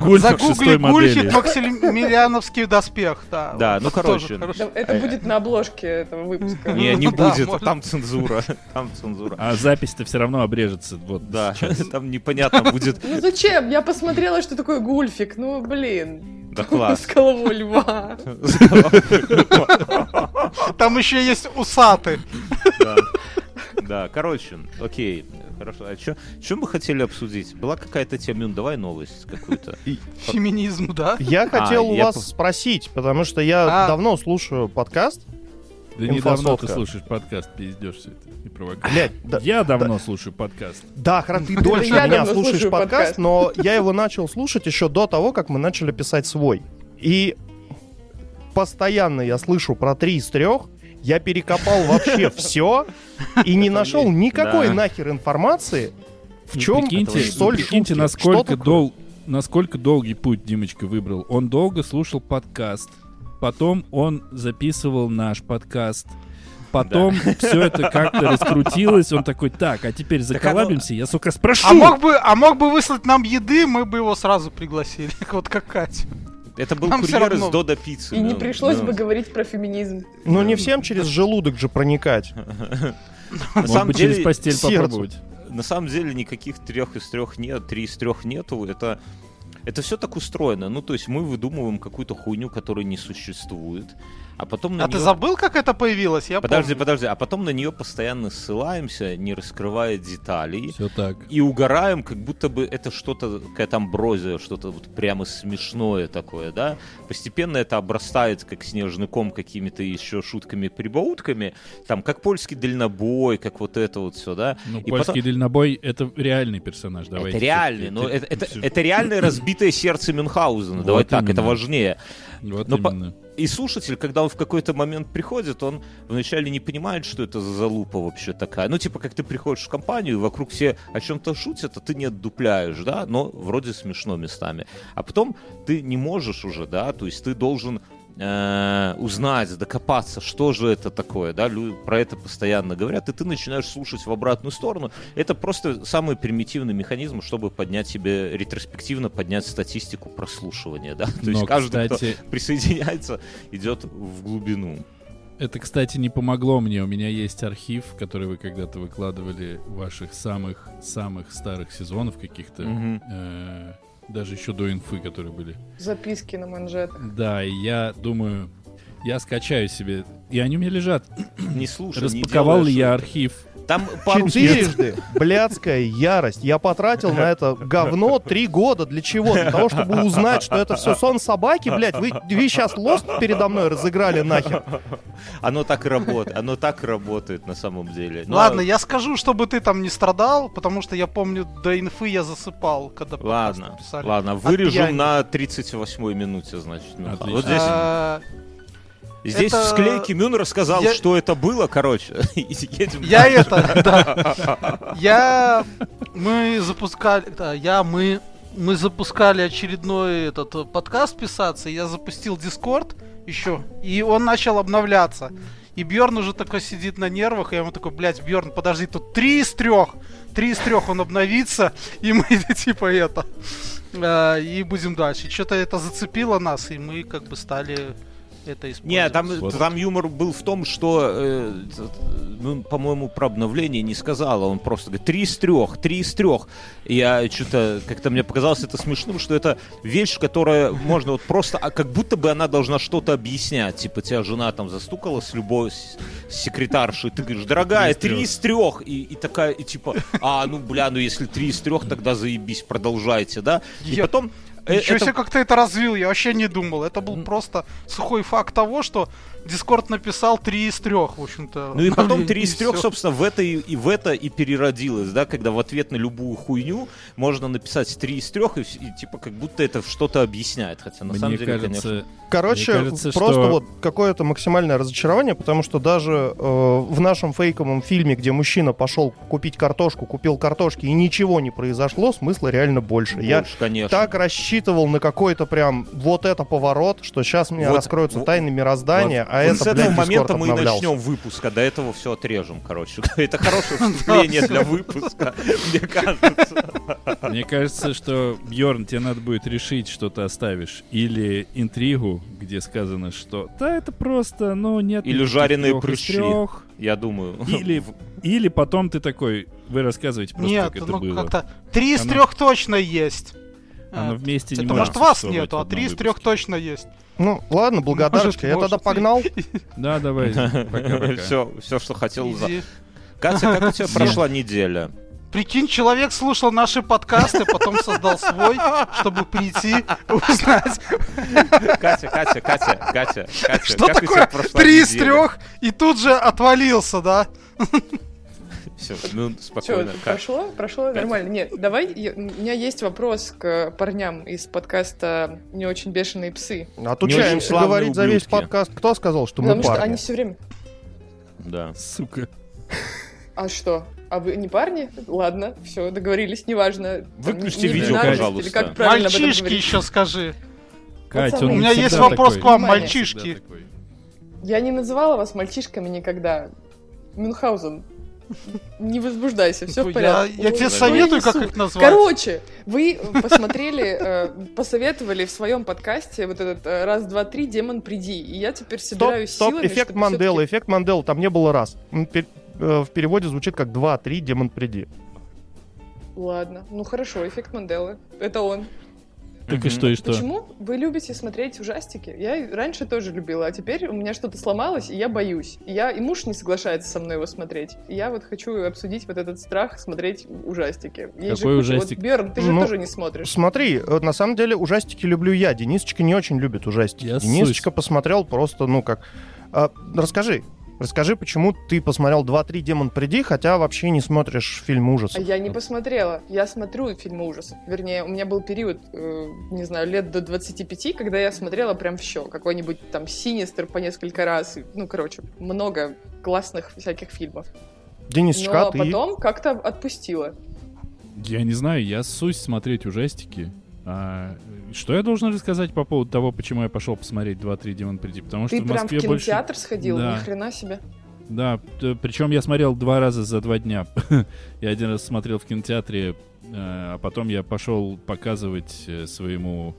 [SPEAKER 5] Гульфик
[SPEAKER 4] загугли
[SPEAKER 5] шестой модели.
[SPEAKER 4] гульфик Максимилиановский доспех, да.
[SPEAKER 2] Да, ну,
[SPEAKER 4] Это
[SPEAKER 2] короче.
[SPEAKER 4] тоже хорошо.
[SPEAKER 3] Да, Это будет на обложке этого выпуска.
[SPEAKER 2] Не, не
[SPEAKER 4] Да,
[SPEAKER 2] будет,
[SPEAKER 4] может.
[SPEAKER 2] там цензура. Там цензура.
[SPEAKER 5] А запись-то все равно обрежется. Вот
[SPEAKER 2] Да,
[SPEAKER 5] сейчас.
[SPEAKER 2] там непонятно будет
[SPEAKER 3] Ну зачем? Я посмотрела, что такое гульфик. Ну, блин. С
[SPEAKER 2] доклад.
[SPEAKER 3] головой льва.
[SPEAKER 4] Там еще есть усаты.
[SPEAKER 2] Да. Да, короче, окей. Хорошо, а что мы хотели обсудить? Была какая-то тема, ну, давай новость какую-то.
[SPEAKER 4] Феминизм, да?
[SPEAKER 6] Я хотел у
[SPEAKER 2] А, я
[SPEAKER 6] вас
[SPEAKER 2] по-
[SPEAKER 6] спросить, потому что я
[SPEAKER 4] А.
[SPEAKER 6] давно слушаю подкаст.
[SPEAKER 5] Да недавно ты
[SPEAKER 6] Инфосотка.
[SPEAKER 5] слушаешь подкаст, пиздешь все это. Не провоцируй.
[SPEAKER 6] Блядь, да,
[SPEAKER 5] Я давно слушаю подкаст.
[SPEAKER 6] да, хрен, ты дольше
[SPEAKER 3] Я
[SPEAKER 6] меня
[SPEAKER 3] давно
[SPEAKER 6] слушаешь
[SPEAKER 3] слушаю
[SPEAKER 6] подкаст,
[SPEAKER 3] подкаст.
[SPEAKER 6] но я его начал слушать еще до того, как мы начали писать свой. И постоянно я слышу про три из трех. Я перекопал вообще все и не нашел никакой
[SPEAKER 2] Да.
[SPEAKER 6] нахер информации, в
[SPEAKER 5] Ну,
[SPEAKER 6] чем
[SPEAKER 5] прикиньте,
[SPEAKER 6] соль
[SPEAKER 5] прикиньте
[SPEAKER 6] шутки.
[SPEAKER 5] насколько,
[SPEAKER 6] Что такое?
[SPEAKER 5] дол- насколько долгий путь Димочка выбрал. Он долго слушал подкаст, потом он записывал наш подкаст, потом все это как-то раскрутилось, он такой, так, а теперь заколабимся, я, сука, спрошу!
[SPEAKER 4] А мог, бы, а мог бы выслать нам еды, мы бы его сразу пригласили. Вот как Катя.
[SPEAKER 2] Это был
[SPEAKER 4] Нам всё
[SPEAKER 2] курьер
[SPEAKER 4] равно.
[SPEAKER 2] из Дода Пиццы.
[SPEAKER 3] И не
[SPEAKER 2] ну,
[SPEAKER 3] пришлось
[SPEAKER 2] ну.
[SPEAKER 3] бы говорить про феминизм.
[SPEAKER 6] Ну не всем через желудок же проникать.
[SPEAKER 2] На
[SPEAKER 5] Мог
[SPEAKER 2] самом
[SPEAKER 5] бы
[SPEAKER 2] деле,
[SPEAKER 5] через постель
[SPEAKER 6] сердцу.
[SPEAKER 5] попробовать.
[SPEAKER 2] на самом деле никаких трех из трех нет, три из трех нету. Это это все так устроено. Ну, то есть мы выдумываем какую-то хуйню, которая не существует, а потом на
[SPEAKER 4] А ты
[SPEAKER 2] неё-
[SPEAKER 4] забыл, как это появилось? Я
[SPEAKER 2] Подожди,
[SPEAKER 4] помню.
[SPEAKER 2] подожди, а потом на нее постоянно ссылаемся, не раскрывая деталей.
[SPEAKER 5] Все так.
[SPEAKER 2] И угораем, как будто бы это что-то, какая-то амброзия, что-то вот прямо смешное такое, да. Постепенно это обрастает, как снежный ком, какими-то еще шутками-прибаутками. Там, как польский дальнобой, как вот это вот все, да.
[SPEAKER 5] Ну,
[SPEAKER 2] И
[SPEAKER 5] польский
[SPEAKER 2] потом-
[SPEAKER 5] дальнобой — это реальный персонаж, давайте.
[SPEAKER 2] это реальный, но это, это, это реальное разбитое сердце Мюнхгаузена.
[SPEAKER 5] Вот
[SPEAKER 2] давай так,
[SPEAKER 5] именно.
[SPEAKER 2] это важнее.
[SPEAKER 5] Вот
[SPEAKER 2] но ну, по-
[SPEAKER 5] именно.
[SPEAKER 2] И слушатель, когда он в какой-то момент приходит, он вначале не понимает, что это за залупа вообще такая. Ну, типа, как ты приходишь в компанию, и вокруг все о чем-то шутят, а ты не отдупляешь, да, но вроде смешно местами. А потом ты не можешь уже, да, то есть ты должен э, узнать, докопаться, что же это такое, да, лю- про это постоянно говорят, и ты начинаешь слушать в обратную сторону. Это просто самый примитивный механизм, чтобы поднять себе, ретроспективно поднять статистику прослушивания, да, то есть
[SPEAKER 5] Но,
[SPEAKER 2] каждый, кто
[SPEAKER 5] кстати,
[SPEAKER 2] присоединяется, идет в глубину.
[SPEAKER 5] Это, кстати, не помогло мне. У меня есть архив, который вы когда-то выкладывали ваших самых-самых старых сезонов каких-то.
[SPEAKER 2] Мгм.
[SPEAKER 5] Э, даже еще до инфы, которые были.
[SPEAKER 3] Записки на манжетах.
[SPEAKER 5] Да, и я думаю, я скачаю себе. И они у меня лежат.
[SPEAKER 2] Не слушай, не
[SPEAKER 5] Распаковал
[SPEAKER 2] делай,
[SPEAKER 5] ли я
[SPEAKER 2] что-
[SPEAKER 5] архив?
[SPEAKER 2] Там пару
[SPEAKER 6] Четырежды. Блядская ярость. Я потратил на это говно три года. Для чего? Для того, чтобы узнать, что это все сон собаки, блядь. Вы, вы сейчас лост передо мной разыграли нахер.
[SPEAKER 2] Оно так и работает, оно так и работает на самом деле. Ну,
[SPEAKER 4] Ладно,
[SPEAKER 2] а-
[SPEAKER 4] я скажу, чтобы ты там не страдал, потому что я помню, до инфы я засыпал, когда подкаст
[SPEAKER 2] а, Ладно,
[SPEAKER 4] писали.
[SPEAKER 2] ладно, вырежем
[SPEAKER 4] пьяни.
[SPEAKER 2] на 38-й минуте, значит. ну,
[SPEAKER 5] Отлично.
[SPEAKER 2] вот здесь,
[SPEAKER 4] А,
[SPEAKER 2] здесь
[SPEAKER 4] это-
[SPEAKER 2] в склейке Мюн рассказал,
[SPEAKER 4] я-
[SPEAKER 2] что это было, короче. И едем
[SPEAKER 4] Я
[SPEAKER 2] дальше.
[SPEAKER 4] это, да. Я... Мы запускали... да, я, мы... Мы запускали очередной этот э, подкаст писаться, я запустил Дискорд еще, и он начал обновляться. И Бьорн уже такой сидит на нервах, и я ему такой, блядь, Бьорн, подожди, тут три из трех, три из трех он обновится, и мы типа это, э, и будем дальше. Что-то это зацепило нас, и мы как бы стали это использовать.
[SPEAKER 2] Не, там,
[SPEAKER 5] Вот.
[SPEAKER 2] там юмор был в том, что, э, т- ну, по-моему, про обновление не сказала. Он просто говорит, три из трех, три из трех. Я что-то, как-то мне показалось это смешным, что это вещь, которая можно вот просто, а как будто бы она должна что-то объяснять. Типа тебя жена там застукала с любой с- с секретаршей, ты говоришь, дорогая,
[SPEAKER 5] Три из
[SPEAKER 2] три из трех. И, и такая, и типа, а, ну, бля, ну если три из трех, тогда заебись, продолжайте, да? И
[SPEAKER 4] Я-
[SPEAKER 2] потом... э,
[SPEAKER 4] Ничего
[SPEAKER 2] это-
[SPEAKER 4] себе, как ты это развил, я вообще не думал. Это был
[SPEAKER 2] М.
[SPEAKER 4] просто сухой факт того, что Дискорд написал 3 из 3, в общем-то.
[SPEAKER 2] Ну и потом три из
[SPEAKER 4] И
[SPEAKER 2] трех,
[SPEAKER 4] всё.
[SPEAKER 2] собственно, в это и, и в это и переродилось, да, когда в ответ на любую хуйню можно написать три из трех, и, вс- и, типа как будто это что-то объясняет, хотя на самом
[SPEAKER 5] Мне
[SPEAKER 2] деле, конечно.
[SPEAKER 5] кажется,
[SPEAKER 6] Короче,
[SPEAKER 5] Мне кажется,
[SPEAKER 6] просто
[SPEAKER 5] что-
[SPEAKER 6] вот какое-то максимальное разочарование, потому что даже э, в нашем фейковом фильме, где мужчина пошел купить картошку, купил картошки и ничего не произошло, смысла реально больше. Я
[SPEAKER 2] больше, конечно.
[SPEAKER 6] так рассчитывал на какой-то прям вот это поворот, что сейчас мне
[SPEAKER 2] Вот,
[SPEAKER 6] раскроются
[SPEAKER 2] вот,
[SPEAKER 6] тайны мироздания, а
[SPEAKER 2] Вот
[SPEAKER 6] это,
[SPEAKER 2] с этого
[SPEAKER 6] блядь,
[SPEAKER 2] момента
[SPEAKER 6] Discord
[SPEAKER 2] мы и
[SPEAKER 6] обновлялся.
[SPEAKER 2] начнем выпуск, а до этого все отрежем, короче. Это хорошее вступление для выпуска, мне кажется.
[SPEAKER 5] мне кажется, что Бьорн, тебе надо будет решить, что ты оставишь. Или интригу, где сказано, что да, это просто, ну, нет.
[SPEAKER 2] Или
[SPEAKER 5] никаких
[SPEAKER 2] жареные
[SPEAKER 5] трёх из
[SPEAKER 2] прыщи.
[SPEAKER 5] трёх».
[SPEAKER 2] Я думаю.
[SPEAKER 5] Или, или потом ты такой, вы рассказываете просто,
[SPEAKER 4] Нет,
[SPEAKER 5] как это
[SPEAKER 4] ну
[SPEAKER 5] было.
[SPEAKER 4] как-то 3 из
[SPEAKER 5] Оно-
[SPEAKER 4] 3 точно есть.
[SPEAKER 5] Оно
[SPEAKER 4] Э,
[SPEAKER 5] вместе не
[SPEAKER 4] Это
[SPEAKER 5] может
[SPEAKER 4] может вас
[SPEAKER 5] существовать
[SPEAKER 4] нету,
[SPEAKER 5] в
[SPEAKER 4] а
[SPEAKER 5] одном
[SPEAKER 4] 3 из 3
[SPEAKER 5] выпуске.
[SPEAKER 4] точно есть.
[SPEAKER 6] Ну, ладно, благодарочка, я
[SPEAKER 4] может,
[SPEAKER 6] тогда
[SPEAKER 4] и-
[SPEAKER 6] погнал.
[SPEAKER 5] Да, давай, пока-пока.
[SPEAKER 2] Все, все, что хотел. за-
[SPEAKER 4] Иди.
[SPEAKER 2] Катя, как у тебя прошла неделя?
[SPEAKER 4] Прикинь, человек слушал наши подкасты, потом создал свой, чтобы прийти узнать,
[SPEAKER 2] Катя, Катя, Катя, Катя, Катя.
[SPEAKER 4] что
[SPEAKER 2] как у тебя
[SPEAKER 4] такое
[SPEAKER 2] прошла
[SPEAKER 4] 3 из
[SPEAKER 2] неделя?
[SPEAKER 4] 3, и тут же отвалился, да?
[SPEAKER 2] Все, ну
[SPEAKER 3] Что,
[SPEAKER 2] спокойно. Катя.
[SPEAKER 3] прошло? Прошло нормально. Нет, давай, я- у меня есть вопрос к парням из подкаста «Не очень бешеные псы».
[SPEAKER 2] Не очень
[SPEAKER 6] Отучаемся
[SPEAKER 2] славные
[SPEAKER 6] говорить за весь
[SPEAKER 2] ублюдки.
[SPEAKER 6] подкаст. Кто сказал, что мы
[SPEAKER 3] Ну, Потому что
[SPEAKER 6] парни?
[SPEAKER 3] они все время...
[SPEAKER 2] Да.
[SPEAKER 5] Сука.
[SPEAKER 3] А что? А вы не парни? Ладно, все, договорились, неважно. Там,
[SPEAKER 2] Выключите
[SPEAKER 3] не- не
[SPEAKER 5] видео,
[SPEAKER 3] нравится,
[SPEAKER 2] пожалуйста.
[SPEAKER 3] Или как правильно об этом
[SPEAKER 4] Мальчишки
[SPEAKER 3] говорить.
[SPEAKER 4] еще скажи.
[SPEAKER 5] Кать,
[SPEAKER 3] Пацаны,
[SPEAKER 5] он
[SPEAKER 4] У меня
[SPEAKER 5] Ну, всегда
[SPEAKER 4] есть вопрос
[SPEAKER 5] такой.
[SPEAKER 4] к вам,
[SPEAKER 3] Внимание.
[SPEAKER 5] Всегда
[SPEAKER 4] мальчишки.
[SPEAKER 5] такой.
[SPEAKER 3] Я не называла вас мальчишками никогда. Мюнхгаузен, не возбуждайся, все
[SPEAKER 4] Ну,
[SPEAKER 3] в
[SPEAKER 4] я-
[SPEAKER 3] порядке.
[SPEAKER 4] Я, тебе
[SPEAKER 2] Ой,
[SPEAKER 4] советую, как
[SPEAKER 3] несу.
[SPEAKER 4] их назвать.
[SPEAKER 3] Короче, вы посмотрели, э, посоветовали в своем подкасте вот этот э, раз, два, три, демон, приди. И я теперь
[SPEAKER 6] Стоп,
[SPEAKER 3] собираюсь
[SPEAKER 6] стоп,
[SPEAKER 3] силами,
[SPEAKER 6] эффект
[SPEAKER 3] чтобы
[SPEAKER 6] Манделы.
[SPEAKER 3] всё-таки-
[SPEAKER 6] Эффект Манделы там не было раз. М, пер- э, В переводе звучит как 2-3, демон приди.
[SPEAKER 3] Ладно, ну хорошо, эффект Манделы. Это он.
[SPEAKER 5] Так и что, и что?
[SPEAKER 3] Почему вы любите смотреть ужастики? Я и раньше тоже любила, а теперь у меня что-то сломалось, и я боюсь. И, я, и муж не соглашается со мной его смотреть. И я вот хочу обсудить вот этот страх смотреть ужастики. Есть же
[SPEAKER 5] Какой
[SPEAKER 3] куча-
[SPEAKER 5] ужастик?
[SPEAKER 3] Вот, Берн, ты же
[SPEAKER 6] Ну,
[SPEAKER 3] тоже не смотришь.
[SPEAKER 6] Смотри, э, на самом деле ужастики люблю я. Денисочка не очень любит ужастики.
[SPEAKER 5] Я
[SPEAKER 6] Денисочка посмотрел просто, ну как... А, Расскажи, расскажи, почему ты посмотрел 2-3, демон приди, хотя вообще не смотришь фильм
[SPEAKER 3] А
[SPEAKER 6] ужасов.
[SPEAKER 3] я не посмотрела. Я смотрю фильмы ужасов. Вернее, у меня был период, э, не знаю, лет до 25, когда я смотрела прям все. Какой-нибудь там Синистер по несколько раз. И, Ну, короче, много классных всяких фильмов.
[SPEAKER 6] Денисочка,
[SPEAKER 3] Но
[SPEAKER 6] а ты...
[SPEAKER 3] потом как-то отпустила.
[SPEAKER 5] Я не знаю, я сусь смотреть ужастики. А, что я должен рассказать по поводу того, почему я пошел посмотреть 2-3 Демон Приди? Потому
[SPEAKER 3] Ты
[SPEAKER 5] что в
[SPEAKER 3] прям в
[SPEAKER 5] Москве больше...
[SPEAKER 3] кинотеатр сходил?
[SPEAKER 5] Да.
[SPEAKER 3] Ни хрена себе.
[SPEAKER 5] Да, причем я смотрел два раза за два дня. я один раз смотрел в кинотеатре, э, а потом я пошел показывать э, своему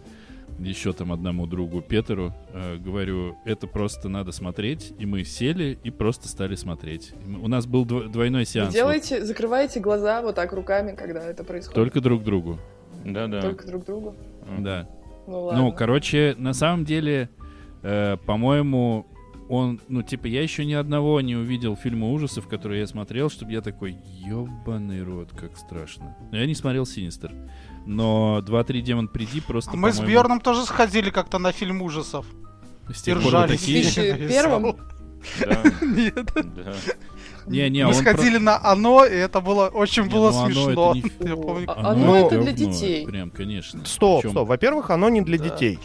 [SPEAKER 5] еще там одному другу Петеру. э, Говорю, это просто надо смотреть. И мы сели и просто стали смотреть. И мы- У нас был дво- двойной
[SPEAKER 3] Вы
[SPEAKER 5] сеанс. вот
[SPEAKER 3] Делаете, закрываете глаза вот так руками, когда это происходит.
[SPEAKER 5] Только друг другу.
[SPEAKER 2] Да-да.
[SPEAKER 3] только друг другу.
[SPEAKER 5] Да.
[SPEAKER 3] Ну
[SPEAKER 5] Ну,
[SPEAKER 3] ладно.
[SPEAKER 5] короче, на самом деле, э, по-моему, он, ну, типа, я еще ни одного не увидел фильма ужасов, которые я смотрел, чтобы я такой, ебаный рот, как страшно. Но я не смотрел Синистер. Но 2-3 демон приди просто.
[SPEAKER 4] А мы с
[SPEAKER 5] по-моему,
[SPEAKER 4] Бьорном тоже сходили как-то на фильм ужасов.
[SPEAKER 5] с тех
[SPEAKER 4] и
[SPEAKER 5] пор вы
[SPEAKER 4] ржали.
[SPEAKER 5] такие-
[SPEAKER 4] Тысячи-
[SPEAKER 3] 2001
[SPEAKER 2] Да,
[SPEAKER 4] Нет.
[SPEAKER 2] да.
[SPEAKER 5] Не, не,
[SPEAKER 4] мы
[SPEAKER 5] он про-
[SPEAKER 4] сходили на оно, и это было очень
[SPEAKER 5] Не,
[SPEAKER 4] было
[SPEAKER 5] ну, «Оно» это
[SPEAKER 4] смешно.
[SPEAKER 5] не
[SPEAKER 3] фи-
[SPEAKER 4] Я помню.
[SPEAKER 3] А-
[SPEAKER 5] Оно
[SPEAKER 3] Оно это
[SPEAKER 5] говно,
[SPEAKER 3] для детей.
[SPEAKER 5] Прям, конечно.
[SPEAKER 6] Стоп,
[SPEAKER 5] Причём-
[SPEAKER 6] стоп. Во-первых, оно не для
[SPEAKER 4] Да.
[SPEAKER 6] детей.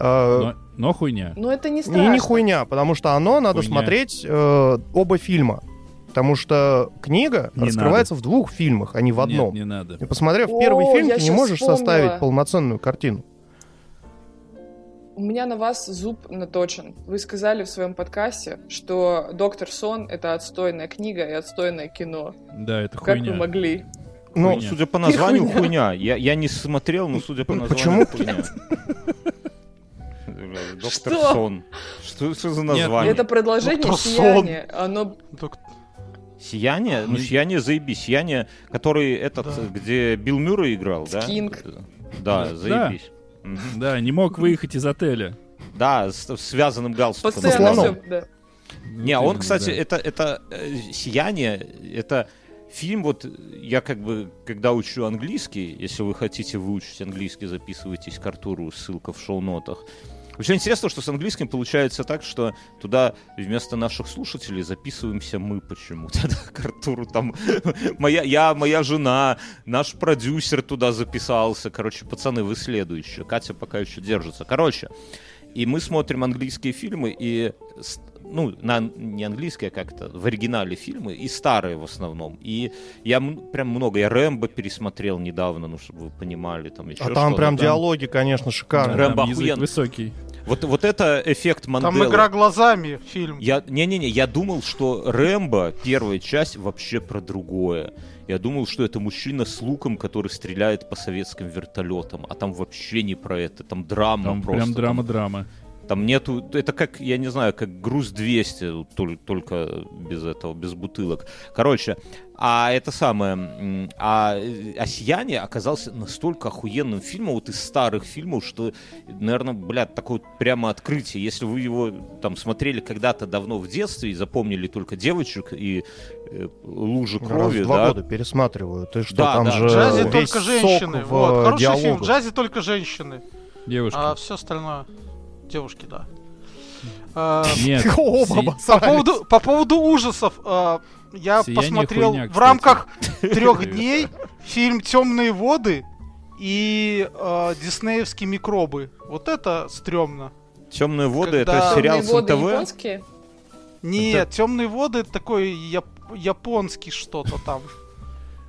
[SPEAKER 6] Э,
[SPEAKER 5] Но, но хуйня.
[SPEAKER 3] Ну это не
[SPEAKER 6] И
[SPEAKER 3] страшно.
[SPEAKER 6] не хуйня, потому что оно надо
[SPEAKER 5] Хуйня.
[SPEAKER 6] смотреть э, оба фильма. Потому что книга
[SPEAKER 5] Не
[SPEAKER 6] раскрывается в двух фильмах, а не в одном.
[SPEAKER 5] Нет, не надо.
[SPEAKER 6] И посмотрев
[SPEAKER 3] О,
[SPEAKER 6] первый фильм,
[SPEAKER 3] я
[SPEAKER 6] ты не
[SPEAKER 3] щас
[SPEAKER 6] можешь
[SPEAKER 3] вспомнила.
[SPEAKER 6] составить полноценную картину.
[SPEAKER 3] У меня на вас зуб наточен. Вы сказали в своем подкасте, что «Доктор Сон» — это отстойная книга и отстойное кино.
[SPEAKER 5] Да, это
[SPEAKER 3] Как
[SPEAKER 5] хуйня.
[SPEAKER 3] вы могли?
[SPEAKER 6] Ну,
[SPEAKER 5] Хуйня.
[SPEAKER 2] Судя по названию,
[SPEAKER 3] хуйня.
[SPEAKER 2] хуйня. Я, я не смотрел, но судя по названию,
[SPEAKER 6] Почему?
[SPEAKER 2] хуйня. Бля, Доктор
[SPEAKER 3] Что?
[SPEAKER 2] Сон. Что, что за
[SPEAKER 3] Это
[SPEAKER 2] название?
[SPEAKER 3] продолжение
[SPEAKER 4] «Доктор
[SPEAKER 3] «Сияния». Оно...
[SPEAKER 4] Док-
[SPEAKER 2] Сияние? Ну,
[SPEAKER 5] Ну,
[SPEAKER 2] сияние заеби. Сияние, который этот,
[SPEAKER 4] Да.
[SPEAKER 2] где Билл Мюррей играл, да?
[SPEAKER 3] Кинг.
[SPEAKER 2] Да,
[SPEAKER 5] Да.
[SPEAKER 2] заебись. Мгм.
[SPEAKER 5] Да, не мог выехать из отеля.
[SPEAKER 2] Да, с с связанным галстуком.
[SPEAKER 3] Постоянно
[SPEAKER 6] слоном.
[SPEAKER 3] всё- да.
[SPEAKER 2] Не, а
[SPEAKER 5] Вот
[SPEAKER 2] он,
[SPEAKER 5] именно,
[SPEAKER 2] кстати,
[SPEAKER 5] да.
[SPEAKER 2] это, это э, «Сияние», это фильм, вот я как бы, когда учу английский, если вы хотите выучить английский, записывайтесь к Артуру, ссылка в шоу-нотах. Очень интересно, что с английским получается так, что туда вместо наших слушателей записываемся мы почему-то. да, К Артуру там моя, я, моя жена, наш продюсер туда записался. Короче, пацаны, вы следующие. Катя пока еще держится. Короче, и мы смотрим английские фильмы, и с- ну, на, не английские, а как-то в оригинале фильмы, и старые в основном. И я м- прям много, я Рэмбо пересмотрел недавно, ну, чтобы вы понимали, там еще
[SPEAKER 6] а там
[SPEAKER 2] что-то.
[SPEAKER 6] прям диалоги, конечно,
[SPEAKER 5] Да,
[SPEAKER 6] шикарные.
[SPEAKER 2] Рэм- Рэмбо
[SPEAKER 5] там язык
[SPEAKER 2] охуенный.
[SPEAKER 5] высокий.
[SPEAKER 2] Вот, вот это эффект
[SPEAKER 4] Там
[SPEAKER 2] Манделы.
[SPEAKER 4] игра глазами фильм.
[SPEAKER 2] Я, не-не-не, я думал, что Рэмбо, первая часть, вообще про другое. Я думал, что это мужчина с луком, который стреляет по советским вертолетам. А там вообще не про это. Там драма
[SPEAKER 5] Там
[SPEAKER 2] просто.
[SPEAKER 5] прям драма-драма.
[SPEAKER 2] Там, там нету... Это как, я не знаю, как груз 200, вот тол- только без этого, без бутылок. Короче, а это самое... м, А, э, а «Сияние» оказался настолько охуенным фильмом, вот из старых фильмов, что, наверное, блядь, такое вот прямо открытие. Если вы его там смотрели когда-то давно в детстве и запомнили только девочек и э, лужи крови,
[SPEAKER 6] Раз в два
[SPEAKER 2] да,
[SPEAKER 6] года пересматриваю. Ты что,
[SPEAKER 2] Да,
[SPEAKER 6] там
[SPEAKER 2] да.
[SPEAKER 6] же
[SPEAKER 4] В джазе
[SPEAKER 6] весь
[SPEAKER 4] только
[SPEAKER 6] сок
[SPEAKER 4] женщины.
[SPEAKER 6] в э,
[SPEAKER 4] Вот, хороший фильм. В
[SPEAKER 6] диалогах.
[SPEAKER 4] джазе только женщины. А
[SPEAKER 5] Девушка.
[SPEAKER 4] все остальное девушки, да. А,
[SPEAKER 5] Нет.
[SPEAKER 6] Оба
[SPEAKER 5] си-
[SPEAKER 4] По
[SPEAKER 6] обосрались.
[SPEAKER 4] поводу, по поводу ужасов, э, я
[SPEAKER 5] Сияние
[SPEAKER 4] посмотрел
[SPEAKER 5] хуйня,
[SPEAKER 4] в
[SPEAKER 5] кстати.
[SPEAKER 4] рамках трех дней фильм Темные воды и э, диснеевские микробы. Вот это стрёмно.
[SPEAKER 2] «Темные воды»
[SPEAKER 4] Когда-
[SPEAKER 2] это сериал
[SPEAKER 3] «Темные
[SPEAKER 2] с
[SPEAKER 3] воды»
[SPEAKER 2] НТВ.
[SPEAKER 3] японские?
[SPEAKER 4] Нет, темные воды это такое яп- японский что-то там,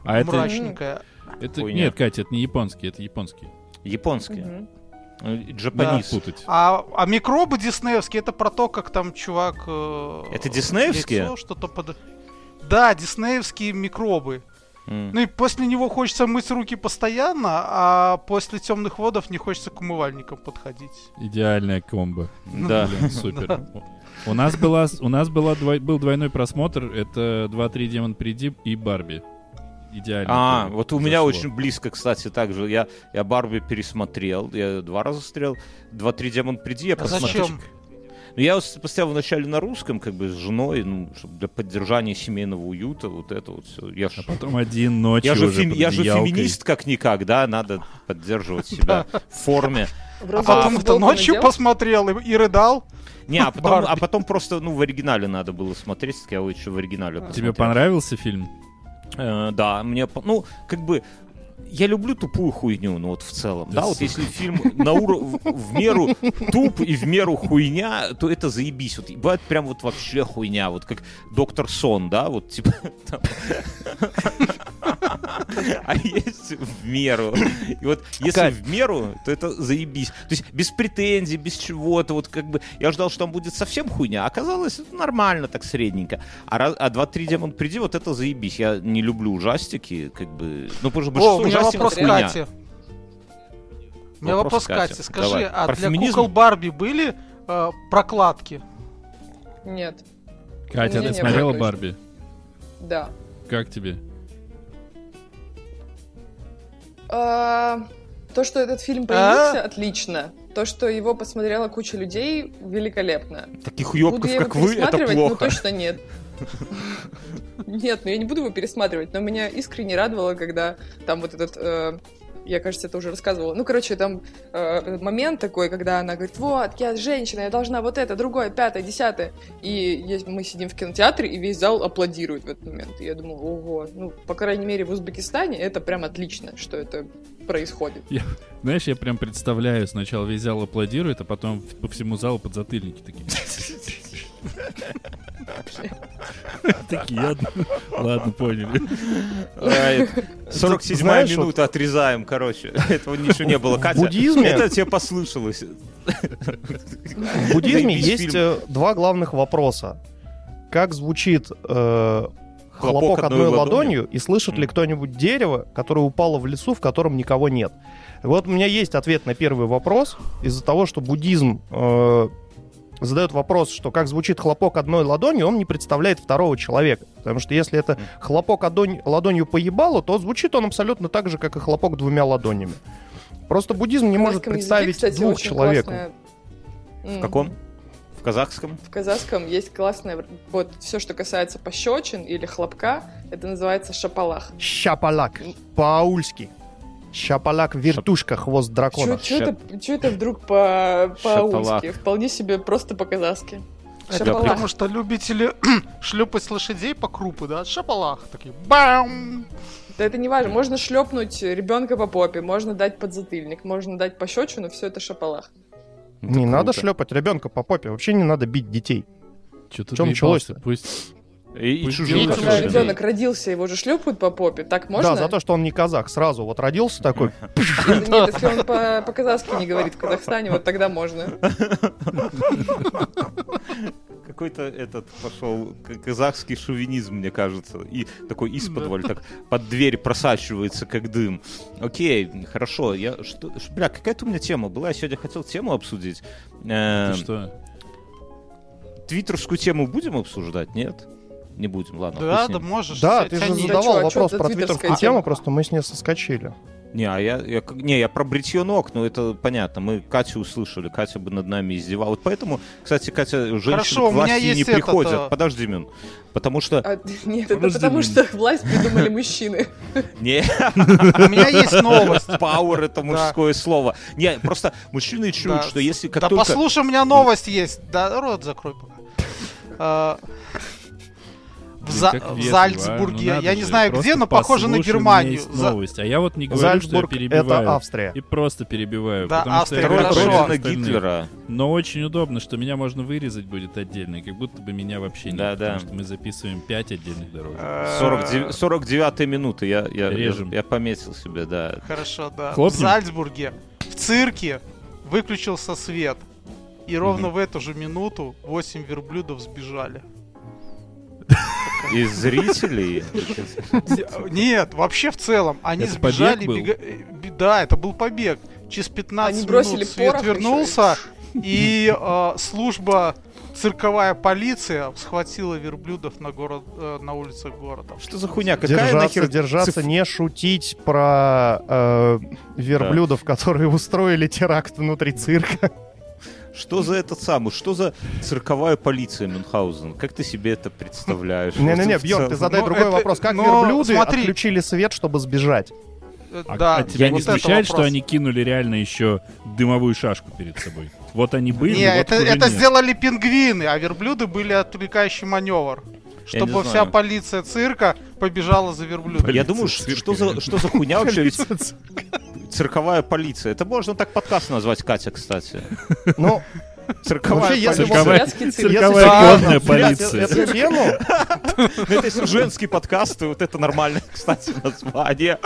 [SPEAKER 5] А это,
[SPEAKER 4] мрачненькое.
[SPEAKER 5] это
[SPEAKER 2] Хуйня.
[SPEAKER 5] нет, Катя, это не японский, это японский.
[SPEAKER 2] Японские.
[SPEAKER 3] Мгм.
[SPEAKER 2] Э,
[SPEAKER 5] Да. Не
[SPEAKER 2] Джапанис.
[SPEAKER 5] путать.
[SPEAKER 4] А, а микробы диснеевские это про то, как там чувак... э,
[SPEAKER 2] Это диснеевские?
[SPEAKER 4] лицо что-то под... Да, диснеевские микробы.
[SPEAKER 2] М.
[SPEAKER 4] Ну и после него хочется мыть руки постоянно, а после темных водов не хочется к умывальникам подходить.
[SPEAKER 5] Идеальная комбо.
[SPEAKER 6] Ну,
[SPEAKER 2] Да.
[SPEAKER 5] Блин, супер. У нас, была, у нас была двой- был двойной просмотр. Это 2-3 демон приди и Барби. Идеально.
[SPEAKER 2] А,
[SPEAKER 5] тоже
[SPEAKER 2] вот у меня
[SPEAKER 5] зашло.
[SPEAKER 2] очень близко, кстати, также. Я, я Барби пересмотрел, я два раза смотрел, два-три демон приди, я
[SPEAKER 4] А зачем?
[SPEAKER 2] Ну, я вот с- поставил вначале на русском, как бы с женой, ну, чтоб для поддержания семейного уюта, вот это вот все. Я ж,
[SPEAKER 5] А потом один ночью
[SPEAKER 2] я же,
[SPEAKER 5] уже
[SPEAKER 2] фем-
[SPEAKER 5] под
[SPEAKER 2] я же
[SPEAKER 5] одеялкой.
[SPEAKER 2] феминист как-никак, да, надо поддерживать себя в форме.
[SPEAKER 4] А
[SPEAKER 3] Вроде
[SPEAKER 4] потом-то
[SPEAKER 3] футболку
[SPEAKER 4] ночью
[SPEAKER 3] надел.
[SPEAKER 4] посмотрел и, и рыдал.
[SPEAKER 2] Не, а потом,
[SPEAKER 4] Барби.
[SPEAKER 2] а потом просто, ну, в оригинале надо было смотреть, так я его еще в оригинале
[SPEAKER 4] А.
[SPEAKER 5] Тебе
[SPEAKER 2] посмотрел.
[SPEAKER 5] понравился фильм?
[SPEAKER 2] Э, да, мне, по- ну, как бы, я люблю тупую хуйню, ну вот в целом,
[SPEAKER 5] Да
[SPEAKER 2] да, вот
[SPEAKER 5] сука.
[SPEAKER 2] если фильм на уро... в, в меру туп и в меру хуйня, то это заебись, вот и бывает прям вот вообще хуйня, вот как Доктор Сон, да, вот типа там. А есть в меру. И вот если
[SPEAKER 6] Кать.
[SPEAKER 2] в меру, то это заебись. То есть без претензий, без чего-то, вот как бы, я ждал, что там будет совсем хуйня, а оказалось это нормально так средненько. А, раз- а 2-3 демон приди, вот это заебись. Я не люблю ужастики, как бы. Ну, потому что
[SPEAKER 4] О,
[SPEAKER 2] большинство
[SPEAKER 4] у меня
[SPEAKER 2] ужастиков
[SPEAKER 4] вопрос к
[SPEAKER 2] хуйня.
[SPEAKER 4] Кате. У меня
[SPEAKER 2] Вопрос
[SPEAKER 4] вопрос
[SPEAKER 2] к
[SPEAKER 4] к
[SPEAKER 2] Кате.
[SPEAKER 4] Кате. Скажи,
[SPEAKER 2] Давай.
[SPEAKER 4] а
[SPEAKER 2] Про
[SPEAKER 4] для
[SPEAKER 2] феминизм?
[SPEAKER 4] кукол Барби были э, прокладки?
[SPEAKER 3] Нет,
[SPEAKER 5] Катя,
[SPEAKER 3] Не,
[SPEAKER 5] ты
[SPEAKER 3] не,
[SPEAKER 5] смотрела
[SPEAKER 3] точно.
[SPEAKER 5] Барби?
[SPEAKER 3] да.
[SPEAKER 5] Как тебе?
[SPEAKER 3] А, То, что этот фильм появился, отлично. То, что его посмотрела куча людей, великолепно.
[SPEAKER 2] Таких
[SPEAKER 3] буду
[SPEAKER 2] ёбков,
[SPEAKER 3] я его
[SPEAKER 2] как вы, это
[SPEAKER 3] пересматривать? Ну,
[SPEAKER 2] плохо.
[SPEAKER 3] точно нет. Нет, ну я не буду его пересматривать, но меня искренне радовало, когда там вот этот... э, я, кажется, это уже рассказывала. Ну, короче, там э, момент такой, когда она говорит, вот, я женщина, я должна вот это, другое, пятое, десятое. И есть- мы сидим в кинотеатре, и весь зал аплодирует в этот момент. И я думала, ого, ну, по крайней мере, в Узбекистане это прям отлично, что это происходит.
[SPEAKER 5] Знаешь, я прям представляю, сначала весь зал аплодирует, а потом в- по всему залу подзатыльники такие. Такие, ладно, ладно, поняли.
[SPEAKER 2] А, это- 47-я
[SPEAKER 6] знаешь, вот-
[SPEAKER 2] минута отрезаем, короче. Этого ничего не было. Катя,
[SPEAKER 6] буддизме-
[SPEAKER 2] это тебе послышалось.
[SPEAKER 6] В буддизме
[SPEAKER 2] Заебись
[SPEAKER 6] есть
[SPEAKER 2] фильм.
[SPEAKER 6] э, два главных вопроса. Как звучит э, хлопок, одной, ладонью, и слышит ли
[SPEAKER 2] М.
[SPEAKER 6] кто-нибудь дерево, которое упало в лесу, в котором никого нет? Вот у меня есть ответ на первый вопрос. Из-за того, что буддизм э, задает вопрос, что как звучит хлопок одной ладонью, он не представляет второго человека. Потому что если это хлопок одонь- ладонью поебало, то звучит он абсолютно так же, как и хлопок двумя ладонями. Просто буддизм не
[SPEAKER 3] В
[SPEAKER 6] может
[SPEAKER 3] казахском языке,
[SPEAKER 6] представить
[SPEAKER 3] кстати,
[SPEAKER 6] двух
[SPEAKER 3] очень
[SPEAKER 6] человек.
[SPEAKER 3] классная-
[SPEAKER 2] В
[SPEAKER 3] М.
[SPEAKER 2] каком? В казахском?
[SPEAKER 3] В казахском есть классное, вот все, что касается пощечин или хлопка, это называется шапалах.
[SPEAKER 6] Щапалак. По-аульски. Щапалак, вертушка, хвост дракона.
[SPEAKER 3] Чё чё это, чё это вдруг по-
[SPEAKER 2] Шапалах.
[SPEAKER 3] по-узки? Вполне себе просто по-казахски.
[SPEAKER 4] Это
[SPEAKER 2] Да,
[SPEAKER 4] потому что любители шлепать лошадей по крупу, да? Шапалах такие. Бам!
[SPEAKER 3] Да это не важно. Можно шлепнуть ребенка по попе, можно дать подзатыльник, можно дать пощечину, все это шапалах.
[SPEAKER 6] Не надо шлепать ребенка по попе. Вообще не надо бить детей.
[SPEAKER 5] Что
[SPEAKER 6] В чём
[SPEAKER 5] началось-то?
[SPEAKER 6] началось-то?
[SPEAKER 5] Пусть...
[SPEAKER 2] И, и
[SPEAKER 5] Пусть
[SPEAKER 2] чужих
[SPEAKER 5] делают,
[SPEAKER 2] тоже.
[SPEAKER 3] Когда
[SPEAKER 5] шапалах.
[SPEAKER 3] ребенок родился, его же шлепают по попе. Так можно?
[SPEAKER 6] Да, за то, что он не казах. Сразу вот родился такой.
[SPEAKER 3] Это Нет, если он по- по-казахски не говорит в Казахстане, вот тогда можно.
[SPEAKER 2] Какой-то этот пошел к- казахский шовинизм, мне кажется. И такой из так под дверь просачивается, как дым. Окей, хорошо. Я, что, ш- бля, какая-то у меня тема была. Я сегодня хотел тему обсудить. Э,
[SPEAKER 5] Ты что?
[SPEAKER 2] Твиттерскую тему будем обсуждать? Нет? Не будем, ладно.
[SPEAKER 4] Да, да
[SPEAKER 2] объясним.
[SPEAKER 4] можешь.
[SPEAKER 6] Да,
[SPEAKER 4] вся
[SPEAKER 6] ты же
[SPEAKER 4] тянись.
[SPEAKER 3] задал-
[SPEAKER 6] задавал
[SPEAKER 3] чё, а чё
[SPEAKER 6] вопрос
[SPEAKER 3] это
[SPEAKER 6] про
[SPEAKER 3] твиттерская
[SPEAKER 6] твиттерскую
[SPEAKER 3] тема?
[SPEAKER 6] тему, просто мы с ней соскочили.
[SPEAKER 2] Не, а я, я, как- не, я про бритье ног, но это понятно. Мы Катю услышали, Катя бы над нами издевалась. Вот поэтому, кстати, Катя, женщины
[SPEAKER 4] Хорошо,
[SPEAKER 2] к
[SPEAKER 4] у меня
[SPEAKER 2] власти не
[SPEAKER 4] есть этот,
[SPEAKER 2] приходят.
[SPEAKER 4] а-
[SPEAKER 2] Подожди, Мин. Потому что...
[SPEAKER 3] А, нет, это
[SPEAKER 5] Подожди
[SPEAKER 3] потому
[SPEAKER 5] меня.
[SPEAKER 3] что власть придумали мужчины.
[SPEAKER 2] Не,
[SPEAKER 4] У меня есть новость.
[SPEAKER 2] пауэр — это мужское слово. Не, просто мужчины чуют,
[SPEAKER 4] Да.
[SPEAKER 2] что если как
[SPEAKER 4] Да
[SPEAKER 2] только...
[SPEAKER 4] послушай, у меня новость есть. Да, рот закрой пока. А, В,
[SPEAKER 5] Блин,
[SPEAKER 4] За-
[SPEAKER 5] как
[SPEAKER 4] в
[SPEAKER 5] вежливо, а. Ну
[SPEAKER 4] Зальцбурге,
[SPEAKER 5] надо
[SPEAKER 4] я не
[SPEAKER 5] же,
[SPEAKER 4] знаю где,
[SPEAKER 5] просто
[SPEAKER 4] но похоже на
[SPEAKER 5] послушай, у меня
[SPEAKER 4] Германию.
[SPEAKER 5] есть
[SPEAKER 4] За-
[SPEAKER 5] новость, а я вот не говорю, что я
[SPEAKER 6] Зальцбург —
[SPEAKER 5] перебиваю.
[SPEAKER 6] это Австрия.
[SPEAKER 5] И просто перебиваю.
[SPEAKER 4] Да,
[SPEAKER 5] потому
[SPEAKER 4] Австрия,
[SPEAKER 5] что я
[SPEAKER 2] Ро-
[SPEAKER 5] говорю
[SPEAKER 4] хорошо.
[SPEAKER 5] всем
[SPEAKER 2] Родина
[SPEAKER 5] остальным.
[SPEAKER 2] Гитлера.
[SPEAKER 5] Но очень удобно, что меня можно вырезать будет отдельно, и как будто бы меня вообще нет.
[SPEAKER 2] Да, да.
[SPEAKER 5] Потому что мы записываем 5 отдельных дорожек.
[SPEAKER 4] Э.
[SPEAKER 2] 49 49 минуты, я, я, я,
[SPEAKER 5] Режем.
[SPEAKER 2] я пометил себе, да.
[SPEAKER 4] Э, Хорошо, да.
[SPEAKER 5] Хлопнем?
[SPEAKER 4] В Зальцбурге, в цирке, выключился свет. И ровно в эту же минуту 8 верблюдов сбежали.
[SPEAKER 2] Из зрителей...
[SPEAKER 4] Э, Нет, вообще в целом, они
[SPEAKER 5] Это побег
[SPEAKER 4] сбежали.
[SPEAKER 5] был?
[SPEAKER 4] бега- э, бе- Да, это был побег. Через 15
[SPEAKER 3] Они бросили
[SPEAKER 4] минут свет
[SPEAKER 3] порох
[SPEAKER 4] вернулся, и э, служба цирковая полиция схватила верблюдов на город, э, на улицах города.
[SPEAKER 2] Что за хуйня? Какая
[SPEAKER 6] Держаться,
[SPEAKER 2] нахер
[SPEAKER 6] держаться, не шутить про э, верблюдов, которые устроили теракт внутри цирка.
[SPEAKER 2] Что за этот самый, что за цирковая полиция Мюнхгаузен? Как ты себе это представляешь?
[SPEAKER 6] Не-не-не,
[SPEAKER 2] Вот в
[SPEAKER 6] Бьорк,
[SPEAKER 2] целом.
[SPEAKER 6] ты задай
[SPEAKER 4] Ну,
[SPEAKER 6] другой
[SPEAKER 4] это-
[SPEAKER 6] вопрос. Как
[SPEAKER 4] но
[SPEAKER 6] верблюды
[SPEAKER 4] смотри.
[SPEAKER 6] отключили свет, чтобы сбежать?
[SPEAKER 4] Э,
[SPEAKER 5] А,
[SPEAKER 4] да,
[SPEAKER 5] а тебя
[SPEAKER 4] вот
[SPEAKER 5] не
[SPEAKER 4] это
[SPEAKER 5] смущает, что
[SPEAKER 4] вопрос.
[SPEAKER 5] они кинули реально еще дымовую шашку перед собой? Вот они были,
[SPEAKER 4] Не,
[SPEAKER 5] вот
[SPEAKER 4] это,
[SPEAKER 5] хуже
[SPEAKER 4] это
[SPEAKER 5] нет.
[SPEAKER 4] сделали пингвины, а верблюды были отвлекающий маневр. Чтобы
[SPEAKER 2] не
[SPEAKER 4] вся
[SPEAKER 2] знаю.
[SPEAKER 4] полиция цирка побежала за верблюдом.
[SPEAKER 2] Я
[SPEAKER 5] Полиция
[SPEAKER 2] думаю,
[SPEAKER 5] цирка,
[SPEAKER 2] что, что за, что за хуйня вообще? Ведь
[SPEAKER 6] Ну,
[SPEAKER 2] цирковая полиция. Это можно так подкаст назвать, Катя, кстати.
[SPEAKER 6] Ну,
[SPEAKER 2] Цирковая
[SPEAKER 6] Вообще,
[SPEAKER 2] полиция.
[SPEAKER 6] если
[SPEAKER 5] Цирковая,
[SPEAKER 3] Азиатский цирк.
[SPEAKER 5] цирковая
[SPEAKER 6] серьезно
[SPEAKER 5] конная
[SPEAKER 6] взять
[SPEAKER 5] полиция.
[SPEAKER 6] Эту тему,
[SPEAKER 2] Ну, Это если женский подкаст, и вот это нормальное, кстати, название.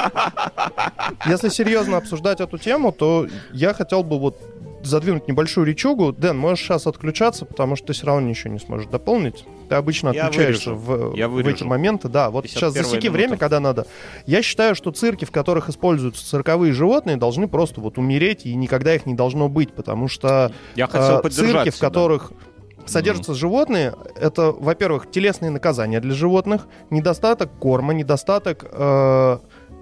[SPEAKER 6] если серьезно обсуждать эту тему, то я хотел бы вот задвинуть небольшую речугу. Дэн, можешь сейчас отключаться, потому что ты все равно ничего не сможешь дополнить. Ты обычно
[SPEAKER 2] Я
[SPEAKER 6] отключаешься
[SPEAKER 2] вырежу.
[SPEAKER 6] в,
[SPEAKER 2] Я
[SPEAKER 6] в эти
[SPEAKER 2] вырежу.
[SPEAKER 6] моменты. Да, вот сейчас
[SPEAKER 2] 51-я
[SPEAKER 6] засеки
[SPEAKER 2] минута.
[SPEAKER 6] время, когда надо. Я считаю, что цирки, в которых используются цирковые животные, должны просто вот умереть, и никогда их не должно быть, потому что
[SPEAKER 2] Я хотел
[SPEAKER 6] э,
[SPEAKER 2] поддержать
[SPEAKER 6] цирки, в
[SPEAKER 2] тебя.
[SPEAKER 6] которых содержатся животные, это, во-первых, телесные наказания для животных, недостаток корма, недостаток э,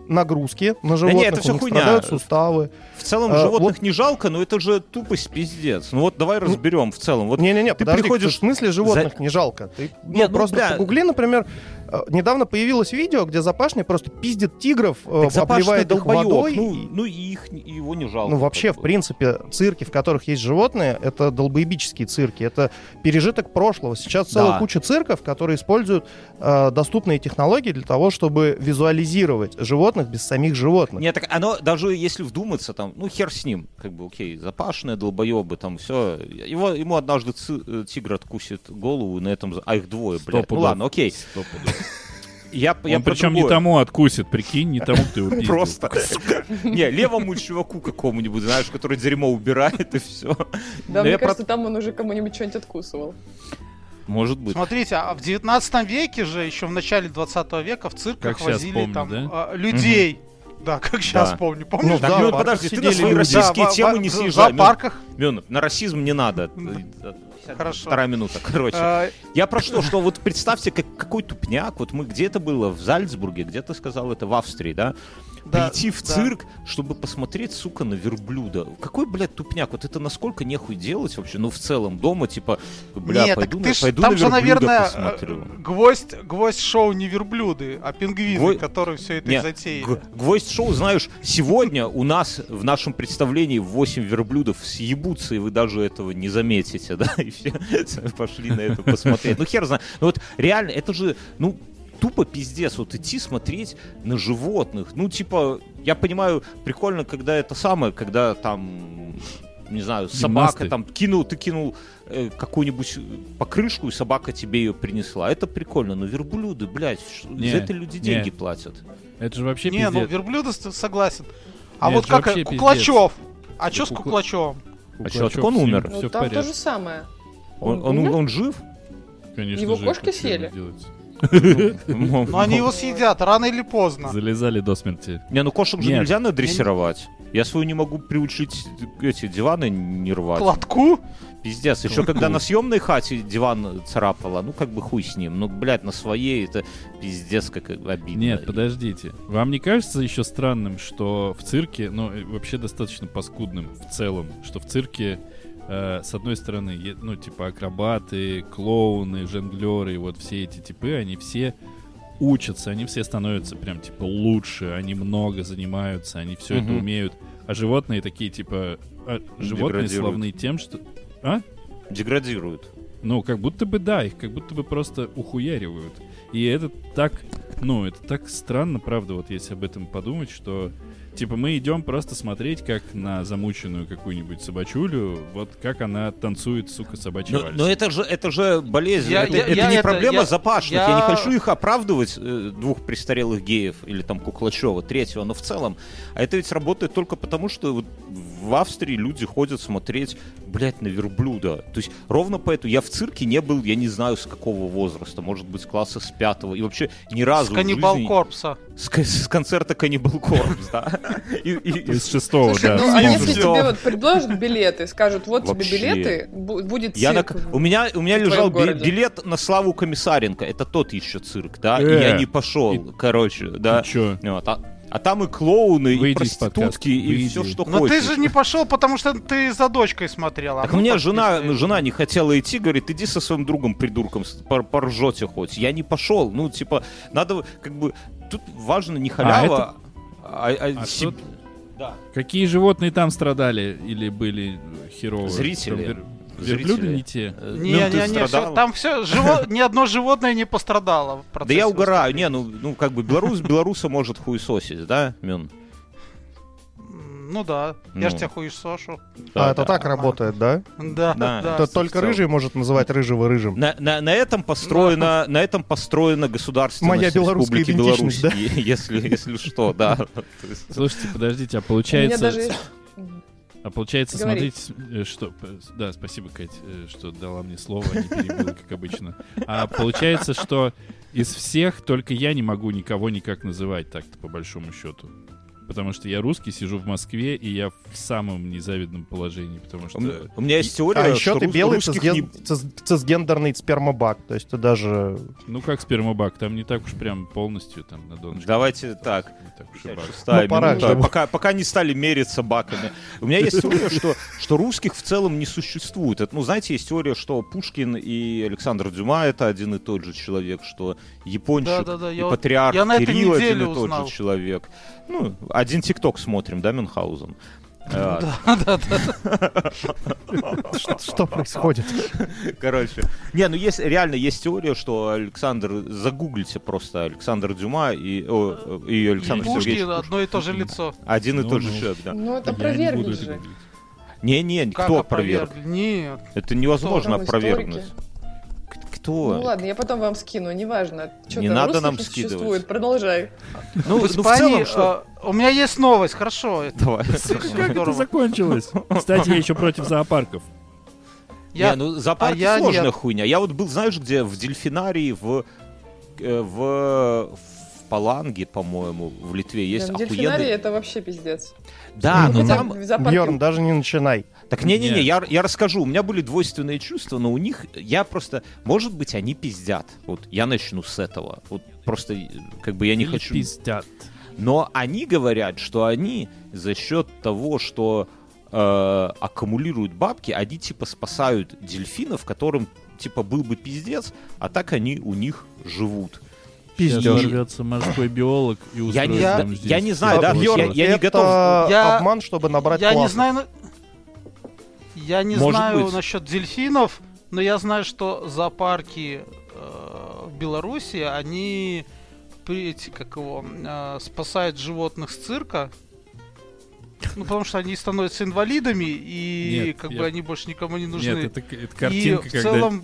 [SPEAKER 6] нагрузки на
[SPEAKER 2] не,
[SPEAKER 6] животных,
[SPEAKER 2] это всё
[SPEAKER 6] у них
[SPEAKER 2] хуйня.
[SPEAKER 6] страдают суставы.
[SPEAKER 2] В целом
[SPEAKER 6] А,
[SPEAKER 2] животных не жалко, но это же тупость пиздец. Ну вот давай разберем в целом. Вот
[SPEAKER 6] Не-не-не,
[SPEAKER 2] ты
[SPEAKER 6] подожди,
[SPEAKER 2] приходишь-
[SPEAKER 6] в смысле животных не жалко. Ты, ну,
[SPEAKER 2] Нет, ну
[SPEAKER 6] просто
[SPEAKER 2] да.
[SPEAKER 6] погугли, например, э, недавно появилось видео, где Запашный просто пиздит тигров, э,
[SPEAKER 2] так Запашный
[SPEAKER 6] обливает их
[SPEAKER 2] долбоёб,
[SPEAKER 6] водой.
[SPEAKER 2] Ну,
[SPEAKER 6] и-
[SPEAKER 2] ну и их, и его не жалко.
[SPEAKER 6] Ну, вообще,
[SPEAKER 2] как
[SPEAKER 6] в
[SPEAKER 2] бы.
[SPEAKER 6] принципе, цирки, в которых есть животные, это долбоебические цирки. Это пережиток прошлого. Сейчас целая
[SPEAKER 2] Да.
[SPEAKER 6] куча цирков, которые используют э, доступные технологии для того, чтобы визуализировать животных без самих животных.
[SPEAKER 2] Не, так оно, даже если вдуматься, там, ну, хер с ним, как бы, окей, запашные долбоебы, там, все. Его, ему однажды ци- э, тигр откусит голову, и на этом... за- А их двое,
[SPEAKER 5] Сто
[SPEAKER 2] блядь. Ну,
[SPEAKER 5] пудов.
[SPEAKER 2] ладно, окей.
[SPEAKER 5] Сто пудов.
[SPEAKER 2] Я, я
[SPEAKER 5] Он
[SPEAKER 2] про
[SPEAKER 5] причем не
[SPEAKER 2] другое.
[SPEAKER 5] тому откусит, прикинь, не тому ты его пиздил.
[SPEAKER 2] Просто. Не, левому чуваку какому-нибудь, знаешь, который дерьмо убирает, и все.
[SPEAKER 3] Да, мне кажется, там он уже кому-нибудь что-нибудь откусывал.
[SPEAKER 2] Может быть.
[SPEAKER 4] Смотрите, а в 19 веке же, еще в начале 20 века, в цирках
[SPEAKER 5] Как щас
[SPEAKER 4] возили
[SPEAKER 5] помню,
[SPEAKER 4] там
[SPEAKER 5] да?
[SPEAKER 4] а, людей. Да, как сейчас
[SPEAKER 2] Да.
[SPEAKER 4] помню. Помнишь?
[SPEAKER 6] Ну,
[SPEAKER 2] Так,
[SPEAKER 6] да,
[SPEAKER 2] Мён,
[SPEAKER 6] в
[SPEAKER 2] подожди, ты
[SPEAKER 6] парках
[SPEAKER 2] на
[SPEAKER 6] сидели
[SPEAKER 2] свои
[SPEAKER 6] люди.
[SPEAKER 2] российские
[SPEAKER 4] Да, в-
[SPEAKER 2] темы
[SPEAKER 4] в-
[SPEAKER 2] не
[SPEAKER 4] в
[SPEAKER 2] съезжай. ну. Мён.
[SPEAKER 4] зоопарках.
[SPEAKER 2] Мён, на расизм не надо.
[SPEAKER 4] Хорошо.
[SPEAKER 2] Вторая минута, короче.
[SPEAKER 4] Э,
[SPEAKER 2] Я про что, что вот представьте, как, какой тупняк. Вот мы где-то было в Зальцбурге, где-то сказал это в Австрии, да?
[SPEAKER 4] да,
[SPEAKER 2] Прийти в
[SPEAKER 4] да.
[SPEAKER 2] цирк, чтобы посмотреть, сука, на верблюда. Какой, блядь, тупняк. Вот это насколько нехуй делать вообще? Ну, в целом, дома, типа, бля,
[SPEAKER 4] Нет,
[SPEAKER 2] пойду,
[SPEAKER 4] так
[SPEAKER 2] на-
[SPEAKER 4] ты ж-
[SPEAKER 2] пойду
[SPEAKER 4] там
[SPEAKER 2] на
[SPEAKER 4] же,
[SPEAKER 2] верблюда
[SPEAKER 4] наверное,
[SPEAKER 2] посмотрю.
[SPEAKER 4] э, гвоздь, гвоздь шоу не верблюды, а пингвины,
[SPEAKER 2] Гвоздь-
[SPEAKER 4] которые все это
[SPEAKER 2] Не,
[SPEAKER 4] и затеяли.
[SPEAKER 2] г- гвоздь шоу, знаешь, сегодня у нас в нашем представлении 8 верблюдов съебутся, и вы даже этого не заметите, да, и все пошли на это посмотреть. Ну, хер знает. Ну, вот реально, это же, ну, тупо пиздец, вот идти смотреть на животных. Ну, типа, я понимаю, прикольно, когда это самое, когда там не знаю, собака
[SPEAKER 5] Гимнасты.
[SPEAKER 2] там кинул, ты кинул э, какую-нибудь покрышку, и собака тебе ее принесла. Это прикольно, но верблюды, блядь, ш-
[SPEAKER 5] Не,
[SPEAKER 2] за это люди
[SPEAKER 5] не.
[SPEAKER 2] деньги платят.
[SPEAKER 5] Это же вообще
[SPEAKER 4] Не, ну
[SPEAKER 5] пиздец.
[SPEAKER 4] верблюды с- согласен. А
[SPEAKER 5] Нет,
[SPEAKER 4] вот
[SPEAKER 5] это
[SPEAKER 4] как
[SPEAKER 5] вообще
[SPEAKER 4] э,
[SPEAKER 5] пиздец.
[SPEAKER 4] Куклачев. А что с
[SPEAKER 5] Кукла-
[SPEAKER 4] Куклачевым?
[SPEAKER 5] У
[SPEAKER 2] а чё,
[SPEAKER 5] Кулачёва
[SPEAKER 2] так он
[SPEAKER 5] с ним
[SPEAKER 2] умер?
[SPEAKER 5] Все
[SPEAKER 3] Ну,
[SPEAKER 5] в
[SPEAKER 3] там то же
[SPEAKER 5] порядке.
[SPEAKER 3] самое.
[SPEAKER 2] Он,
[SPEAKER 3] Он
[SPEAKER 2] он,
[SPEAKER 3] умер?
[SPEAKER 2] он жив?
[SPEAKER 5] Конечно
[SPEAKER 3] Его
[SPEAKER 5] же,
[SPEAKER 3] кошки
[SPEAKER 5] как всё
[SPEAKER 3] съели?
[SPEAKER 5] это делается.
[SPEAKER 4] Ну они его съедят, рано или поздно.
[SPEAKER 5] Залезали до смерти.
[SPEAKER 2] Не, ну кошек же
[SPEAKER 5] Нет.
[SPEAKER 2] нельзя надрессировать. Я свою не могу приучить эти диваны не рвать.
[SPEAKER 4] Кладку?
[SPEAKER 2] Пиздец. Еще когда на съемной хате диван царапала, ну как бы хуй с ним. Ну, блядь, на своей это пиздец как обидно.
[SPEAKER 5] Нет, подождите. Вам не кажется еще странным, что в цирке, ну, э, вообще достаточно паскудным в целом, что в цирке, э, с одной стороны, е- ну, типа акробаты, клоуны, жонглеры, вот все эти типы, они все учатся, они все становятся прям, типа, лучше, они много занимаются, они все это
[SPEAKER 2] Мгм.
[SPEAKER 5] умеют. А животные такие, типа, а, животные
[SPEAKER 2] Деградируют.
[SPEAKER 5] славны тем, что...
[SPEAKER 2] Деградируют.
[SPEAKER 5] Ну, как будто бы да, их как будто бы просто ухуяривают. И это так, ну, это так странно, правда, вот если об этом подумать, что, типа, мы идем просто смотреть, как на замученную какую-нибудь собачулю, вот как она танцует, сука, собачья
[SPEAKER 3] Ну,
[SPEAKER 2] Но, но Ну, это же это же болезнь.
[SPEAKER 4] Я-
[SPEAKER 2] это
[SPEAKER 4] я-
[SPEAKER 2] это
[SPEAKER 4] я
[SPEAKER 2] не
[SPEAKER 4] это-
[SPEAKER 2] проблема
[SPEAKER 4] я-
[SPEAKER 2] запашных. Я...
[SPEAKER 4] я-
[SPEAKER 2] не хочу их оправдывать, э, двух престарелых геев или там Куклачева, третьего, но в целом. А это ведь работает только потому, что вот в Австрии люди ходят смотреть, блядь, на верблюда. То есть ровно поэтому я в цирке не был, я не знаю, с какого возраста. Может быть, класса с пятого. И вообще ни
[SPEAKER 4] С
[SPEAKER 2] разу в
[SPEAKER 4] каннибал
[SPEAKER 2] жизни-
[SPEAKER 4] корпса.
[SPEAKER 2] С, ко- с концерта Каннибал Корпс, да. И- и-
[SPEAKER 5] Из шестого,
[SPEAKER 3] Слушай,
[SPEAKER 5] да.
[SPEAKER 3] ну
[SPEAKER 5] с
[SPEAKER 3] а
[SPEAKER 2] Слушай,
[SPEAKER 5] музыкой.
[SPEAKER 3] если
[SPEAKER 2] что?
[SPEAKER 3] тебе вот предложат билеты, скажут, вот
[SPEAKER 2] Вообще.
[SPEAKER 3] тебе билеты, бу- будет
[SPEAKER 2] Я на...
[SPEAKER 3] цирк.
[SPEAKER 2] У меня, у меня
[SPEAKER 3] в твоем
[SPEAKER 2] лежал би-
[SPEAKER 3] городе.
[SPEAKER 2] билет на Славу Комиссаренко. Это тот еще цирк, да? И
[SPEAKER 5] Э.
[SPEAKER 2] я не пошел,
[SPEAKER 5] И-
[SPEAKER 2] короче, да.
[SPEAKER 5] Ты чё?
[SPEAKER 2] Вот, а, а там и клоуны, и
[SPEAKER 5] Выйди из подкаста,
[SPEAKER 2] проститутки, и
[SPEAKER 5] выйди.
[SPEAKER 2] все, что
[SPEAKER 4] Но
[SPEAKER 2] хочешь.
[SPEAKER 4] ты же не пошел, потому что ты за дочкой смотрел. а
[SPEAKER 2] Так
[SPEAKER 4] мы
[SPEAKER 2] мне
[SPEAKER 4] так
[SPEAKER 2] жена, ну,
[SPEAKER 4] не
[SPEAKER 2] жена не хотела идти, говорит, иди со своим другом придурком, с- пор- поржете хоть. Я не пошел. Ну, типа, надо как бы... Тут важно не халява, а, а
[SPEAKER 5] А
[SPEAKER 2] себ-
[SPEAKER 5] что-
[SPEAKER 2] Да.
[SPEAKER 5] Какие животные там страдали или были э, херовые?
[SPEAKER 2] Зрители.
[SPEAKER 5] Там вер-
[SPEAKER 2] Зрители.
[SPEAKER 5] Верблюды не те.
[SPEAKER 2] Э,
[SPEAKER 4] Не,
[SPEAKER 2] ну,
[SPEAKER 4] не,
[SPEAKER 2] ты
[SPEAKER 4] не, всё-
[SPEAKER 2] страдала.
[SPEAKER 4] там все, ни одно животное не пострадало. в
[SPEAKER 2] Да
[SPEAKER 4] процессе
[SPEAKER 2] я угораю.
[SPEAKER 4] выступления.
[SPEAKER 2] Не, ну, ну как бы белорус белоруса может хуесосить, да, Мюн?
[SPEAKER 4] М, Ну да, я ж
[SPEAKER 2] Ну.
[SPEAKER 4] тебя хуешь Сошу.
[SPEAKER 6] а
[SPEAKER 2] Да,
[SPEAKER 6] это
[SPEAKER 2] да.
[SPEAKER 6] так работает, да?
[SPEAKER 4] Да,
[SPEAKER 2] Да.
[SPEAKER 4] да.
[SPEAKER 6] это только
[SPEAKER 2] целом.
[SPEAKER 6] рыжий может называть рыжего рыжим.
[SPEAKER 2] На, на, на этом построена, на этом построена государственность
[SPEAKER 6] Моя белорусская
[SPEAKER 2] Республики
[SPEAKER 6] идентичность,
[SPEAKER 2] Беларусь, е- если, если что, да. То есть,
[SPEAKER 5] Слушайте, подождите,
[SPEAKER 3] У
[SPEAKER 5] а
[SPEAKER 3] меня
[SPEAKER 5] получается...
[SPEAKER 3] даже есть-
[SPEAKER 5] А получается,
[SPEAKER 3] Говори.
[SPEAKER 5] смотрите, э, что... п- Да, спасибо, Кать, э, что дала мне слово, а не перебила, как обычно. А получается, что из всех только я не могу никого никак называть так-то, по большому счету. Потому что я русский, сижу в Москве, и я в самом незавидном положении, потому что...
[SPEAKER 2] У меня- у меня есть теория,
[SPEAKER 6] А еще
[SPEAKER 2] что
[SPEAKER 6] ты
[SPEAKER 2] рус-
[SPEAKER 6] белый
[SPEAKER 2] русских
[SPEAKER 6] цисген-
[SPEAKER 2] не-
[SPEAKER 6] цис- цисгендерный спермобак. То есть ты даже...
[SPEAKER 5] Ну как спермобак, там не так уж прям полностью там на донышке.
[SPEAKER 2] Давайте так.
[SPEAKER 5] Не так уж и бак.
[SPEAKER 2] Шестая
[SPEAKER 6] Ну, пора
[SPEAKER 2] минута.
[SPEAKER 6] же.
[SPEAKER 2] Пока, пока не стали мериться баками. У меня есть теория, что, что русских в целом не существует. Это, ну, знаете, есть теория, что Пушкин и Александр Дюма — это один и тот же человек, что япончик
[SPEAKER 4] Да-да-да,
[SPEAKER 2] и
[SPEAKER 4] я вот-
[SPEAKER 2] патриарх
[SPEAKER 4] я на этой
[SPEAKER 2] Кирилл один и
[SPEAKER 4] неделе
[SPEAKER 2] тот
[SPEAKER 4] узнал.
[SPEAKER 2] же человек. Ну, один тикток смотрим, да, Мюнхгаузен? Э,
[SPEAKER 6] Что что происходит?
[SPEAKER 2] Короче. Не, ну есть реально есть теория, что Александр загуглите просто Александр Дюма и, о, и Александр Сергеевич
[SPEAKER 4] Пушкин
[SPEAKER 2] Пушкин.
[SPEAKER 4] одно и то же лицо.
[SPEAKER 2] Один и
[SPEAKER 5] Ну,
[SPEAKER 2] тот же
[SPEAKER 5] ну.
[SPEAKER 2] человек, да.
[SPEAKER 3] Ну, это
[SPEAKER 5] Я не буду
[SPEAKER 3] проверили
[SPEAKER 5] это
[SPEAKER 3] же.
[SPEAKER 5] говорить.
[SPEAKER 2] Не-не,
[SPEAKER 4] Как
[SPEAKER 2] кто
[SPEAKER 4] опровергли?
[SPEAKER 2] проверил?
[SPEAKER 4] Нет.
[SPEAKER 2] Это невозможно
[SPEAKER 3] Кто там, историки?
[SPEAKER 2] опровергнуть. К-
[SPEAKER 3] Ну
[SPEAKER 2] Кто?
[SPEAKER 3] ладно, я потом вам скину, неважно. Чё
[SPEAKER 2] Не
[SPEAKER 3] там,
[SPEAKER 2] надо
[SPEAKER 3] русских
[SPEAKER 2] нам
[SPEAKER 3] не
[SPEAKER 2] скидывать.
[SPEAKER 3] Существует. Продолжай.
[SPEAKER 2] Ну,
[SPEAKER 4] в
[SPEAKER 2] ну,
[SPEAKER 4] Испании,
[SPEAKER 2] в целом, что...
[SPEAKER 4] э, у меня есть новость, хорошо. это
[SPEAKER 2] Давай.
[SPEAKER 4] действительно
[SPEAKER 5] Как это
[SPEAKER 4] здорово.
[SPEAKER 5] закончилось? Кстати, я еще против зоопарков.
[SPEAKER 4] Я
[SPEAKER 2] Не, ну зоопарки
[SPEAKER 4] а я
[SPEAKER 2] сложная
[SPEAKER 4] нет.
[SPEAKER 2] хуйня. Я вот был, знаешь, где? В дельфинарии, в... э, в в Паланге, по-моему, в Литве есть
[SPEAKER 3] Блин, дельфинарий
[SPEAKER 2] охуенный...
[SPEAKER 3] это вообще пиздец.
[SPEAKER 2] Да,
[SPEAKER 3] Ну,
[SPEAKER 2] но
[SPEAKER 3] хотя
[SPEAKER 2] там...
[SPEAKER 3] в зоопарке-
[SPEAKER 6] Бьерн, даже не начинай.
[SPEAKER 2] Так не-не-не,
[SPEAKER 5] Нет.
[SPEAKER 2] я, я расскажу. У меня были двойственные чувства, но у них... Я просто... Может быть, они пиздят. Вот я начну с этого. Вот просто э, как бы я не
[SPEAKER 5] Или
[SPEAKER 2] хочу...
[SPEAKER 5] Пиздят.
[SPEAKER 2] Но они говорят, что они за счет того, что э, аккумулируют бабки, они типа спасают дельфинов, которым типа был бы пиздец, а так они у них живут.
[SPEAKER 5] Сейчас
[SPEAKER 2] Пиздец.
[SPEAKER 5] ворвется морской биолог и
[SPEAKER 2] Я не,
[SPEAKER 5] устроит
[SPEAKER 4] я-
[SPEAKER 5] там здесь
[SPEAKER 2] я не знаю, А, да,
[SPEAKER 5] всех
[SPEAKER 2] Бьёрн,
[SPEAKER 5] просто.
[SPEAKER 2] я не
[SPEAKER 6] Это
[SPEAKER 2] готов.
[SPEAKER 4] Я-
[SPEAKER 6] обман, чтобы набрать
[SPEAKER 4] Я не
[SPEAKER 6] класс.
[SPEAKER 4] знаю... на- Я не
[SPEAKER 2] Может
[SPEAKER 4] знаю
[SPEAKER 2] быть.
[SPEAKER 4] насчет дельфинов, но я знаю, что зоопарки э, в Беларуси, они при- эти, как его, э, спасают животных с цирка. Ну, потому что они становятся инвалидами, и
[SPEAKER 5] Нет,
[SPEAKER 4] как
[SPEAKER 5] я-
[SPEAKER 4] бы они больше никому не нужны.
[SPEAKER 5] Нет, это, к- это
[SPEAKER 4] и
[SPEAKER 5] картинка,
[SPEAKER 4] в
[SPEAKER 5] когда,
[SPEAKER 4] целом,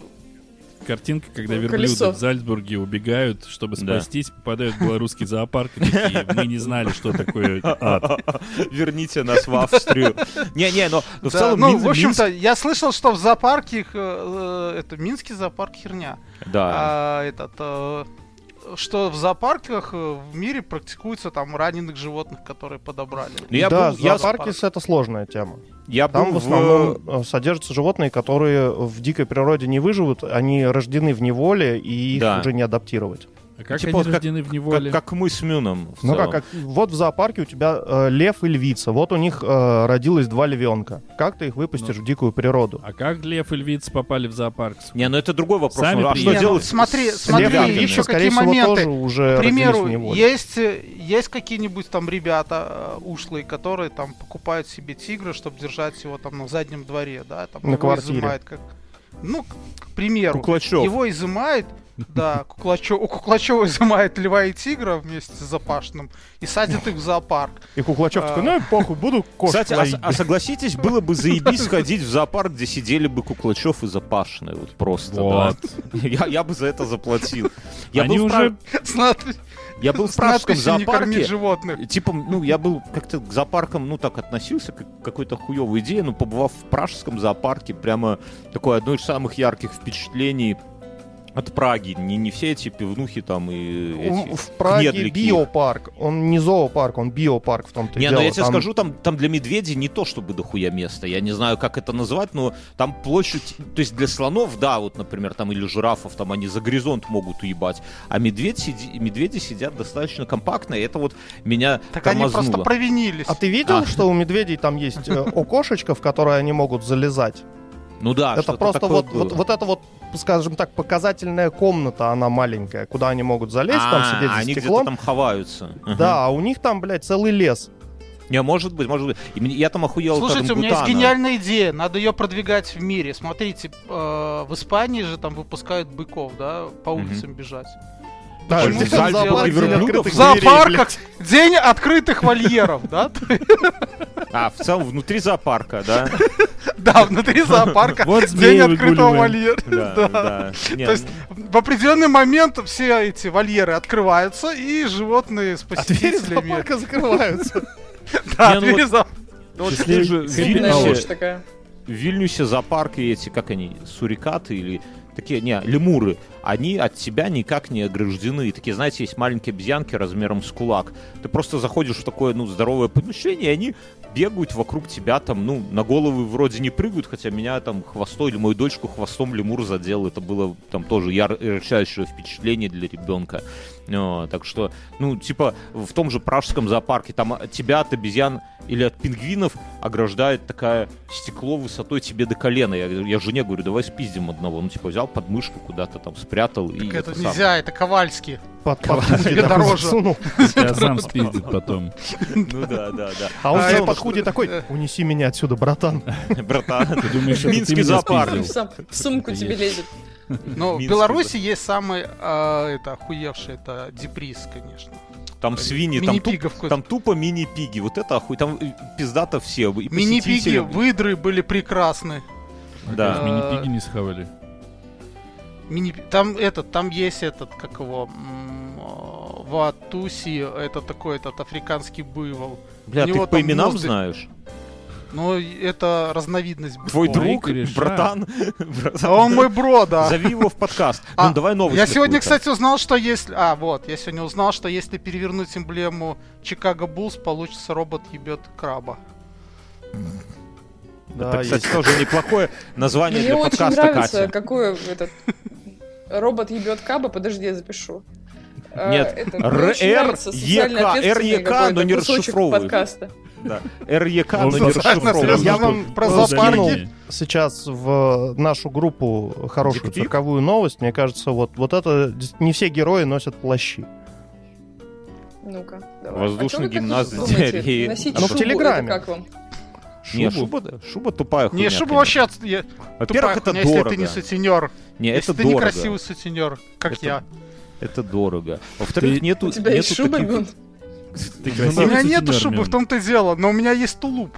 [SPEAKER 5] картинка, когда
[SPEAKER 3] Ну,
[SPEAKER 5] верблюды
[SPEAKER 3] колесо.
[SPEAKER 5] в Зальцбурге убегают, чтобы
[SPEAKER 2] Да.
[SPEAKER 5] спастись, попадают в белорусский зоопарк, и такие, мы не знали, что такое ад.
[SPEAKER 2] Верните нас в Австрию. Не-не, но но в
[SPEAKER 4] да,
[SPEAKER 2] целом
[SPEAKER 4] ну,
[SPEAKER 2] Мин-
[SPEAKER 4] в общем-то,
[SPEAKER 2] Минск-
[SPEAKER 4] я слышал, что в зоопарке, их, э, э, это Минский зоопарк херня.
[SPEAKER 2] Да.
[SPEAKER 4] а, этот, э, что в зоопарках э, в мире практикуется там раненых животных, которые подобрали.
[SPEAKER 2] Ну, я
[SPEAKER 6] да,
[SPEAKER 2] был- я-
[SPEAKER 6] зоопарки — это сложная тема.
[SPEAKER 2] Я
[SPEAKER 6] Там
[SPEAKER 2] был
[SPEAKER 6] Ну, в
[SPEAKER 2] в...
[SPEAKER 6] основном э, содержатся животные, которые в дикой природе не выживут, они рождены в неволе, и их
[SPEAKER 2] Да.
[SPEAKER 6] уже не адаптировать.
[SPEAKER 5] А как
[SPEAKER 2] Типа
[SPEAKER 5] они
[SPEAKER 2] вот как-
[SPEAKER 5] рождены в неволе?
[SPEAKER 2] Как, как мы с Мюном. в
[SPEAKER 6] Ну как,
[SPEAKER 2] целом.
[SPEAKER 6] как- вот в зоопарке у тебя э, лев и львица, вот у них э, родилось два львенка. Как ты их выпустишь
[SPEAKER 2] Ну.
[SPEAKER 6] в дикую природу?
[SPEAKER 5] А как лев и львица попали в зоопарк? С-
[SPEAKER 2] Не, ну это другой вопрос.
[SPEAKER 5] Сами
[SPEAKER 2] Ну, а что
[SPEAKER 5] приехали.
[SPEAKER 2] делать?
[SPEAKER 4] Смотри,
[SPEAKER 2] с
[SPEAKER 4] смотри,
[SPEAKER 6] лев и
[SPEAKER 2] ребятами?
[SPEAKER 4] еще
[SPEAKER 6] львица, скорее
[SPEAKER 4] какие
[SPEAKER 6] всего,
[SPEAKER 4] моменты?
[SPEAKER 6] тоже уже
[SPEAKER 4] К примеру,
[SPEAKER 6] э, родились в неволе.
[SPEAKER 4] есть, э, есть какие-нибудь там ребята э, ушлые, которые там покупают себе тигра, чтобы держать его там на заднем дворе, да, там
[SPEAKER 6] На
[SPEAKER 4] его
[SPEAKER 6] квартире.
[SPEAKER 4] изымают как... Ну, к- к примеру,
[SPEAKER 2] Куклачёв.
[SPEAKER 4] его изымает, да, Куклачёв, у Куклачева изымает льва и тигра вместе с запашным и садит их в зоопарк.
[SPEAKER 6] И Куклачев
[SPEAKER 4] А.
[SPEAKER 6] такой, ну и похуй, буду кошку
[SPEAKER 2] Кстати, а с-
[SPEAKER 6] ловить.
[SPEAKER 2] а, согласитесь, было бы заебись сходить в зоопарк, где сидели бы Куклачев и Запашные. Вот просто, да.
[SPEAKER 5] Вот.
[SPEAKER 2] Я, я бы за это заплатил. Я,
[SPEAKER 5] Они
[SPEAKER 2] был, в
[SPEAKER 5] уже-
[SPEAKER 2] Пра-
[SPEAKER 4] С надпи-
[SPEAKER 2] я был
[SPEAKER 4] с
[SPEAKER 2] в пражском
[SPEAKER 4] надписью «Не
[SPEAKER 2] зоопарке.
[SPEAKER 4] кормить животных.
[SPEAKER 2] Типа, ну, я был как-то к зоопаркам, ну, так относился, как к какой-то хуевой идее, но побывав в пражском зоопарке, прямо такое одно из самых ярких впечатлений от Праги. Не, не все эти пивнухи там и эти
[SPEAKER 6] У- В Праге
[SPEAKER 2] кнедлики.
[SPEAKER 6] биопарк. Он не зоопарк, он биопарк в том-то и
[SPEAKER 2] Не,
[SPEAKER 6] дело.
[SPEAKER 2] ну я тебе
[SPEAKER 6] Там-
[SPEAKER 2] скажу, там, там для медведей не то чтобы дохуя место. Я не знаю, как это назвать, но там площадь... То есть для слонов, да, вот, например, там или жирафов, там они за горизонт могут уебать. А медведь сиди- медведи сидят достаточно компактно, и это вот меня
[SPEAKER 4] Так они
[SPEAKER 2] тормознуло.
[SPEAKER 4] просто провинились.
[SPEAKER 6] А ты видел,
[SPEAKER 2] А.
[SPEAKER 6] что у медведей там есть э, окошечко, в которое они могут залезать?
[SPEAKER 2] Ну да,
[SPEAKER 6] это
[SPEAKER 2] что-то
[SPEAKER 6] просто
[SPEAKER 2] такое
[SPEAKER 6] вот,
[SPEAKER 2] было.
[SPEAKER 6] вот, вот это вот, скажем так, показательная комната, она маленькая, куда они могут залезть, там
[SPEAKER 2] А,
[SPEAKER 6] сидеть за
[SPEAKER 2] они где-то
[SPEAKER 6] стеклом.
[SPEAKER 2] там ховаются. Ага.
[SPEAKER 6] Да, а у них там, блядь, целый лес.
[SPEAKER 2] Не, может быть, может быть. И мне- я там охуел от
[SPEAKER 4] Слушайте, у меня есть
[SPEAKER 2] орангутана.
[SPEAKER 4] гениальная идея, надо ее продвигать в мире. Смотрите, э, в Испании же там выпускают быков, да, по
[SPEAKER 2] Мгм.
[SPEAKER 4] улицам бежать. А
[SPEAKER 6] Да,
[SPEAKER 4] Почему
[SPEAKER 6] здесь
[SPEAKER 4] в
[SPEAKER 6] там
[SPEAKER 4] зоопарке
[SPEAKER 6] зоопарк,
[SPEAKER 2] верблюдов?
[SPEAKER 6] открытых
[SPEAKER 4] В
[SPEAKER 6] дверей,
[SPEAKER 4] зоопарках день открытых вольеров, да?
[SPEAKER 2] А, в целом, внутри зоопарка, да?
[SPEAKER 4] Да, внутри зоопарка
[SPEAKER 5] Вот
[SPEAKER 4] день
[SPEAKER 5] змеи
[SPEAKER 4] открытого
[SPEAKER 5] выгуливаем.
[SPEAKER 4] вольера.
[SPEAKER 2] Да, да. Не, ну,
[SPEAKER 4] То есть в определенный момент все эти вольеры открываются, и животные с
[SPEAKER 6] блядь. А двери
[SPEAKER 4] посетителями...
[SPEAKER 6] зоопарка закрываются.
[SPEAKER 4] Да,
[SPEAKER 2] Не, ну
[SPEAKER 4] двери
[SPEAKER 2] вот-
[SPEAKER 4] зоопарка.
[SPEAKER 2] ну вот ты же в
[SPEAKER 5] Хэппи
[SPEAKER 3] Бедная
[SPEAKER 5] Аур.
[SPEAKER 2] Вильнюсе-
[SPEAKER 3] ночь такая.
[SPEAKER 2] в Вильнюсе зоопарк и эти, как они, сурикаты или такие, не, лемуры, они от тебя никак не ограждены. И такие, знаете, есть маленькие обезьянки размером с кулак. Ты просто заходишь в такое, ну, здоровое помещение, и они бегают вокруг тебя, там, ну, на головы вроде не прыгают, хотя меня там хвостой или мою дочку хвостом лемур задел. Это было там тоже яр- ярчайшее впечатление для ребенка. Э, Так что, ну, типа, в том же пражском зоопарке, там от тебя от обезьян или от пингвинов ограждает такая стекло высотой тебе до колена. Я, я жене говорю, давай спиздим одного. Ну, типа, взял подмышку куда-то там спрятал. и
[SPEAKER 4] Так это
[SPEAKER 2] сам.
[SPEAKER 4] нельзя, это Ковальский.
[SPEAKER 6] Под
[SPEAKER 4] Себе дороже.
[SPEAKER 6] сунул.
[SPEAKER 5] Тебя сам спиздит потом.
[SPEAKER 2] Ну да, да, да.
[SPEAKER 6] А он
[SPEAKER 4] А,
[SPEAKER 6] тебе
[SPEAKER 4] это
[SPEAKER 6] под
[SPEAKER 4] ж-
[SPEAKER 6] худи такой,
[SPEAKER 4] э.
[SPEAKER 6] унеси меня отсюда, братан.
[SPEAKER 2] Братан,
[SPEAKER 5] Ты думаешь, это ты
[SPEAKER 2] Минский
[SPEAKER 5] меня
[SPEAKER 2] зоопарк.
[SPEAKER 5] спиздил?
[SPEAKER 3] В сам- в сумку тебе лезет.
[SPEAKER 4] Но в
[SPEAKER 2] Минск,
[SPEAKER 4] Беларуси есть самый, а, это, охуевший, это Деприз, конечно.
[SPEAKER 2] там свиньи, там тупо
[SPEAKER 4] Мини-пигов какой-то.
[SPEAKER 2] там тупо мини-пиги, вот это охуй, там э, пиздато все, и
[SPEAKER 4] Мини-пиги,
[SPEAKER 2] посетители,
[SPEAKER 4] выдры были прекрасны.
[SPEAKER 2] да.
[SPEAKER 5] А Как Мини-пиги не схавали.
[SPEAKER 4] Мини... Там этот, там есть этот, как его, м, а, Ватуси, это такой этот африканский буйвол.
[SPEAKER 2] Бля,
[SPEAKER 4] у
[SPEAKER 2] ты
[SPEAKER 4] него
[SPEAKER 2] их по
[SPEAKER 4] там
[SPEAKER 2] именам
[SPEAKER 4] мозг-
[SPEAKER 2] знаешь?
[SPEAKER 4] Но это разновидность. буйвола.
[SPEAKER 2] Твой
[SPEAKER 5] Ой,
[SPEAKER 2] друг,
[SPEAKER 5] Игорь,
[SPEAKER 2] братан, братан,
[SPEAKER 4] А он мой бро, да.
[SPEAKER 2] зови его в подкаст.
[SPEAKER 4] А,
[SPEAKER 2] Ну, давай новость.
[SPEAKER 4] Я сегодня,
[SPEAKER 2] какую-то.
[SPEAKER 4] кстати, узнал, что если... А, вот, я сегодня узнал, что если перевернуть эмблему Чикаго Буллс, получится робот ебет краба.
[SPEAKER 6] Да,
[SPEAKER 2] Это, кстати,
[SPEAKER 6] А, есть.
[SPEAKER 2] тоже неплохое название
[SPEAKER 3] Мне
[SPEAKER 2] для
[SPEAKER 3] очень
[SPEAKER 2] подкаста,
[SPEAKER 3] нравится,
[SPEAKER 2] Катя.
[SPEAKER 3] какой этот робот ебет каба. Подожди, я запишу. А,
[SPEAKER 2] Нет,
[SPEAKER 3] это, мне
[SPEAKER 2] РР,
[SPEAKER 3] очень нравится социально
[SPEAKER 2] ЕК,
[SPEAKER 3] ответственный
[SPEAKER 2] РЕК,
[SPEAKER 3] какой-то
[SPEAKER 2] но не
[SPEAKER 3] кусочек
[SPEAKER 2] расшифровывают.
[SPEAKER 3] подкаста.
[SPEAKER 2] Да. РЕК,
[SPEAKER 5] Он
[SPEAKER 2] но не
[SPEAKER 6] социально
[SPEAKER 2] расшифрован.
[SPEAKER 6] связан.
[SPEAKER 4] Я
[SPEAKER 6] что
[SPEAKER 4] вам про
[SPEAKER 6] было
[SPEAKER 4] зоопарки...
[SPEAKER 6] закинул. сейчас в нашу группу хорошую
[SPEAKER 2] Детектив?
[SPEAKER 6] цирковую новость. Мне кажется, вот, вот это дес- не все герои носят плащи.
[SPEAKER 3] Ну-ка, давай.
[SPEAKER 2] Воздушный
[SPEAKER 3] А чё вы так
[SPEAKER 2] гимнаст
[SPEAKER 3] думаете?
[SPEAKER 2] диареи.
[SPEAKER 3] Носить
[SPEAKER 6] Ну, в
[SPEAKER 3] шубу,
[SPEAKER 6] Телеграме.
[SPEAKER 3] это как вам?
[SPEAKER 2] Не,
[SPEAKER 5] Шубу?
[SPEAKER 2] шуба, да, шуба тупая хуйня.
[SPEAKER 4] Не, шуба
[SPEAKER 2] конечно.
[SPEAKER 4] вообще... отс- я-
[SPEAKER 2] Во-первых,
[SPEAKER 4] тупая
[SPEAKER 2] это
[SPEAKER 4] хуйня, если
[SPEAKER 2] дорого.
[SPEAKER 4] ты не сутенер.
[SPEAKER 2] Не,
[SPEAKER 4] Если
[SPEAKER 2] это
[SPEAKER 4] ты не
[SPEAKER 2] дорого.
[SPEAKER 4] красивый сутенер, как
[SPEAKER 2] Это-
[SPEAKER 4] я.
[SPEAKER 2] Это дорого. Во-вторых,
[SPEAKER 5] Ты-
[SPEAKER 2] нету...
[SPEAKER 3] У тебя есть
[SPEAKER 2] нету
[SPEAKER 3] шуба, Ну,
[SPEAKER 2] таких-
[SPEAKER 3] Гон?
[SPEAKER 5] Ты
[SPEAKER 4] У
[SPEAKER 5] красивый
[SPEAKER 4] меня
[SPEAKER 5] сутенер,
[SPEAKER 4] нету шубы,
[SPEAKER 5] Мирон.
[SPEAKER 4] в том-то и дело, но у меня есть тулуп.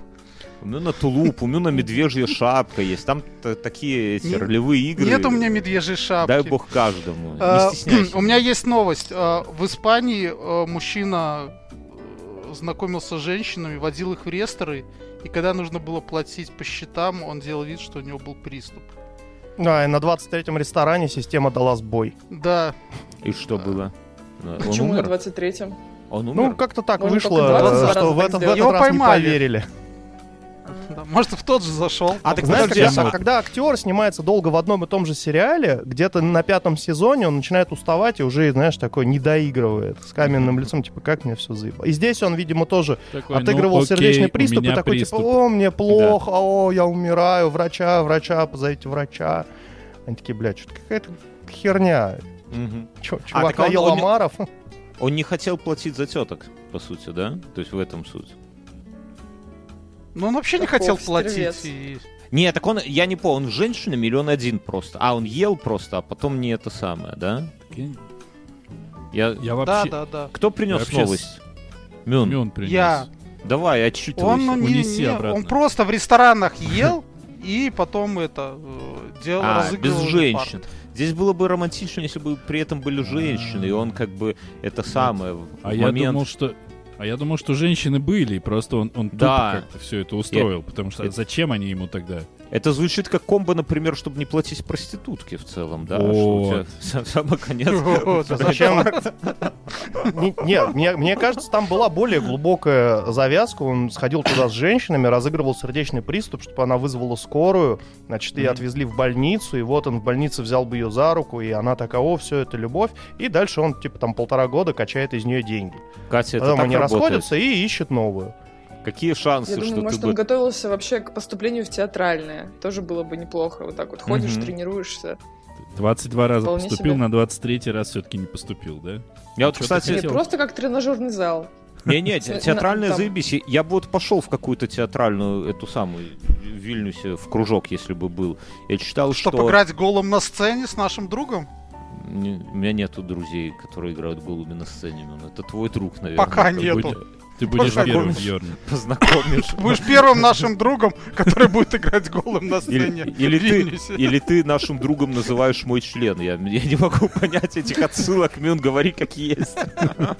[SPEAKER 2] У Мюна тулуп, у Мюна медвежья шапка есть. Там т- такие эти
[SPEAKER 4] Не-
[SPEAKER 2] ролевые игры.
[SPEAKER 4] Нет у меня медвежьей шапки.
[SPEAKER 2] Дай бог каждому.
[SPEAKER 4] Э,
[SPEAKER 2] Не стесняйся.
[SPEAKER 4] У меня есть новость. Э, В Испании э, мужчина э, знакомился с женщинами, водил их в ресторы, и когда нужно было платить по счетам, он делал вид, что у него был приступ.
[SPEAKER 6] А, и на 23-м ресторане система дала сбой.
[SPEAKER 4] Да,
[SPEAKER 2] И что было?
[SPEAKER 4] А
[SPEAKER 2] Он
[SPEAKER 3] Почему на
[SPEAKER 2] умер?
[SPEAKER 3] 23-м?
[SPEAKER 2] Он
[SPEAKER 6] Ну,
[SPEAKER 2] умер?
[SPEAKER 6] как-то так
[SPEAKER 3] Можно
[SPEAKER 6] вышло,
[SPEAKER 3] только 20
[SPEAKER 6] э,
[SPEAKER 3] раз
[SPEAKER 6] что в
[SPEAKER 3] так
[SPEAKER 6] этот, в
[SPEAKER 3] сделать.
[SPEAKER 6] этот
[SPEAKER 4] Его
[SPEAKER 6] раз
[SPEAKER 4] поймали.
[SPEAKER 6] не поверили.
[SPEAKER 4] да. может, в тот же зашел.
[SPEAKER 2] А, так
[SPEAKER 6] Знаешь,
[SPEAKER 2] подожди,
[SPEAKER 6] когда,
[SPEAKER 2] а-
[SPEAKER 6] когда актер снимается долго в одном и том же сериале, где-то на пятом сезоне он начинает уставать и уже, знаешь, такой недоигрывает с каменным лицом, типа, как мне все заебало. И здесь он, видимо, тоже
[SPEAKER 5] Такой, ну,
[SPEAKER 6] отыгрывал
[SPEAKER 5] окей,
[SPEAKER 6] сердечный
[SPEAKER 5] у
[SPEAKER 6] приступ и
[SPEAKER 5] меня
[SPEAKER 6] такой,
[SPEAKER 5] приступ.
[SPEAKER 6] типа, о, мне плохо, о, я умираю, врача, врача, позовите врача. Они такие, бля, что-то какая-то херня.
[SPEAKER 2] Мгм.
[SPEAKER 6] Чё, чувак
[SPEAKER 2] так он-
[SPEAKER 6] наел
[SPEAKER 2] он не-
[SPEAKER 6] омаров.
[SPEAKER 2] Он не хотел платить за теток, по сути, да? То есть в этом суть.
[SPEAKER 4] Ну, он вообще не
[SPEAKER 3] Каков
[SPEAKER 4] хотел
[SPEAKER 3] стервец.
[SPEAKER 4] платить. и-
[SPEAKER 2] Не, так он, я не помню, он женщина миллион один просто. А, он ел просто, а потом не это самое, да? Я...
[SPEAKER 4] Да,
[SPEAKER 5] Я вообще...
[SPEAKER 4] да, да.
[SPEAKER 2] Кто принес
[SPEAKER 5] Вообще с-
[SPEAKER 2] новость? Мюн,
[SPEAKER 5] Мюн принес.
[SPEAKER 4] Я.
[SPEAKER 2] давай, отчитывайся.
[SPEAKER 4] Он, ну, не-
[SPEAKER 5] Унеси
[SPEAKER 4] не-
[SPEAKER 5] обратно.
[SPEAKER 4] он просто в ресторанах ел, и потом это э, делал,
[SPEAKER 2] А, без
[SPEAKER 4] разыгрывал эту
[SPEAKER 2] женщин. Здесь было бы романтично, если бы при этом были женщины, и он как бы это самое в
[SPEAKER 5] А я
[SPEAKER 2] момент...
[SPEAKER 5] думал, что... А я думал, что женщины были, и просто он, он
[SPEAKER 2] Да.
[SPEAKER 5] тупо как-то все это устроил, потому что
[SPEAKER 2] это-
[SPEAKER 5] зачем они ему тогда?
[SPEAKER 2] Это звучит как комбо, например, чтобы не платить проститутке в целом, да?
[SPEAKER 5] Вот.
[SPEAKER 2] Что у тебя самый конец.
[SPEAKER 4] Вот, а
[SPEAKER 6] Зачем? Не- Нет, мне, мне кажется, там была более глубокая завязка. Он сходил туда с женщинами, разыгрывал сердечный приступ, чтобы она вызвала скорую. Значит, ее
[SPEAKER 2] Мгм.
[SPEAKER 6] отвезли в больницу, и вот он в больнице взял бы ее за руку, и она такая, о, все это любовь. И дальше он, типа, там полтора года качает из нее деньги.
[SPEAKER 2] Катя, это
[SPEAKER 6] Потом
[SPEAKER 2] так
[SPEAKER 6] они
[SPEAKER 2] работает.
[SPEAKER 6] расходятся и ищут новую.
[SPEAKER 2] Какие шансы,
[SPEAKER 3] Я думаю,
[SPEAKER 2] что Ну, ты
[SPEAKER 3] может, он
[SPEAKER 2] бы...
[SPEAKER 3] готовился вообще к поступлению в театральное. Тоже было бы неплохо. Вот так вот ходишь,
[SPEAKER 2] Мгм.
[SPEAKER 3] тренируешься.
[SPEAKER 5] 22 раза
[SPEAKER 3] Вполне
[SPEAKER 5] поступил,
[SPEAKER 3] себе.
[SPEAKER 5] на 23 раз все-таки не поступил, да?
[SPEAKER 2] Я вот,
[SPEAKER 5] Чё ты
[SPEAKER 2] кстати,
[SPEAKER 5] хотел?
[SPEAKER 3] Нет, просто как тренажерный зал.
[SPEAKER 2] Не-не, те-
[SPEAKER 3] На-
[SPEAKER 2] театральная
[SPEAKER 3] там-
[SPEAKER 2] заебись. И Я бы вот пошел в какую-то театральную, эту самую, в Вильнюсе, в кружок, если бы был. Я читал, что...
[SPEAKER 4] Чтобы играть голым на сцене с нашим другом?
[SPEAKER 2] Не- У меня нету друзей, которые играют голуби на сцене. Мюн. Это твой друг, наверное.
[SPEAKER 4] Пока
[SPEAKER 2] Ты
[SPEAKER 4] нету.
[SPEAKER 2] будь-
[SPEAKER 5] Ты будешь
[SPEAKER 4] Познакомишь.
[SPEAKER 5] первым, Бьерн.
[SPEAKER 2] Познакомишь.
[SPEAKER 4] Будешь первым нашим другом, который будет играть голым на сцене.
[SPEAKER 2] Или, или
[SPEAKER 4] в
[SPEAKER 2] ты,
[SPEAKER 4] Вильнюсе.
[SPEAKER 2] или ты нашим другом называешь мой член. Я, я не могу понять этих отсылок. Мюн, говори, как есть.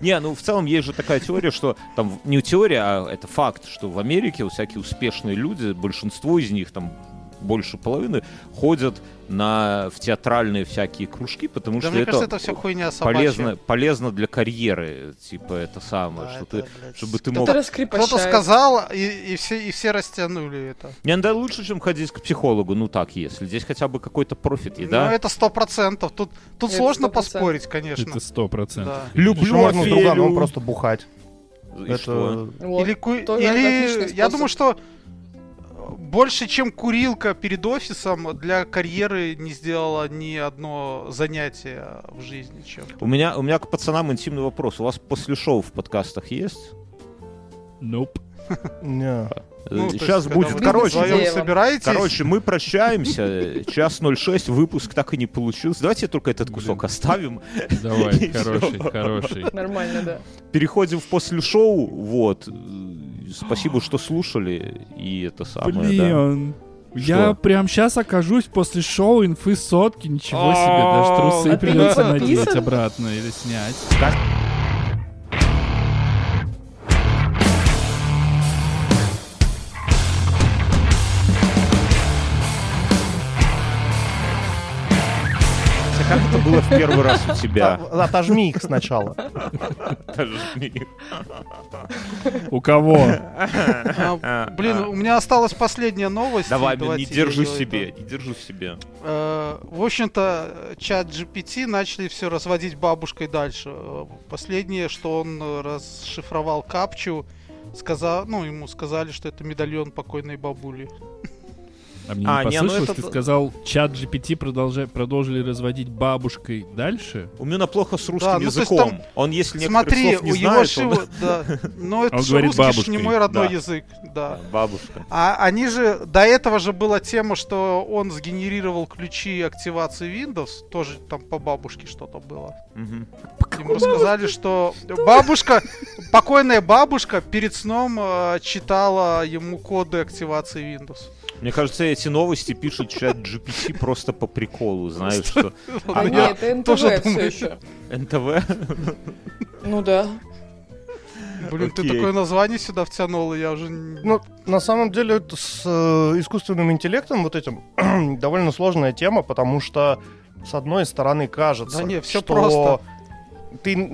[SPEAKER 2] Не, ну в целом есть же такая теория, что там не теория, а это факт, что в Америке всякие успешные люди, большинство из них там больше половины, ходят на, в театральные всякие кружки, потому
[SPEAKER 4] Да
[SPEAKER 2] что
[SPEAKER 4] мне
[SPEAKER 2] это
[SPEAKER 4] кажется, это все хуйня собачья.
[SPEAKER 2] полезно, полезно для карьеры, типа это самое,
[SPEAKER 4] Да,
[SPEAKER 2] что
[SPEAKER 4] это,
[SPEAKER 2] ты,
[SPEAKER 4] блядь,
[SPEAKER 2] чтобы ты мог...
[SPEAKER 3] Кто-то раскрепощает.
[SPEAKER 4] Кто-то сказал, и, и все, и все растянули это.
[SPEAKER 2] Не, да лучше, чем ходить к психологу, ну так, если здесь хотя бы какой-то профит, и
[SPEAKER 4] Ну,
[SPEAKER 2] да.
[SPEAKER 4] это сто процентов. Тут, тут
[SPEAKER 3] Это
[SPEAKER 4] сложно
[SPEAKER 3] 100%.
[SPEAKER 4] поспорить, конечно.
[SPEAKER 5] Это сто процентов.
[SPEAKER 4] Да.
[SPEAKER 6] Еще можно с друганом просто бухать.
[SPEAKER 4] Ну,
[SPEAKER 2] И что?
[SPEAKER 6] Это...
[SPEAKER 3] Вот.
[SPEAKER 4] или ку-
[SPEAKER 3] тоже
[SPEAKER 4] или
[SPEAKER 3] отличный
[SPEAKER 4] я
[SPEAKER 3] способ.
[SPEAKER 4] думаю, что больше, чем курилка перед офисом, для карьеры не сделала ни одно занятие в жизни. Чем.
[SPEAKER 2] У меня, у меня к пацанам интимный вопрос. У вас после шоу в подкастах есть?
[SPEAKER 5] Nope.
[SPEAKER 6] Не.
[SPEAKER 4] Ну, то есть,
[SPEAKER 2] Сейчас
[SPEAKER 4] когда
[SPEAKER 2] Э, будет.
[SPEAKER 4] вы
[SPEAKER 2] Короче,
[SPEAKER 4] вдвоем
[SPEAKER 3] Идея вам.
[SPEAKER 4] собираетесь?
[SPEAKER 2] Короче, мы прощаемся. Час 06, выпуск так и не получился. Давайте только этот кусок оставим.
[SPEAKER 5] Давай,
[SPEAKER 2] И всё.
[SPEAKER 5] хороший, хороший.
[SPEAKER 3] Нормально, да.
[SPEAKER 2] Переходим в после шоу. Вот. Спасибо, что слушали. И это самое, да.
[SPEAKER 5] Блин. Я
[SPEAKER 2] Что?
[SPEAKER 5] прям сейчас окажусь после шоу инфы сотки, ничего себе,
[SPEAKER 2] А
[SPEAKER 5] даже трусы
[SPEAKER 3] ты не
[SPEAKER 5] придется надеть
[SPEAKER 3] подписан?
[SPEAKER 5] обратно или снять.
[SPEAKER 2] Хотя Как это было в первый раз у тебя?
[SPEAKER 6] А- Отожми их сначала.
[SPEAKER 2] Даже не-
[SPEAKER 5] У кого?
[SPEAKER 4] А, блин, у меня осталась последняя новость.
[SPEAKER 2] Давай,
[SPEAKER 4] и
[SPEAKER 2] Мин, не
[SPEAKER 4] давайте
[SPEAKER 2] держу
[SPEAKER 4] я её
[SPEAKER 2] себе,
[SPEAKER 4] это-
[SPEAKER 2] не держу себе.
[SPEAKER 4] Э, В общем-то, чат GPT начали все разводить бабушкой дальше. Э, Последнее, что он э, расшифровал капчу, сказал, ну, ему сказали, что это медальон покойной бабули.
[SPEAKER 5] А мне
[SPEAKER 2] А,
[SPEAKER 5] не
[SPEAKER 2] не, ну
[SPEAKER 5] послышалось,
[SPEAKER 2] это
[SPEAKER 5] ты
[SPEAKER 2] то-
[SPEAKER 5] сказал, чат GPT продолжа- продолжили разводить бабушкой дальше?
[SPEAKER 2] У меня плохо с русским
[SPEAKER 4] Да, ну, то есть
[SPEAKER 2] языком.
[SPEAKER 4] там-
[SPEAKER 2] Он, если некоторых
[SPEAKER 4] Смотри,
[SPEAKER 2] слов не
[SPEAKER 4] у его
[SPEAKER 2] знает,
[SPEAKER 4] шива, да. Но это
[SPEAKER 5] Он
[SPEAKER 4] ж
[SPEAKER 5] говорит
[SPEAKER 4] русский ж не
[SPEAKER 5] бабушкой,
[SPEAKER 4] мой родной
[SPEAKER 2] да.
[SPEAKER 4] язык, да.
[SPEAKER 2] он- Бабушка.
[SPEAKER 4] А они же, до этого же была тема, что он сгенерировал ключи активации Windows, тоже там по бабушке что-то было.
[SPEAKER 2] Мгм.
[SPEAKER 4] Ему рассказали, что бабушка, покойная бабушка перед сном э, читала ему коды активации Windows.
[SPEAKER 2] Мне кажется, эти новости пишут чат GPT просто по приколу, знаешь, что
[SPEAKER 3] А
[SPEAKER 2] у
[SPEAKER 4] Я-
[SPEAKER 2] меня
[SPEAKER 3] нет, это НТВ
[SPEAKER 4] тоже
[SPEAKER 3] все
[SPEAKER 4] думаю.
[SPEAKER 3] еще.
[SPEAKER 2] НТВ.
[SPEAKER 3] Ну да.
[SPEAKER 4] Блин, ты
[SPEAKER 2] окей.
[SPEAKER 4] такое название сюда втянул, и я уже... не-
[SPEAKER 6] Ну, на самом деле, это с э, искусственным интеллектом вот этим довольно сложная тема, потому что, с одной стороны, кажется,
[SPEAKER 4] Да не, всё
[SPEAKER 6] что
[SPEAKER 4] просто.
[SPEAKER 6] ты